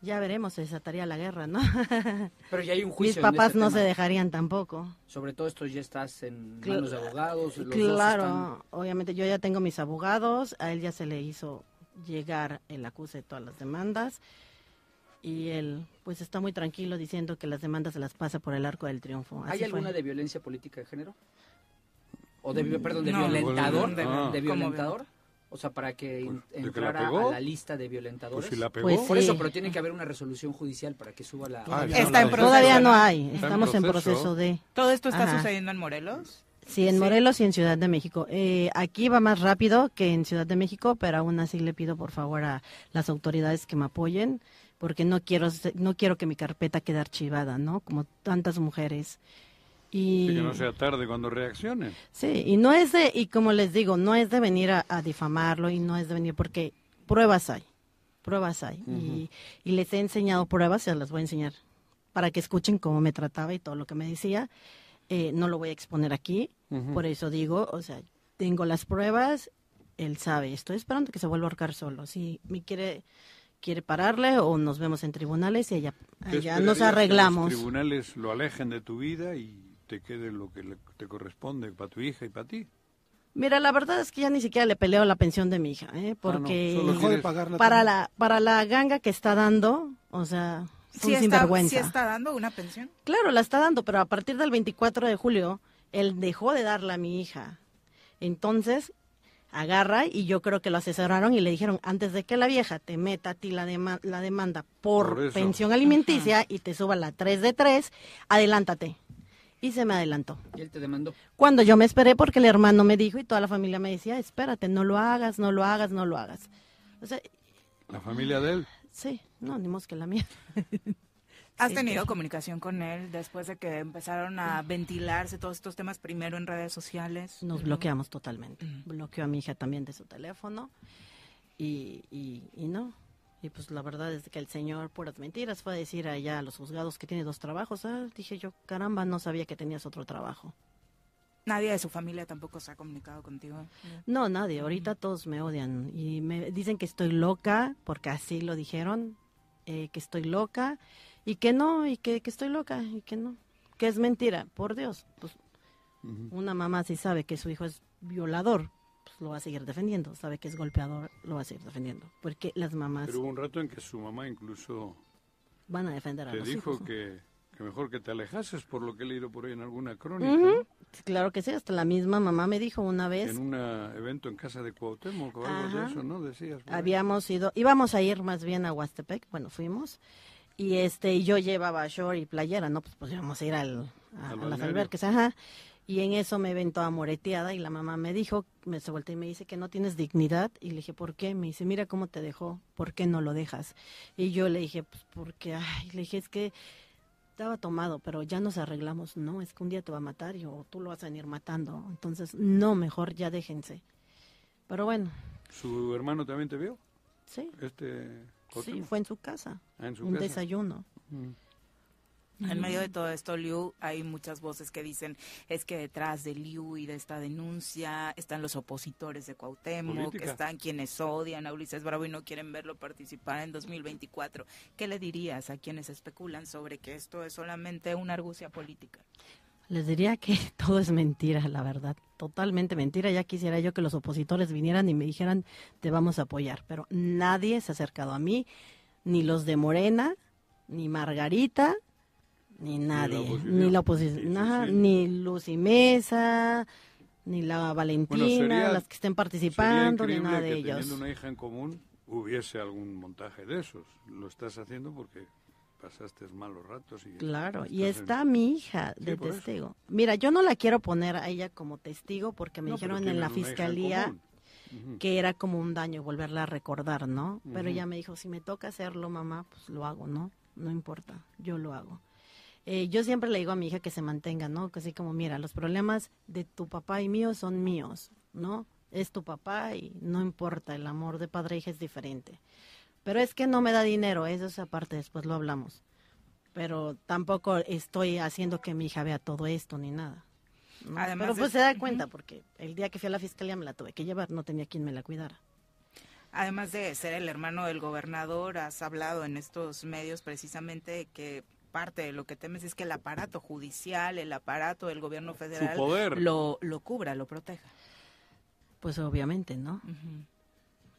P: ya veremos se desataría la guerra no
B: [LAUGHS] Pero ya hay un juicio
P: mis
B: en este
P: papás no
B: tema.
P: se dejarían tampoco
B: Sobre todo esto ya estás en
P: Cla-
B: manos de abogados. los dos
P: claro
B: están-
P: obviamente yo ya tengo mis abogados a él ya se le hizo llegar el acuse de todas las demandas y él pues está muy tranquilo diciendo que las demandas se las pasa por el arco del triunfo
B: ¿Hay
P: Así fue.
B: alguna de violencia política de género? ¿O de, vi-
P: Mm,
B: perdón, de
P: no.
B: violentador? De,
P: Ah.
B: de
P: ¿Cómo
B: violentador? O sea, para que en-
E: Pues, que la
B: entrara
E: pegó?
B: a la lista de violentadores.
E: Pues si la pegó. Pues
B: Por eso,
E: sí.
B: pero tiene que haber una resolución judicial para que suba la...
E: Ah,
P: Está en proceso. Todavía no hay, estamos en proceso de-
D: ¿Todo esto está
P: Ajá.
D: sucediendo en Morelos?
P: Sí, en Morelos y en Ciudad de México. Eh, aquí va más rápido que en Ciudad de México, pero aún así le pido por favor a las autoridades que me apoyen, porque no quiero se- no quiero que mi carpeta quede archivada, ¿no? Como tantas mujeres. Y
E: y que no sea tarde cuando reacciones.
P: sí, y no es de y como les digo, no es de venir a, a difamarlo y no es de venir porque pruebas hay, pruebas hay y, y les he enseñado pruebas y se las voy a enseñar para que escuchen cómo me trataba y todo lo que me decía. Eh, no lo voy a exponer aquí,
I: Ujú.
P: por eso digo, o sea, tengo las pruebas, él sabe, estoy esperando que se vuelva a ahorcar solo. Si me quiere quiere pararle o nos vemos en tribunales y allá,
E: ¿Qué
P: allá
E: esperarías
P: Ah, nos
E: que
P: arreglamos.
E: Los tribunales lo alejen de tu vida y te quede lo que le- te corresponde para tu hija y para ti.
P: Mira, la verdad es que ya ni siquiera le peleo la pensión de mi hija, ¿eh? porque
E: Ah, solo Dejó de quieres- pagarla
P: para
E: también.
P: la para la ganga que está dando, o sea, es un
D: ¿Sí está,
P: sinvergüenza.
D: ¿Sí está dando una pensión?
P: Claro, la está dando, pero a partir del 24 de julio, él dejó de darla a mi hija. Entonces, agarra y yo creo que lo asesoraron y le dijeron, antes de que la vieja te meta a ti la, dema- la demanda por,
I: Por eso.
P: pensión alimenticia y te suba la 3 de 3, adelántate. Y se me adelantó.
B: Y él te demandó.
P: Cuando yo me esperé porque el hermano me dijo y toda la familia me decía, espérate, no lo hagas, no lo hagas, no lo hagas. O sea,
E: La familia de él.
P: sí, no, ni más que la mía.
D: [LAUGHS] ¿Has
P: Sí,
D: tenido
P: claro.
D: comunicación con él después de que empezaron a ventilarse todos estos temas primero en redes sociales?
P: Nos bloqueamos totalmente. Bloqueó a mi hija también de su teléfono y, y- y no. Y pues la verdad es que el señor, puras mentiras, fue a decir allá a los juzgados que tiene dos trabajos. Ah, dije yo, caramba, no sabía que tenías otro trabajo.
D: Nadie de su familia tampoco se ha comunicado contigo.
P: No, nadie, ahorita todos me odian y me dicen que estoy loca, porque así lo dijeron, eh, que estoy loca y que no, y que, que estoy loca y que no, que es mentira, por Dios. Pues una mamá si sabe que su hijo es violador, pues lo va a seguir defendiendo, sabe que es golpeador, lo va a seguir defendiendo, porque las mamás
E: Pero hubo un rato en que su mamá incluso
P: van a defender a
E: te
P: los
E: dijo
P: hijos. ¿no?
E: que, que mejor que te alejases por lo que he leído por ahí en alguna crónica.
P: Ujú, Claro que sí, hasta la misma mamá me dijo una vez.
E: En un evento en casa de Cuauhtémoc o algo de
P: Ajá.
E: eso, ¿no? Decías. por ahí.
P: habíamos ido, íbamos a ir más bien a Huastepec, bueno, fuimos, y este, y yo llevaba short y playera, ¿no? Pues, pues íbamos a ir al, a,
I: Al
P: a las
I: balneario.
P: alberques, ajá, y en eso me ven toda moreteada, y la mamá me dijo, me se volteó y me dice que no tienes dignidad, y le dije, ¿por qué? Me dice, mira cómo te dejó, ¿por qué no lo dejas? Y yo le dije, pues porque, ay, le dije, es que estaba tomado, pero ya nos arreglamos, no, es que un día te va a matar, y, o tú lo vas a venir matando, entonces, no, mejor ya déjense. Pero bueno,
E: ¿Su hermano también te vio?
P: Sí.
E: Este
P: sí,
E: Cuauhtémoc.
P: fue en su casa.
E: Ah, en su
P: un
E: casa.
P: desayuno. Mm.
E: Mm.
D: En medio de todo esto, Liu, hay muchas voces que dicen es que detrás de Liu y de esta denuncia están los opositores de Cuauhtémoc, que
I: Política.
D: están quienes odian a Ulises Bravo y no quieren verlo participar en 2024. ¿Qué le dirías a quienes especulan sobre que esto es solamente una argucia política?
P: Les diría que [LAUGHS] todo es mentira, la verdad. Totalmente mentira. Ya quisiera yo que los opositores vinieran y me dijeran, te vamos a apoyar. Pero nadie se ha acercado a mí, ni los de Morena, ni Margarita, Ni nadie, ni la oposición, ni, Ajá, ni Luz y Mesa, ni la Valentina,
E: Bueno, sería-
P: las que estén
E: Sería
P: participando, ni
E: increíble
P: nada
E: que
P: de ellos.
E: Teniendo una hija en común, hubiese algún montaje de esos. Lo estás haciendo porque pasaste malos ratos. Y
P: Claro, y
E: estás en-
P: está mi hija
E: Sí,
P: de
E: por eso.
P: testigo. Mira, yo no la quiero poner a ella como testigo porque me
E: No, pero
P: dijeron en la
E: tienen una hija en
P: fiscalía
E: Ujú.
P: que era como un daño volverla a recordar, ¿no? Pero
E: Ujú.
P: ella me dijo, si me toca hacerlo, mamá, pues lo hago, ¿no? No importa, yo lo hago. Eh, yo siempre le digo a mi hija que se mantenga, ¿no? Que Así como, mira, los problemas de tu papá y míos son míos, ¿no? Es tu papá y no importa, el amor de padre e hija es diferente. Pero es que no me da dinero, eso es aparte, después lo hablamos. Pero tampoco estoy haciendo que mi hija vea todo esto ni nada. ¿no?
H: Además
P: Pero pues
H: es-
P: se da
H: Ujú.
P: cuenta porque el día que fui a la fiscalía me la tuve que llevar, no tenía quien me la cuidara.
D: Además de ser el hermano del gobernador, has hablado en estos medios precisamente de que parte de lo que temes es que el aparato judicial, el aparato del gobierno federal
P: poder.
D: Lo, lo cubra, lo proteja.
P: Pues obviamente, ¿no?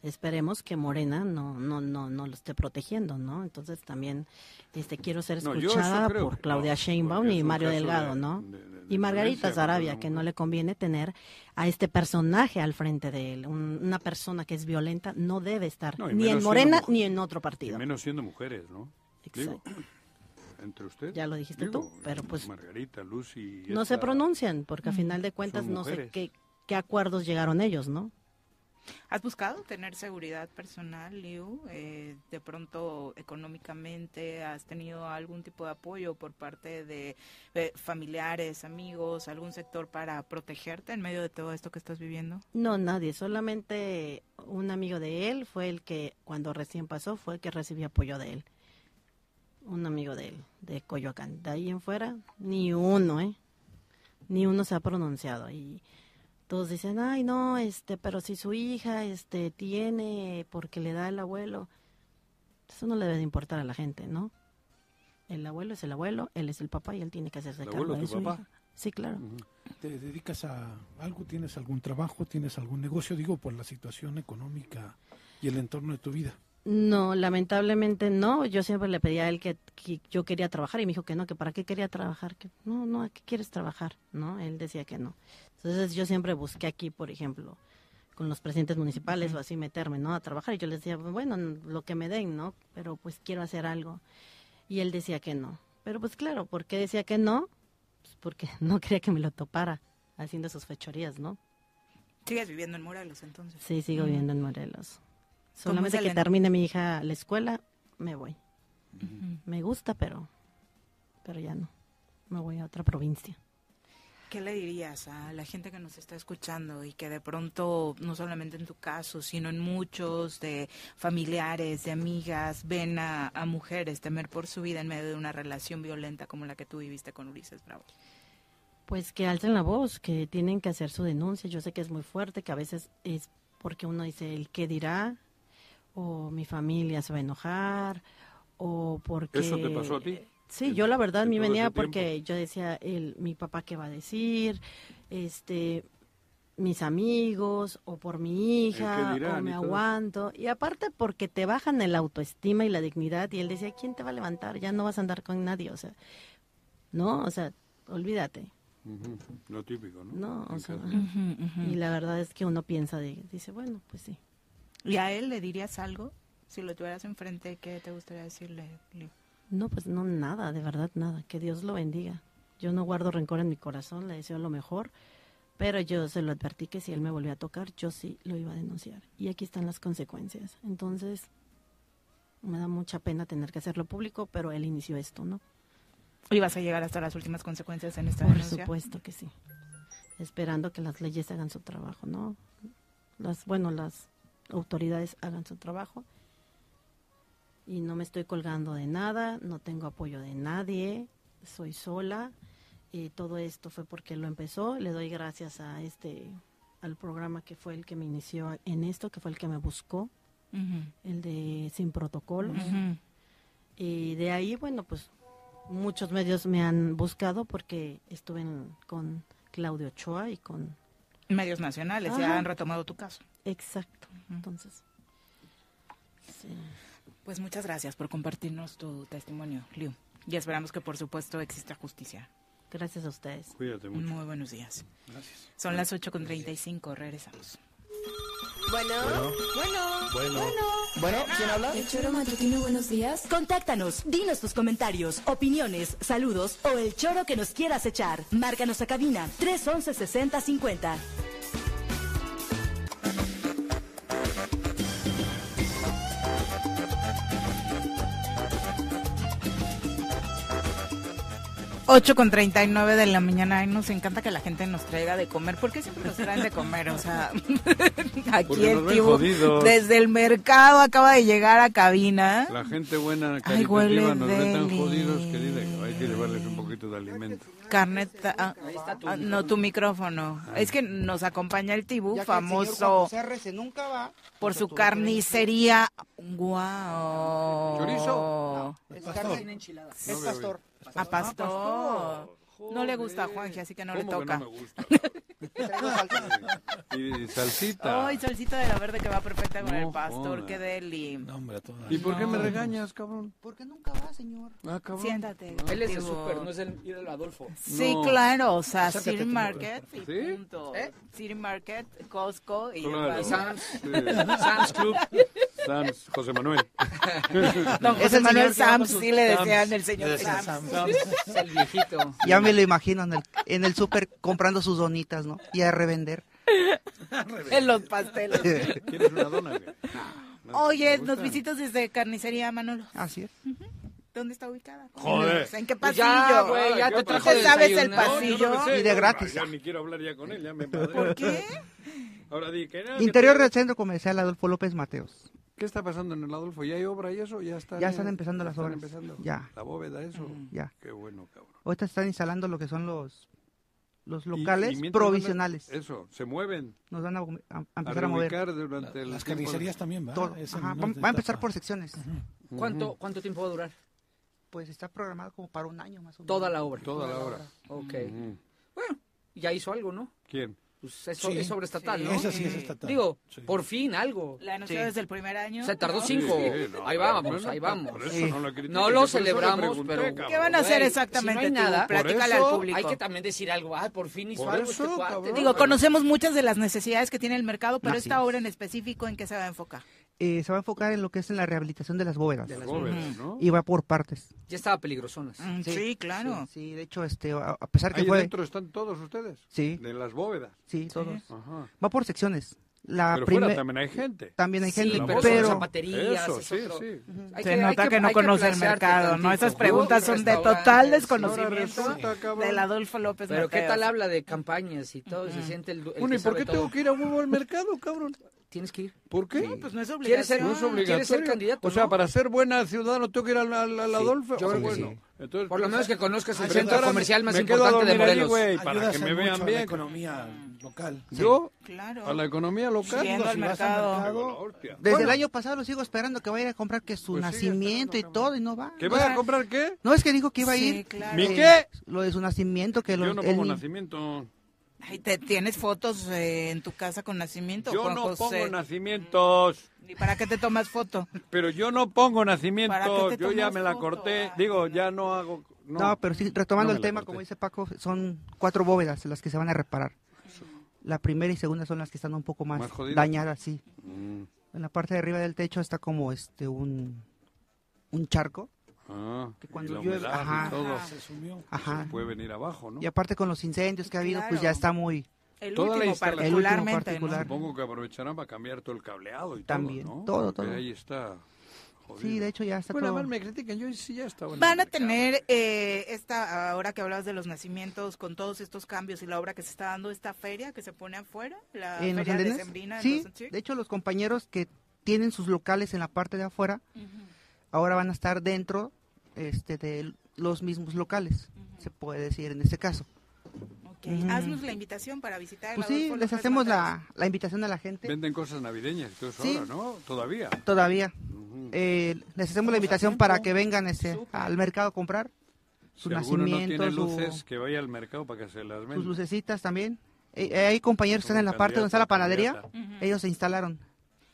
P: Esperemos que Morena no no no no lo esté protegiendo, ¿no? Entonces también este quiero ser
I: No, yo eso
P: escuchada
I: creo
P: por
I: que
P: Claudia
I: no,
P: Sheinbaum
I: porque es
P: y
I: un
P: Mario
I: caso
P: Delgado,
I: de-
P: ¿no?
I: de- de
P: y Margarita
I: violencia contra
P: Sarabia,
I: la
P: que no le conviene tener a este personaje al frente de él, Un- una persona que es violenta no debe estar
E: No,
P: ni
E: y
P: en
E: menos siendo
P: Morena
E: mujer.
P: ni en otro partido.
E: Y menos siendo mujeres, ¿no?
P: Exacto.
E: Digo, [CLEARS THROAT] entre ustedes.
P: Ya lo dijiste tú, pero pues-
E: Margarita, Lucy. y
P: No se
E: esta-
P: pronuncian porque a final de cuentas
E: Mm, son
P: no sé
E: mujeres.
P: qué qué acuerdos llegaron ellos, ¿no?
D: ¿Has buscado tener seguridad personal, Liu? Eh, de pronto, económicamente, ¿has tenido algún tipo de apoyo por parte de eh, familiares, amigos, algún sector para protegerte en medio de todo esto que estás viviendo?
P: No, nadie, solamente un amigo de él fue el que cuando recién pasó fue el que recibió apoyo de él. Un amigo de él, de Coyoacán. De ahí en fuera, ni uno, ¿eh? Ni uno se ha pronunciado. Y todos dicen, ay, no, este, pero si su hija, este, tiene porque le da el abuelo. Eso no le debe de importar a la gente, ¿no? El abuelo es el abuelo, él es el papá y él tiene que hacerse
E: ¿El
P: cargo
E: abuelo es
P: de
E: tu
P: su
E: papá? Mm.
P: hija. Sí, claro.
G: ¿Te dedicas a algo? ¿Tienes algún trabajo? ¿Tienes algún negocio? Digo, por la situación económica y el entorno de tu vida.
P: No, lamentablemente no. Yo siempre le pedía a él que, que yo quería trabajar y me dijo que no, que para qué quería trabajar, que no, no, ¿a qué quieres trabajar? No, él decía que no. Entonces yo siempre busqué aquí, por ejemplo, con los presidentes municipales o así meterme, ¿no? A trabajar y yo les decía, bueno, lo que me den, ¿no? Pero pues quiero hacer algo. Y él decía que no. Pero pues claro, ¿por qué decía que no? Pues porque [LAUGHS] no quería que me lo topara haciendo sus fechorías, ¿no?
D: ¿Sigues viviendo en Morelos entonces?
P: Sí, sigo viviendo en Morelos. Solamente
D: es el
P: que
D: en-
P: termine mi hija la escuela, me voy. Me gusta, pero, pero ya no. Me voy a otra provincia.
D: ¿Qué le dirías a la gente que nos está escuchando y que de pronto, no solamente en tu caso, sino en muchos de familiares, de amigas, ven a, a mujeres temer por su vida en medio de una relación violenta como la que tú viviste con Ulises Bravo?
P: Pues que alcen la voz, que tienen que hacer su denuncia. Yo sé que es muy fuerte, que a veces es porque uno dice el qué dirá, o mi familia se va a enojar, o porque...
E: ¿Eso te pasó a ti?
P: Sí, yo la verdad
E: en
P: me
E: todo ese
P: venía
E: tiempo?
P: porque yo decía, el, mi papá qué va a decir, este, mis amigos, o por mi hija, o
I: dirán
P: me
I: y todo eso.
P: aguanto. Y aparte porque te bajan el autoestima y la dignidad, y él decía, ¿quién te va a levantar? Ya no vas a andar con nadie, o sea, no, o sea, olvídate.
E: Ujú, Lo típico, ¿no?
P: No,
E: En
P: o sea,
E: casa.
P: y la verdad es que uno piensa, de- dice, bueno, pues sí.
D: ¿Y a él le dirías algo? Si lo tuvieras enfrente, ¿qué te gustaría decirle? Liu?
P: No, pues no, nada, de verdad, nada. Que Dios lo bendiga. Yo no guardo rencor en mi corazón, le deseo lo mejor, pero yo se lo advertí que si él me volvía a tocar, yo sí lo iba a denunciar. Y aquí están las consecuencias. Entonces, me da mucha pena tener que hacerlo público, pero él inició esto, ¿no?
D: ¿Y vas a llegar hasta las últimas consecuencias en esta
P: Por
D: denuncia?
P: supuesto que sí. Esperando que las leyes hagan su trabajo, ¿no? Las, bueno, las autoridades hagan su trabajo. Y no me estoy colgando de nada, no tengo apoyo de nadie, soy sola. Y todo esto fue porque lo empezó. Le doy gracias a este al programa que fue el que me inició en esto, que fue el que me buscó,
D: Ujú.
P: el de Sin Protocolos.
D: Ujú.
P: Y de ahí, bueno, pues muchos medios me han buscado porque estuve en- con Claudio Ochoa y con...
D: Medios nacionales ya
P: Ajá.
D: han retomado tu caso.
P: Exacto. Entonces, sí.
D: Pues muchas gracias por compartirnos tu testimonio, Liu. Y esperamos que, por supuesto, exista justicia.
P: Gracias a ustedes.
E: Cuídate mucho.
D: Muy buenos días.
E: Gracias.
D: Son las 8.35, regresamos.
K: Bueno, bueno,
F: bueno.
K: Bueno,
F: ¿quién
C: [LAUGHS]
F: habla?
K: El Choro Matutino, buenos días. Contáctanos, dinos tus comentarios, opiniones, saludos o el choro que nos quieras echar. Márcanos a cabina 311 6050.
D: Ocho con 39 de la mañana. Ay, nos encanta que la gente nos traiga de comer. ¿Por qué siempre nos traen de comer? O sea, aquí
E: Porque nos
D: el
E: ven
D: tío [LAUGHS]
E: jodidos.
D: desde el mercado acaba de llegar a cabina.
E: La gente buena,
D: Ay, huele
E: caritativa, nos ve tan
D: deli.
E: jodidos que dile, hay que llevarles un poquito de alimento.
D: Carneta, ah, ah, no tu micrófono. Es que nos acompaña el Tibu,
R: Ya que el señor Juan
D: famoso
R: José Arrece nunca va.
D: por su carnicería. ¡Guau! ¿Chorizo?
R: Es carne enchilada. Es pastor.
D: A
R: Ah,
D: pastor. No le gusta a Juanji, así que no le
E: ¿Cómo que
D: toca.
E: no me
R: Traigo salsa.
E: Y salsita.
D: Ay, salsita de la verde que va perfecta con
E: No
D: el pastor,
E: jodas.
D: qué deli.
E: ¿Y por qué me regañas?
B: cabrón?
P: Pues,
R: Porque nunca va, señor.
E: Ah, cabrón.
D: Siéntate.
B: Él es el
D: Digo-
B: super, no es el, el Adolfo.
D: Sí,
B: No.
D: claro, o sea,
B: Acércate
D: City
B: tú, ¿Eh?
D: Market y
B: ¿Sí?
D: punto. City Market, Costco y
E: Claro.
B: Sam's.
D: [LAUGHS]
E: Sí.
B: Sam's Club.
E: Sam's, José Manuel. [LAUGHS]
D: Don José
R: Ese
D: Manuel
R: señor que va con
D: pues Sams,
R: sus-
D: sí le decían
R: Sams.
D: el
R: Le
D: señor
R: decían
D: Sams.
R: Sams.
D: [LAUGHS]
B: Es el viejito.
R: [LAUGHS] Ya me lo imagino en el, en el súper comprando sus donitas, ¿no? Y a revender.
D: en los
C: [LAUGHS]
D: pasteles.
E: ¿Quieres una dona? güey?
D: Oye, nos visitas desde carnicería Manolo.
R: Así es.
D: ¿Dónde está ubicada?
E: Joder.
D: O sea, ¿En qué
B: Pues
D: pasillo?
B: ya, güey, ya te trajo
D: ¿Te sabes el
B: desayunar.
D: pasillo?
E: Yo no me sé,
R: Y de
E: yo-
R: gratis.
E: Ya ni quiero hablar ya con él, ya me ¿Por
D: qué?
E: Ahora di que no, que
R: Interior
E: te-
R: del Centro Comercial Adolfo López Mateos.
E: ¿Qué está pasando en el Adolfo? ¿Ya hay obra y eso? Ya, está,
R: Ya están empezando las
E: están
R: obras.
E: empezando?
R: Ya. Mm.
E: La bóveda, eso.
R: Ya.
E: Qué bueno, cabrón.
R: Ahorita están instalando lo que son los, los
E: Y- y
R: locales
E: mientras
R: provisionales.
E: van a- Eso, se mueven.
R: Nos van a, a- a
E: A
R: empezar a, mover.
E: reubicar durante el
G: Las
E: tiempo de-
G: carnicerías también, ¿va?
R: Todo.
G: Es en
R: Ajá,
G: una
R: Va,
G: de
R: va a empezar
G: etapa.
R: por secciones.
B: ¿Cuánto, ¿Cuánto tiempo va a durar?
R: Pues está programado como para un año más o menos.
B: Toda la obra.
E: Toda la obra.
B: Ok.
E: Ujú.
B: Bueno, ya hizo algo, ¿no?
E: ¿Quién?
B: Pues es,
G: Sí.
B: es sobreestatal,
G: Sí.
B: ¿no? Eh,
G: Esa sí es estatal.
B: Digo,
G: Sí.
B: por fin algo.
D: La anunció
B: Sí.
D: desde el primer año.
B: Se tardó
D: ¿no?
B: cinco.
E: Sí, no,
B: ahí
E: pero
B: vamos,
E: no,
B: ahí
E: no,
B: vamos.
E: por eso no lo critiques, yo por
B: lo
E: eso le
B: celebramos,
E: pregunté,
B: pero.
E: cabrón.
D: ¿Qué van a hacer
B: Güey,
D: exactamente,
B: Si no hay
D: Tibu?
B: nada,
D: Platícale
B: por
D: al
B: eso
D: público.
B: Hay que también decir algo. Ah, por fin hizo
E: Por
B: algo
E: eso,
B: este cuate.
E: cabrón.
D: Digo, conocemos muchas de las necesidades que tiene el mercado, pero
R: Así
D: esta
R: es.
D: obra en específico, ¿en qué se va a enfocar?
R: Eh, se va a enfocar en lo que es en la rehabilitación de las bóvedas.
B: De las
E: Bóvedas, ¿no?
R: Y va por partes.
B: Ya estaba peligrosonas.
D: Mm, Sí, claro.
R: Sí, sí, de hecho, este, a, a pesar que
E: Ahí
R: fue...
E: dentro están todos ustedes.
R: Sí.
E: De las bóvedas.
R: Sí, todos.
E: Ajá.
R: Va por secciones. La
E: Pero
R: primer-
E: fuera también hay gente.
R: También hay
B: Sí,
R: gente,
B: pero
R: pero,
B: son zapaterías.
E: Eso,
B: es
E: sí,
B: otro-
E: sí.
D: se
B: Hay que- hay
D: nota que, no
B: hay
D: conoce el
B: placearte
D: mercado, ¿no?
B: tantito.
D: Esas preguntas son de total
B: Restaurantes,
D: desconocimiento
E: Ahora resulta, cabrón.
D: del Adolfo López
B: Pero qué
D: Mateos.
B: tal habla de campañas y todo, y se siente el, du- el
E: Bueno, ¿y
B: que
E: por
B: sabe
E: qué
B: todo.
E: tengo que ir a huevo al mercado, cabrón?
B: Tienes que ir.
E: ¿Por qué?
B: Sí.
D: Pues no es
B: ¿Quieres ser-
D: obligación.
E: No es obligatorio.
B: ¿Quieres ser candidato,
E: O sea,
B: no?
E: para ser buena ciudadano tengo que ir al, al, al
B: Sí,
E: Adolfo.
B: yo
E: Ah,
B: creo que
E: bueno.
B: sí.
E: Entonces,
B: Por lo menos que conozcas el
E: Entonces,
B: centro
E: ahora me-
B: comercial más
E: me quedo a
B: importante de
E: dormir ahí,
B: Morelos.
E: güey, para
G: Ayudas
E: que
G: en
E: me
G: mucho
E: vean
G: a La
E: bien.
G: economía local.
B: Mm.
E: Yo
D: Claro.
E: a la economía local.
D: Yendo
E: digo,
D: al
E: si vas a-
D: mercado.
E: Digo, la hostia.
R: desde
E: Bueno,
R: el año pasado lo sigo esperando que vaya a ir a comprar que su
E: Pues sigue
R: nacimiento y todo, y no va.
E: ¿Que vaya a comprar qué?
R: No, es que dijo que iba a
D: Sí,
R: ir.
D: claro.
E: ¿Mi
R: eh,
E: qué?
R: Lo de su nacimiento, que lo.
E: Yo no
R: el
E: pongo
R: ni-
E: nacimiento.
D: Ay, ¿te- ¿Tienes fotos eh, en tu casa con nacimiento,
E: Yo
D: Juan
E: no
D: José?
E: pongo nacimientos.
D: ¿Y para qué te tomas foto?
E: Pero yo no pongo
D: ¿Para
E: nacimientos.
D: qué te
E: Yo ya
D: tomas
E: me la
D: foto? Ah,
E: corté.
D: Ay,
E: Digo, ya no hago.
R: No, pero sí, retomando
E: No me
R: el
E: la
R: tema,
E: corté.
R: como dice Paco, son cuatro bóvedas las que se van a reparar. La primera y segunda son las que están un poco más,
E: Más jodidas.
R: dañadas, sí.
E: Mm.
R: En la parte de arriba del techo está como este un, un charco.
E: Ah,
R: Que
E: y
R: cuando
E: la
R: llueve-
E: humedad y
R: ajá.
E: todo.
G: Se sumió.
R: Ajá.
E: Puede venir abajo, ¿no?
R: Y aparte con los incendios que ha habido, pues
D: Claro.
R: ya está muy...
D: El
E: Toda la
D: último
E: instalación.
R: El último
D: particularmente, ¿no?
R: particular.
E: Supongo que aprovecharán para cambiar todo el cableado y
R: También,
E: todo, ¿no?
R: todo,
E: Porque
R: todo.
E: Ahí está. jodido.
R: Sí, de hecho ya está
E: Bueno,
R: todo...
E: además me critican, yo sí ya estaba. en
D: Van
E: el
D: a
E: mercado.
D: tener eh, esta, ahora que hablabas de los nacimientos, con todos estos cambios y la obra que se está dando, esta feria que se pone afuera, la
R: en los
D: feria
R: andenes.
D: decembrina en
R: sí,
D: los- sí.
R: de hecho los compañeros que tienen sus locales en la parte de afuera, ahora van a estar dentro este, de los mismos locales, se puede decir en este caso.
D: Ok,
R: Ujú.
D: Haznos la invitación para visitar. el
R: Pues sí,
D: Adolfo
R: les
D: López
R: hacemos
D: Mateos.
R: la, la invitación a la gente
E: Venden cosas navideñas, todo eso
R: Sí.
E: ahora, ¿no? Todavía.
R: todavía.
E: Ujú.
R: Eh, les hacemos la invitación para que vengan este, al mercado a comprar su
E: si alguno no
R: nacimiento,
E: tiene eh,
R: su-
E: luces, que vaya al mercado para que se las
R: sus
E: venda.
R: lucecitas también. Eh, eh, hay compañeros que están en la
E: Como
R: parte donde está la panadería,
E: candidato,
R: ellos se instalaron.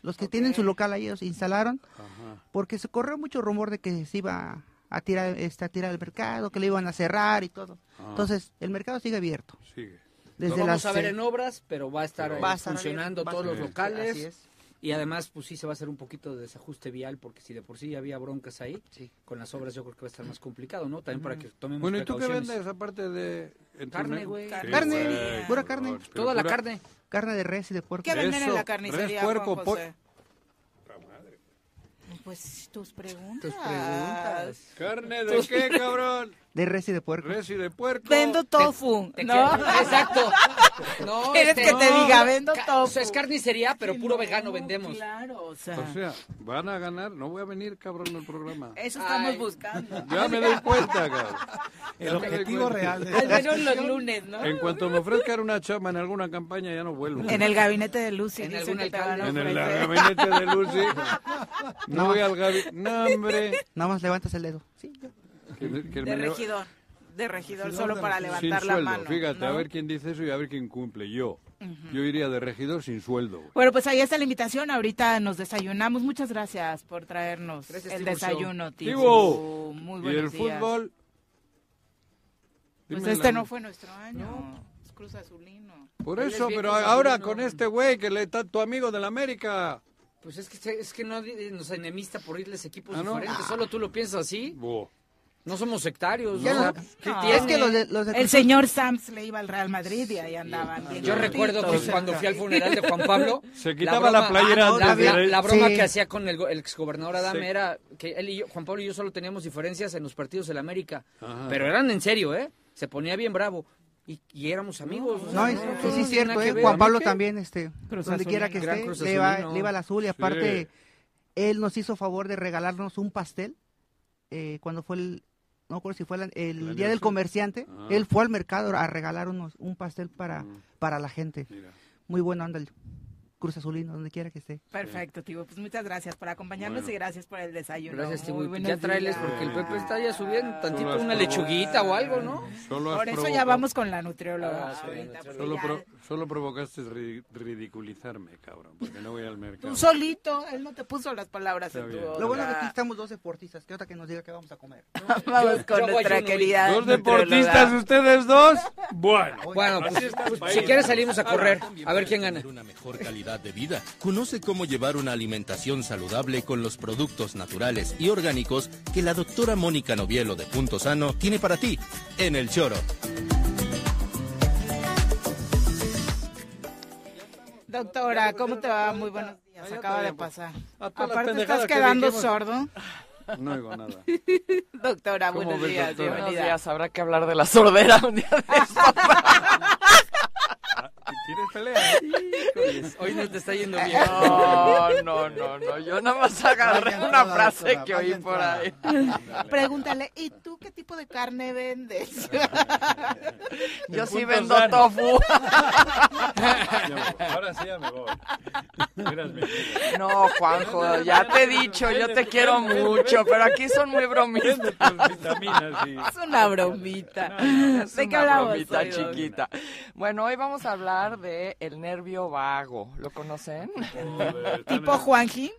R: Los que tienen su local ahí, ellos se instalaron.
E: Ajá.
R: porque se corrió mucho rumor de que se iba a tirar, este, a tirar el mercado, que le iban a cerrar y todo.
B: Ah.
R: Entonces, el mercado sigue abierto.
E: Sigue.
B: Lo vamos a ver en obras, pero va a estar
R: Pero
B: eh,
R: va a estar
B: funcionando
R: abierto, va a
B: todos los
R: estar abierto,
B: locales.
R: así es.
B: Y además, pues sí, se va a hacer un poquito de desajuste vial, porque si de por sí ya había broncas ahí, con las obras yo creo que va a estar más complicado, ¿no? También para que tomemos
E: Bueno, ¿y tú qué
B: precauciones.
E: vendes
B: [LAUGHS]
E: aparte de... entre-
B: Carne, güey.
E: Sí,
R: Carne,
E: güey,
R: pura
E: cabrón,
R: carne.
E: pero
B: Toda la
E: pura-
B: carne.
R: Carne de res y de puerco.
E: ¿Qué venden en la Eso, carnicería, res, puerco, Juan José?
D: Pues tus preguntas.
R: Tus preguntas.
E: ¿Carne de
B: Pues
E: qué, cabrón?
R: De res y de puerco.
E: Res y de puerco.
D: Vendo tofu,
B: Te
D: ¿no?
B: quiero- Exacto. No,
D: ¿Quieres que te diga, vendo
B: todo? O sea, es carnicería, pero puro vegano vendemos.
D: Claro, o sea.
E: [LAUGHS] O sea, van a ganar. No voy a venir, cabrón, al programa.
D: Eso estamos
B: Ay.
D: buscando.
E: Ya me doy cuenta, cabrón.
G: El
E: Ya me doy
G: objetivo
E: cuenta.
G: real de
D: Al menos los lunes, ¿no?
E: En cuanto me ofrezcan una chamba en alguna campaña, ya no vuelvo.
D: En el gabinete de Lucy. En dicen que te van a
E: En el
D: ofrecer.
E: gabinete de Lucy. No voy al gabinete. No, hombre.
R: Nada más levantas el dedo. Sí, yo.
E: Que me-
D: De
E: que me leva-
D: regidor. De regidor,
G: Regidor
D: solo
G: de
D: para
G: regidor.
E: Sin
D: levantar la
E: sueldo,
D: mano.
E: fíjate,
D: ¿no?
E: a ver quién dice eso y a ver quién cumple. Yo. Yo iría de regidor sin sueldo. güey.
D: [LAUGHS] Bueno, pues ahí está la invitación. Ahorita nos desayunamos. Muchas gracias por traernos
B: Gracias,
D: el
B: Tiburcio.
D: desayuno, tío.
E: Tibu.
D: Muy
E: y el
D: buenos días.
E: fútbol.
D: Pues
E: Dime
D: este
E: la-
D: no fue nuestro año. Es Cruz Azulino.
E: Por
B: Él es
E: eso,
B: bien
E: pero
B: conservador,
E: ahora
B: no.
E: con este güey que le está tu amigo de la América.
B: Pues es que, se- es que no eh, nos enemista por irles equipos
E: Ah, ¿no?
B: diferentes. Solo tú lo piensas así.
E: Buh. Ah,
B: No somos sectarios.
R: Ya
B: ¿no?
R: no-
B: ¿Qué
R: no,
B: tiene?
R: es que los de- los de
D: El señor Sams le iba al Real Madrid y ahí andaban. bien
B: Yo recuerdo que
D: juntitos.
B: cuando fui al funeral de Juan Pablo,
E: [LAUGHS]
B: ah,
E: Se quitaba la playera
B: la,
E: antes de
B: la-
E: ir.
B: la broma
E: Sí.
B: que hacía con el, go- el exgobernador Adame
E: Sí.
B: era que él y yo, Juan Pablo y yo solo teníamos diferencias en los partidos del América,
E: Ajá.
B: pero eran en serio, ¿eh? Se ponía bien bravo y, y éramos amigos. o sea,
R: No, es,
B: no,
R: sí,
B: no
R: sí,
B: tiene
R: es cierto,
B: nada que
R: eh.
B: ver.
R: Juan Pablo
B: ¿Qué?
R: también, este,
B: Cruz
R: donde quiera
B: azulino.
R: que
B: Gran
R: esté,
B: Cruz
R: le va,
B: azulino.
R: le va al azul y
B: Sí.
R: aparte él nos hizo favor de regalarnos un pastel eh, cuando fue el, no recuerdo si fue la- el, día del
E: aniversario?
R: comerciante,
E: Ah.
R: él fue al mercado a regalarnos un pastel para,
B: Mm.
R: para la gente.
E: Mira.
R: Muy bueno, ándale, Cruz Azulino, donde quiera que esté.
D: Perfecto, tío. Pues muchas gracias por acompañarnos
R: Bueno.
D: y gracias por el desayuno.
B: Gracias,
D: Muy
B: Tibu.
D: buenos
B: Ya tráeles
D: días.
B: porque el Pepe está ya subiendo tantito
E: has
B: una
E: probado.
B: lechuguita o algo, ¿no?
E: Solo has
D: Por eso ya
E: provocado-
D: vamos con la nutrióloga.
B: Ah, sí,
D: ahorita, porque
E: Solo,
D: ya-
E: pro- solo provocaste ri- ridiculizarme, cabrón, porque no voy al mercado.
D: Tú solito, él no te puso las palabras
E: Está
D: en tu
E: bien.
D: boca.
R: Lo bueno que aquí estamos dos deportistas, que otra que nos diga qué vamos a comer.
D: [LAUGHS] Vamos con
B: yo voy
D: nuestra
B: uno y-
D: querida.
E: ¿Dos
D: nutrióloga.
E: deportistas ustedes dos? Bueno.
B: Bueno,
E: Así
B: pues,
E: está el
B: pues,
E: país.
B: si quieres salimos a correr,
F: también
B: a ver quién gana.
F: mejor calidad de vida. Conoce cómo llevar una alimentación saludable con los productos naturales y orgánicos que la doctora Mónica Novielo de Punto Sano tiene para ti en El Choro.
D: Doctora, ¿cómo te va? Muy buenos días. Acaba de
E: bien, pues.
D: pasar.
E: A todas las
D: Aparte
E: pendejadas
D: estás
E: que
D: quedando
E: dijimos.
D: sordo. [LAUGHS]
E: No oigo nada.
D: Doctora,
E: ¿Cómo
D: buenos
E: ves,
D: días.
E: doctora?
D: bienvenida.
E: Buenos días,
S: Habrá que hablar de la sordera un
D: [LAUGHS]
S: día de
E: Ah, ¿Quieres pelear?
B: Híjoles, Hoy no te está yendo bien.
S: [LAUGHS] No,
C: [LAUGHS]
S: no, no, no. Yo nada más agarré
B: Vaya
S: una
B: entrada,
S: frase
B: doctora,
S: que oí
B: vaya
S: por ahí.
D: [LAUGHS] Pregúntale, ¿y tú qué tipo de
S: [LAUGHS]
D: carne vendes?
S: Yo sí
E: punto
S: vendo
D: [LAUGHS]
E: sano.
S: tofu.
E: Ahora sí ya me voy. Eras mi amiga.
S: No, Juanjo, ya te he dicho, yo te quiero mucho, pero aquí son muy bromistas.
D: Es una bromita.
S: Es
D: ¿De qué
S: una
D: hablamos?
S: bromita
D: hoy, doc?
S: chiquita. Bueno, hoy vamos a hablar de el nervio vago. ¿Lo conocen? [LAUGHS]
D: ¿Tipo Juanji?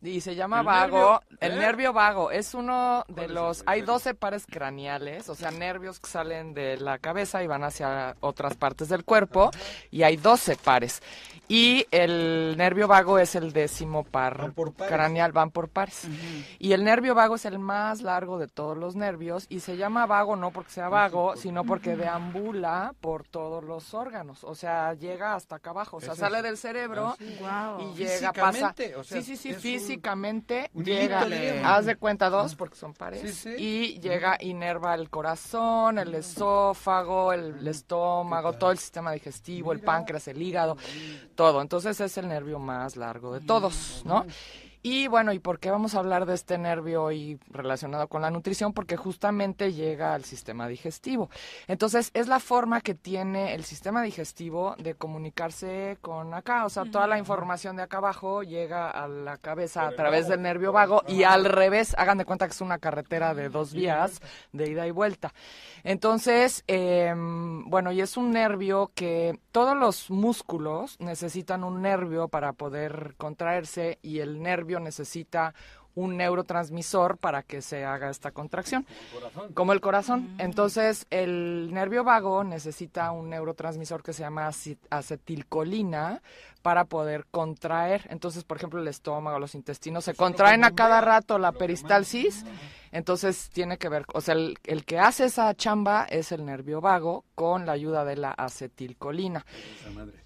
S: Y se llama
D: ¿El
S: vago.
D: nervio?
S: El
D: ¿Eh?
S: nervio vago es uno de los... Hay 12 pares craneales, o sea, nervios que salen de la cabeza y van hacia otras partes del cuerpo. Y hay 12 pares. Y el nervio vago es el décimo par craneal, van por pares. Y el nervio vago es el más largo de todos los nervios y se llama vago no porque sea vago, sino porque
D: Ujú.
S: deambula por todos los órganos. O sea, llega hasta acá abajo, o sea,
D: Ese
S: sale
D: es-
S: del cerebro
D: Ah, sí. Guau.
S: y llega, pasa.
D: Físicamente, o
S: sí,
D: sea,
S: sí, sí,
D: es un-
S: físicamente
D: un
S: llega.
D: hilito, digamos.
S: Haz de cuenta
D: Ah,
S: dos porque son pares.
D: Sí, sí.
S: Y llega, inerva el corazón, el esófago, el, el estómago, todo el sistema digestivo, el páncreas, el hígado, todo. Entonces es el nervio más largo de todos, ¿no? Y bueno, ¿y por qué vamos a hablar de este nervio hoy relacionado con la nutrición? Porque justamente llega al sistema digestivo. Entonces, es la forma que tiene el sistema digestivo de comunicarse con acá. O sea, toda la información de acá abajo llega a la cabeza a través del nervio vago y al revés, hagan de cuenta que es una carretera de dos vías de ida y vuelta. Entonces, em, bueno, y es un nervio que todos los músculos necesitan un nervio para poder contraerse y el nervio necesita un neurotransmisor para que se haga esta contracción. Como el corazón. Entonces, el nervio vago necesita un neurotransmisor que se llama acet- acetilcolina para poder contraer. Entonces, por ejemplo, el estómago, los intestinos se contraen a cada rato la peristalsis. Entonces, tiene que ver, o sea, el, el que hace esa chamba es el nervio vago con la ayuda de la acetilcolina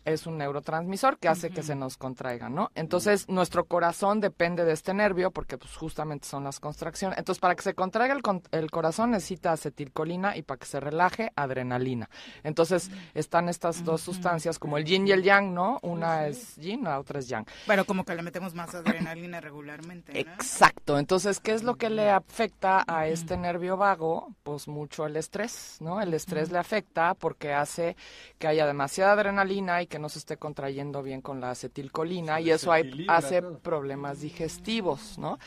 S: es un neurotransmisor que hace que se nos contraiga, ¿no? Entonces, nuestro corazón depende de este nervio porque pues, justamente son las contracciones. Entonces, para que se contraiga el, con- el corazón necesita acetilcolina y para que se relaje, adrenalina. Entonces, están estas dos sustancias como el yin y el yang, ¿no? Una es yin, la otra es yang.
D: Pero como que le metemos más adrenalina regularmente. ¿no?
S: Exacto. Entonces, ¿qué es lo que le afecta a este nervio vago? Pues mucho el estrés, ¿no? El estrés le afecta porque hace que haya demasiada adrenalina y que no se esté contrayendo bien con la acetilcolina y eso hay-
Q: desequilibra
S: hace
Q: todo.
S: problemas digestivos, ¿no?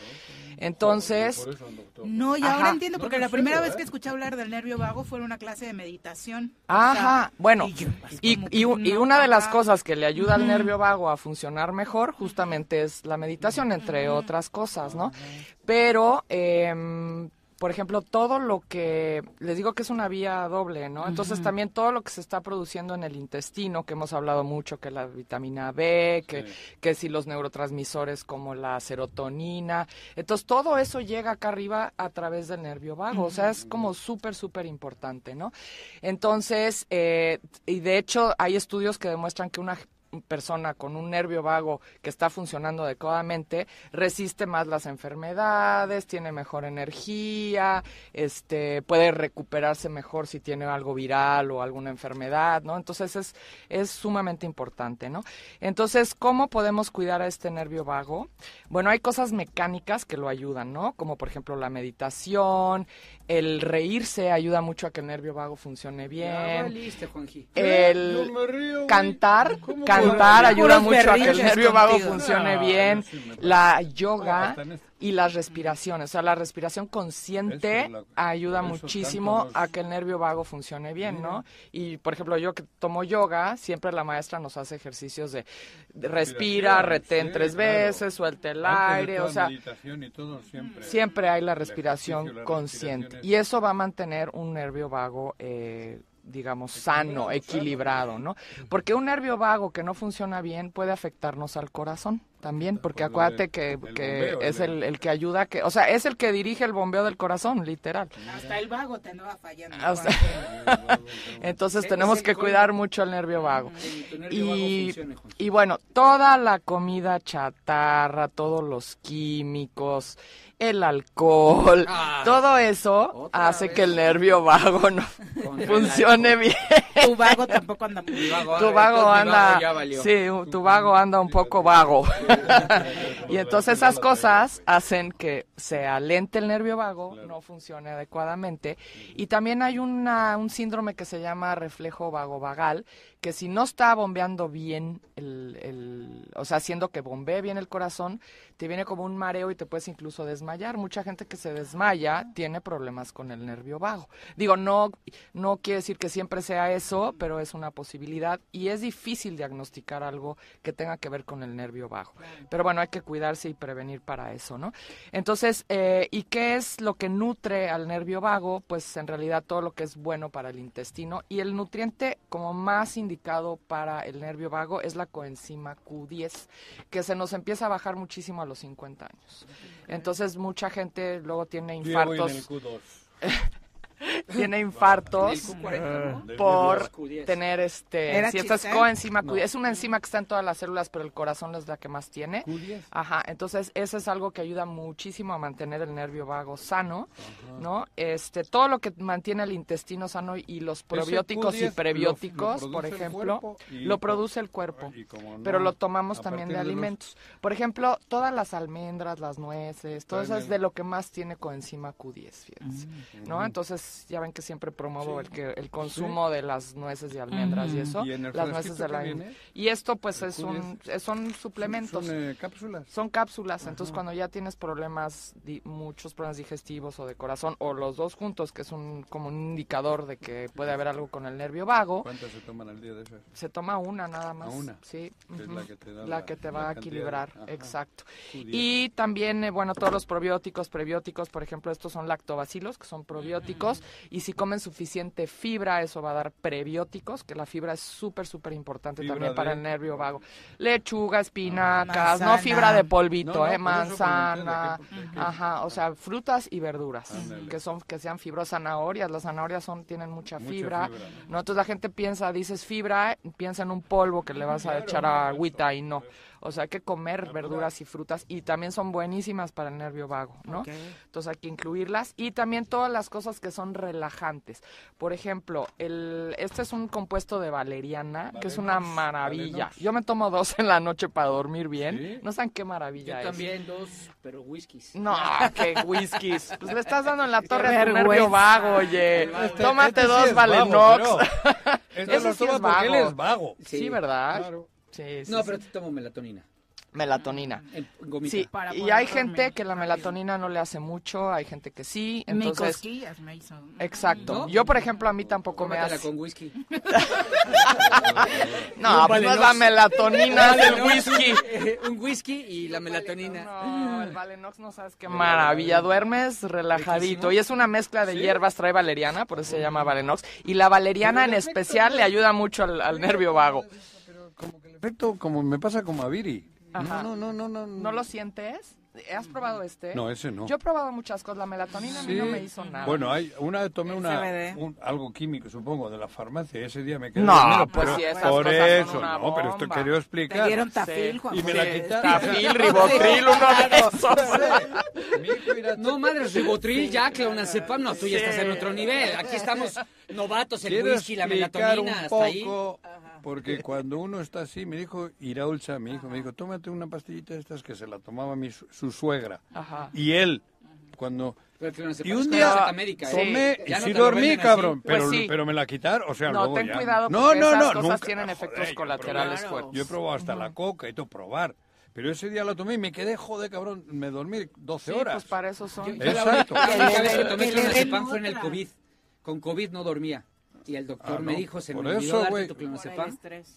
S: Entonces,
D: No, y ahora
S: Ajá.
D: entiendo,
S: No,
D: porque
S: no
D: la
S: sé,
D: primera
S: ¿verdad?
D: vez que escuché hablar del nervio vago fue en una clase de meditación.
S: Ajá, bueno,
D: pues,
S: y, y u- y una de las cosas que le ayuda al
D: Ujú.
S: nervio vago a funcionar mejor justamente es la meditación, entre otras cosas, ¿no? Pero, em, por ejemplo, todo lo que, les digo que es una vía doble, ¿no? Entonces
N: Ujú.
S: también todo lo que se está produciendo en el intestino, que hemos hablado mucho, que la vitamina B, que, que si los neurotransmisores como la serotonina, entonces todo eso llega acá arriba a través del nervio vago, o sea, es como súper, súper importante, ¿no? Entonces, eh, y de hecho hay estudios que demuestran que una persona con un nervio vago que está funcionando adecuadamente resiste más las enfermedades, tiene mejor energía, este puede recuperarse mejor si tiene algo viral o alguna enfermedad, ¿no? Entonces es es sumamente importante, ¿no? Entonces, ¿cómo podemos cuidar a este nervio vago? Bueno, hay cosas mecánicas que lo ayudan, ¿no? Como por ejemplo la meditación, el reírse ayuda mucho a que el nervio vago funcione
B: Ya
S: bien.
B: valiste, Juanji.
S: El
B: Yo
S: cantar, cantar
B: puedo?
S: ayuda
B: Puros
S: mucho a que el
B: berrinches
S: nervio vago
B: contigo.
S: funcione
B: No,
S: bien.
B: yo Ah, sí me parece.
S: La
B: Ah,
S: yoga
B: hasta en esto.
S: y las respiraciones, o sea, la respiración consciente
B: Eso es la-
S: ayuda
B: por eso
S: muchísimo
B: tanto nos-
S: a que el nervio vago funcione bien, ¿no? Y por ejemplo, yo que tomo yoga, siempre la maestra nos hace ejercicios de de respira,
E: Respiración,
S: retén
E: sí,
S: tres
E: claro.
S: veces, suelta el aire, o sea,
E: siempre.
S: siempre hay la
E: el
S: respiración
E: ejercicio, la
S: consciente
E: respiración es-
S: y eso va a mantener un nervio vago eh, digamos sano, equilibrado, ¿no? Porque un nervio vago que no funciona bien puede afectarnos al corazón también, porque acuérdate que, que
D: bombeo,
S: es
D: el-
S: el, el que ayuda, a que, o sea, es el que dirige el bombeo del corazón, literal.
D: Hasta el vago te andaba fallando.
S: Ah, O sea, [LAUGHS] entonces
D: Es
S: tenemos
D: el
S: que
D: colmo.
S: cuidar mucho el nervio vago.
B: tu nervio vago
S: Y,
B: funcione,
S: y bueno, toda la comida chatarra, todos los químicos, el alcohol,
B: Ah,
S: todo eso hace que el nervio vago no [LAUGHS] funcione bien.
D: Tu vago tampoco anda muy
B: vago.
S: Tu vago ¿eh?
B: Entonces, mi vago
S: anda,
B: eh, ya valió.
S: sí, tu vago anda un poco vago.
B: [LAUGHS]
S: Y entonces esas cosas hacen que se alente el nervio vago, no funcione adecuadamente. Y también hay una, un síndrome que se llama reflejo vago-vagal, que si no está bombeando bien, el, el- o sea, haciendo que bombee bien el corazón, te viene como un mareo y te puedes incluso desmayar. Mucha gente que se desmaya tiene problemas con el nervio vago. Digo, no, no quiere decir que siempre sea eso, pero es una posibilidad y es difícil diagnosticar algo que tenga que ver con el nervio vago. Pero bueno, hay que cuidarse y prevenir para eso, ¿no? Entonces, eh, ¿y qué es lo que nutre al nervio vago? Pues en realidad todo lo que es bueno para el intestino y el nutriente como más indicado para el nervio vago es la coenzima Q10, que se nos empieza a bajar muchísimo a los 50 años. Entonces, mucha gente luego tiene
E: Yo ya voy en
S: infartos
E: el Q2.
S: [LAUGHS] tiene infartos eh,
B: En el Q40, ¿no?
S: por
B: Q10.
S: tener este
B: ¿Era
S: si esta es
B: chiste?
S: coenzima Q10,
B: No.
S: es una enzima que está en todas las células pero el corazón es la que más tiene ajá entonces eso es algo que ayuda muchísimo a mantener el nervio vago sano no este todo lo que mantiene el intestino sano y los probióticos
B: Q10
S: y
B: lo- lo
S: prebióticos
B: produce
S: por
B: el
S: ejemplo
B: cuerpo y-
S: lo produce el cuerpo
B: no,
S: pero lo tomamos
B: a
S: también de
B: partir de los-
S: alimentos por ejemplo todas las almendras las nueces todo eso es
B: También.
S: de lo que más tiene coenzima Q10 fíjense, no
B: Mm.
S: entonces ya saben que siempre promuevo el que el consumo de las nueces y almendras y eso,
E: ¿Y en el
S: las nueces
E: frasquito
S: de
E: que
S: la
E: viene?
S: y esto pues
E: El
S: es
E: Q10.
S: un es- son suplementos.
E: Son, eh, cápsulas.
S: Son cápsulas, entonces
E: Ajá.
S: cuando ya tienes problemas di- muchos problemas digestivos o de corazón o los dos juntos, que es un como un indicador de que puede haber algo con el nervio vago,
E: ¿Cuántas se toman al día de esas?
S: se toma una nada más.
E: una,
S: Sí.
E: que es
S: ujú.
E: la que te da
S: La
E: la-
S: que te
E: la
S: va a
E: cantidad de-
S: equilibrar,
E: ajá.
S: exacto.
E: Tu dieta.
S: Y también, eh, bueno, todos los probióticos, prebióticos, por ejemplo, estos son lactobacilos, que son
E: Mm.
S: probióticos. Y si comen suficiente fibra, eso va a dar prebióticos, que la fibra es súper, súper importante
E: Fibra
S: también para
E: de-
S: el nervio vago. Lechuga, espinacas,
E: manzana.
S: no fibra de polvito,
E: No, no,
S: eh,
E: por eso comenté de
S: manzana.
E: qué- de qué- Ah.
S: Ajá, o sea, frutas y verduras,
E: Ándale.
S: que son que sean fibros, zanahorias. Las zanahorias son tienen mucha
E: Mucha
S: fibra.
E: fibra.
S: No, entonces la gente piensa, dices fibra, piensa en un polvo que le vas a echar a agüita y no. O sea, hay que comer verduras y frutas y también son buenísimas para el nervio vago, ¿no?
B: Ok.
S: Entonces hay que incluirlas y también todas las cosas que son relajantes. Por ejemplo, el este es un compuesto de valeriana, que es una
B: Valenox,
S: maravilla.
B: Valenox.
S: Yo me tomo dos en la noche para dormir bien.
B: ¿Sí?
S: No saben qué maravilla
B: Yo
S: es.
B: también dos, pero whiskies. [LAUGHS]
S: No, qué whiskies. Pues le estás dando en la
B: Qué
S: torre a tu nervio
B: vergüenza.
S: vago, oye.
B: Este-
S: Tómate
B: este sí
S: dos
B: es
S: Valenox.
B: vago, pero-
S: Eso
B: este lo
S: sí
B: toma
S: es
B: porque
S: vago.
B: él es vago.
S: Sí,
B: Sí,
S: ¿verdad?
B: claro.
S: Sí, sí,
B: no,
S: sí.
B: pero te tomo melatonina.
S: Melatonina.
B: En gomita.
S: Sí,
B: Para
S: y
B: poder
S: hay
B: dormir
S: gente que la melatonina no le hace mucho, hay gente que sí,
D: Me
S: entonces... eh,
D: cosquillas me hizo.
S: Exacto.
B: ¿No?
S: Yo, por ejemplo, a mí tampoco me
B: Tómatela
S: hace...
B: con whisky.
S: No,
B: Un
S: pues no es
B: Valenox.
S: la melatonina, es el
B: Valenox,
S: whisky.
B: [LAUGHS] Un, un whisky y la melatonina.
S: No,
B: [LAUGHS]
S: el Valenox no sabes Qué maravilla, duermes relajadito.
B: Riquísimo.
S: Y es una mezcla de
B: Sí.
S: hierbas, trae valeriana, por eso
E: Mm.
S: se llama Valenox. Y la valeriana en especial le ayuda mucho al, al nervio vago.
E: Perfecto, como me pasa como a Viri.
S: Ajá.
E: No, no, no, no, no.
S: lo sientes? ¿Has probado este?
E: No, ese no.
S: Yo he probado muchas cosas, la melatonina a mí no
E: Sí.
S: me hizo nada.
E: Bueno, hay, una vez tomé
S: El
E: una,
S: CBD.
E: un- algo químico, supongo, de la farmacia y ese día me quedé
S: No,
E: dormido,
S: pues
E: pero
S: sí, esas
E: Por
S: cosas son
E: eso,
S: una
E: no, pero esto
S: bomba.
E: quería explicar.
S: Te dieron tafil,
E: Sí.
S: Juan
E: Y me
S: José.
E: la quitaron.
S: Tafil, ribotril, uno de
B: [LAUGHS] No, madres, ribotril, ya, clonazepam, no, tú ya
E: Sí.
B: estás en otro nivel. Aquí estamos novatos, el
E: Quiero
B: whisky, la
E: explicar
B: melatonina, hasta
E: un
B: ahí.
E: poco, porque cuando uno está así, me dijo Iraulza, mi hijo, me dijo, tómate una pastillita de estas que se la tomaba mi, su, su suegra.
S: Ajá.
E: Y él, cuando...
B: Pero el clonazepam
E: Y
B: es
E: un
B: con
E: día
B: receta médica, ¿eh?
E: tomé
S: [LAUGHS]
E: y
B: Ya no
E: sí
B: te lo
E: dormí,
B: venden así.
E: cabrón,
B: Pues
E: pero,
B: sí.
E: pero me la quitaron, o sea,
S: No,
E: luego
S: ten
E: ya.
S: cuidado
E: No,
S: porque
E: no,
S: esas
E: no,
S: cosas
E: nunca.
S: tienen efectos
E: yo he
S: colaterales
E: probado-
S: fuertes.
E: Yo he probado hasta la coca y todo, probar. Pero ese día la tomé y me quedé, joder, cabrón, me dormí 12
S: Sí,
E: horas.
S: pues para eso son.
E: Exacto.
B: La única vez que tomé clonazepam fue en el COVID. Con COVID no dormía. Y el doctor
E: Ah,
B: me
E: no,
B: dijo, se
E: por
B: me olvidó
E: eso,
B: darte
E: güey.
B: tu clonazepam.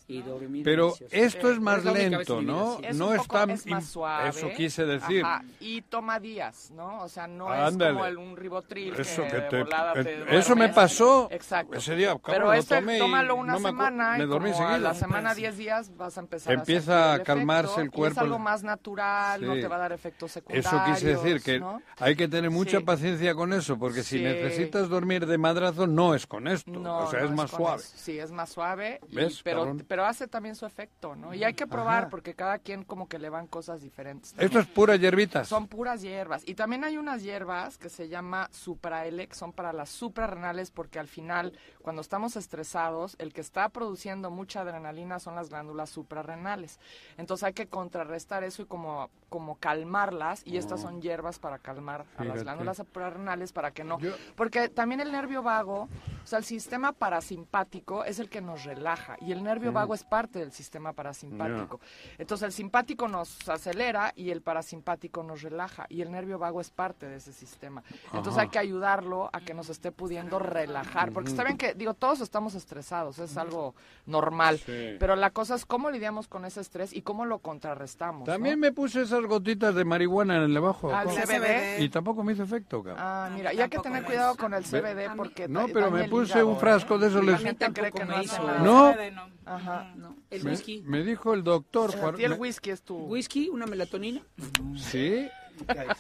B: Y dormí
E: Pero
B: delicioso.
E: esto es más
B: la única vez
E: lento,
B: en mi vida,
E: ¿no?
B: sí.
S: Es
E: no
S: un
E: es
S: poco-
E: tan
S: es más
E: im-
S: suave.
E: Eso quise decir.
S: Ajá, Y toma días, ¿no? O sea, no es
E: Ándale.
S: como el, un ribotril
E: Eso
S: que,
E: que
S: de
E: te-
S: volada te
E: eh, eso me
S: duermes.
E: pasó
S: Exacto.
E: ese día, cabrón,
S: Pero
E: lo
S: este,
E: tomé y
S: tómalo una
E: no me acu-
S: semana y
E: me dormí
S: como a
E: seguido.
S: la semana 10 días vas a empezar
E: Empieza
S: a, sentir
E: a calmarse
S: efecto
E: el
S: y
E: cuerpo.
S: es algo más natural, no
E: Sí.
S: te va a dar efectos secundarios.
E: Eso quise decir que
S: ¿no?
E: hay que tener mucha
S: Sí.
E: paciencia con eso, porque
S: Sí.
E: si necesitas dormir de madrazo, no es con esto.
S: No,
E: o sea,
S: no,
E: es más
S: con
E: suave.
S: eso. Sí, es más suave, y-
E: ¿Ves,
S: pero,
E: cabrón?
S: pero hace también su efecto, ¿no? Y hay que probar
E: Ajá.
S: porque cada quien como que le van cosas diferentes.
E: Esto es pura hierbita.
S: Son puras hierbas. Y también hay unas hierbas que se llama supraele, que son para las suprarrenales, porque al final, cuando estamos estresados, el que está produciendo mucha adrenalina son las glándulas suprarrenales. Entonces hay que contrarrestar eso y como, como calmarlas. Y estas
B: Oh.
S: son hierbas para calmar a las
B: Fíjate.
S: glándulas suprarrenales para que no. Porque también el nervio vago, o sea, el sistema parasimpático es el que nos relaja. Y el nervio
B: Mm.
S: vago es parte del sistema parasimpático. Entonces el simpático nos acelera y el parasimpático nos relaja y el nervio vago es parte de ese sistema. Entonces
B: Ajá.
S: hay que ayudarlo a que nos esté pudiendo relajar, porque está bien que digo todos estamos estresados, es algo normal,
E: Sí.
S: pero la cosa es cómo lidiamos con ese estrés y cómo lo contrarrestamos. ¿no?
E: También me puse esas gotitas de marihuana en el abajo.
S: Al
E: ¿cómo?
S: CBD.
E: Y tampoco me hizo efecto, cabrón.
S: Ah, mira, y hay que tener cuidado con el
E: Ve-
S: CBD porque
E: No,
S: ta-
E: pero
S: daña
E: me
S: el
E: puse
S: hígado,
E: un frasco
S: ¿eh?
E: de esos,
S: La
E: les-
S: gente cree que
B: Tampoco
S: no
B: me
S: hace
B: hizo.
S: nada.
E: No.
S: Ajá.
B: El
E: me,
B: whisky.
E: me dijo el doctor.
B: A
E: Juan-
B: ti el
E: me-
S: whisky es tu...
B: ¿Whisky? ¿Una melatonina?
E: Sí.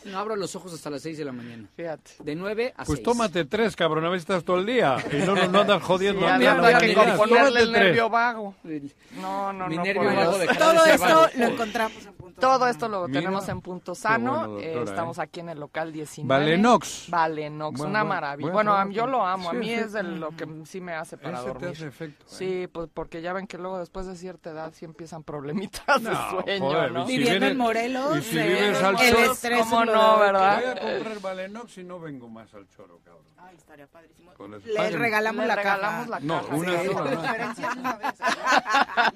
B: No abro los ojos hasta las 6 de la mañana.
S: Fíjate.
B: De 9 a 6.
E: Pues tómate tres, cabrón, a ver si estás todo el día. Y no, no, no andas jodiendo.
B: Sí,
E: a
B: ya
E: mí a
B: no
E: la
B: hay que
E: humanidad.
B: componerle
E: Tómate
B: el
E: tres.
S: nervio vago. No, no,
B: Mi
S: no.
B: nervio
S: por
B: vago
S: Dios.
B: dejará de ser vago.
S: encontramos en punto. Todo esto lo
E: Mira,
S: tenemos en Punto Sano.
E: bueno,
S: eh,
E: doctora,
S: estamos aquí en el local 19.
E: Valenox.
S: Valenox,
E: Buen-
S: una
E: buen-
S: maravilla.
E: buen
S: Bueno, a mí-
E: trabajo.
S: yo lo amo.
E: Sí,
S: a mí
E: ese-
S: es de lo que sí me hace para
E: Ese te
S: dormir.
E: hace efecto, ¿eh?
S: Sí, pues porque ya ven que luego después de cierta edad sí empiezan problemitas
E: No,
S: de sueño,
E: joder,
S: ¿no?
E: y si Viviendo en vienes- Morelos, y si eh, vives al
S: el
E: sur-
S: estrés,
E: ¿cómo
S: ¿cómo
E: no,
S: no, verdad?
E: Voy a comprar Valenox y no vengo más al choro, cabrón.
D: Ay, estaría padrísimo.
E: Con eso.
D: Le
E: Pásenme.
D: regalamos
S: Le
D: la
S: regalamos
D: caja.
S: la No, caja, una sí. sola,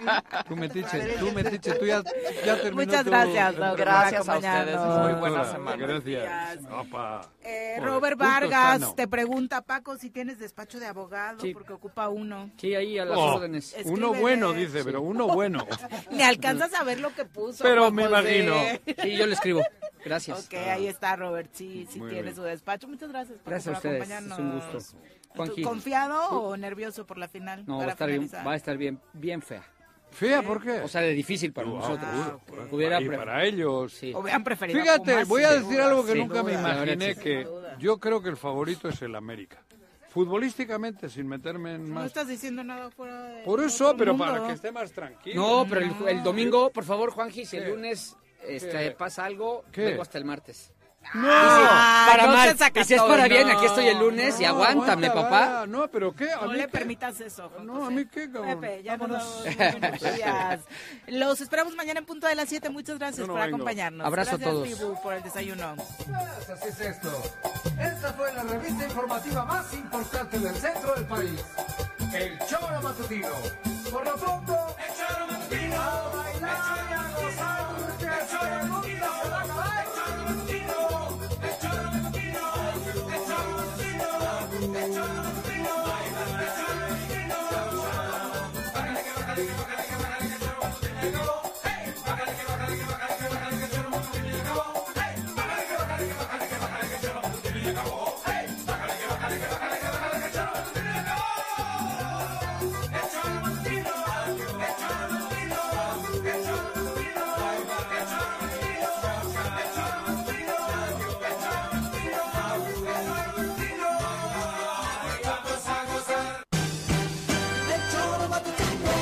S: ¿no? [LAUGHS]
E: Tú me tiches, tú me tiches, tú ya, ya terminó
D: Muchas
E: tu-
D: gracias, doctor,
S: Gracias
D: por
S: a ustedes,
D: acompañarnos.
S: muy buena
E: Doctora,
S: semana.
E: Gracias. Opa.
D: Eh,
E: Por
D: Robert
S: ah,
E: punto
D: Vargas
E: sano.
D: te pregunta, Paco, si tienes despacho de abogado,
B: Sí.
D: porque ocupa uno.
B: Sí, ahí a las
E: Oh,
B: órdenes.
E: Uno bueno, dice, pero uno bueno.
D: Ni alcanzas a ver lo que puso.
B: Pero
D: Juan
B: me
D: José.
B: imagino. Sí, yo le escribo. Gracias.
D: Ok, ahí está Robert, sí, sí
B: Muy
D: tiene
B: bien.
D: su despacho. Muchas gracias Paco,
B: Gracias a
D: por
B: ustedes.
D: acompañarnos.
B: Es un gusto. Juanji.
D: ¿Tú ¿Confiado o nervioso por la final?
B: No, va
D: para
B: a estar bien,
D: finalizar?
B: va a estar bien, bien fea.
E: ¿Fea por qué?
B: O sea, de difícil para
E: Ah,
B: nosotros.
E: bueno,
B: Hubiera
E: y
B: pre-
E: para ellos.
B: Sí.
D: Hubieran preferido a
E: Fíjate,
D: Pumas,
E: voy
D: sin
E: a decir
D: duda,
E: algo que
B: sin
E: nunca me
B: duda. La verdad
E: imaginé
B: que sí.
E: que
B: Sin duda.
E: yo creo que el favorito es el América. Futbolísticamente, sin meterme en
D: No
E: más.
D: estás diciendo nada fuera de...
E: Por eso,
D: otro
E: pero
D: mundo.
E: para que esté más tranquilo.
B: No, pero el, el domingo, por favor, Juanji, si el
E: ¿Qué?
B: lunes este,
E: ¿Qué?
B: pasa algo,
E: ¿Qué?
B: vengo hasta el martes.
E: No,
B: Y si- para
D: no
B: mal.
D: te sacas
B: Y si es para
D: todo,
B: bien,
D: no,
B: aquí estoy el lunes y
E: No,
B: aguántame,
E: aguanta,
B: papá.
E: va. No, pero ¿qué? A
D: No
E: mí
D: le
E: qué-
D: permitas eso, Juan
E: No,
D: José.
E: a mí qué, cabrón.
D: Pepe, ya nos
E: Vámonos.
D: damos gracias. Los esperamos mañana en punto de las 7. Muchas gracias
E: Yo no
D: por
E: vengo.
D: acompañarnos.
B: Abrazo a
D: gracias,
B: todos.
D: Pibu, por el desayuno.
T: Así es esto. Esta fue la revista informativa más importante del centro del país. El Choro Matutino. Por lo pronto, el Choro Matutino. A bailar y a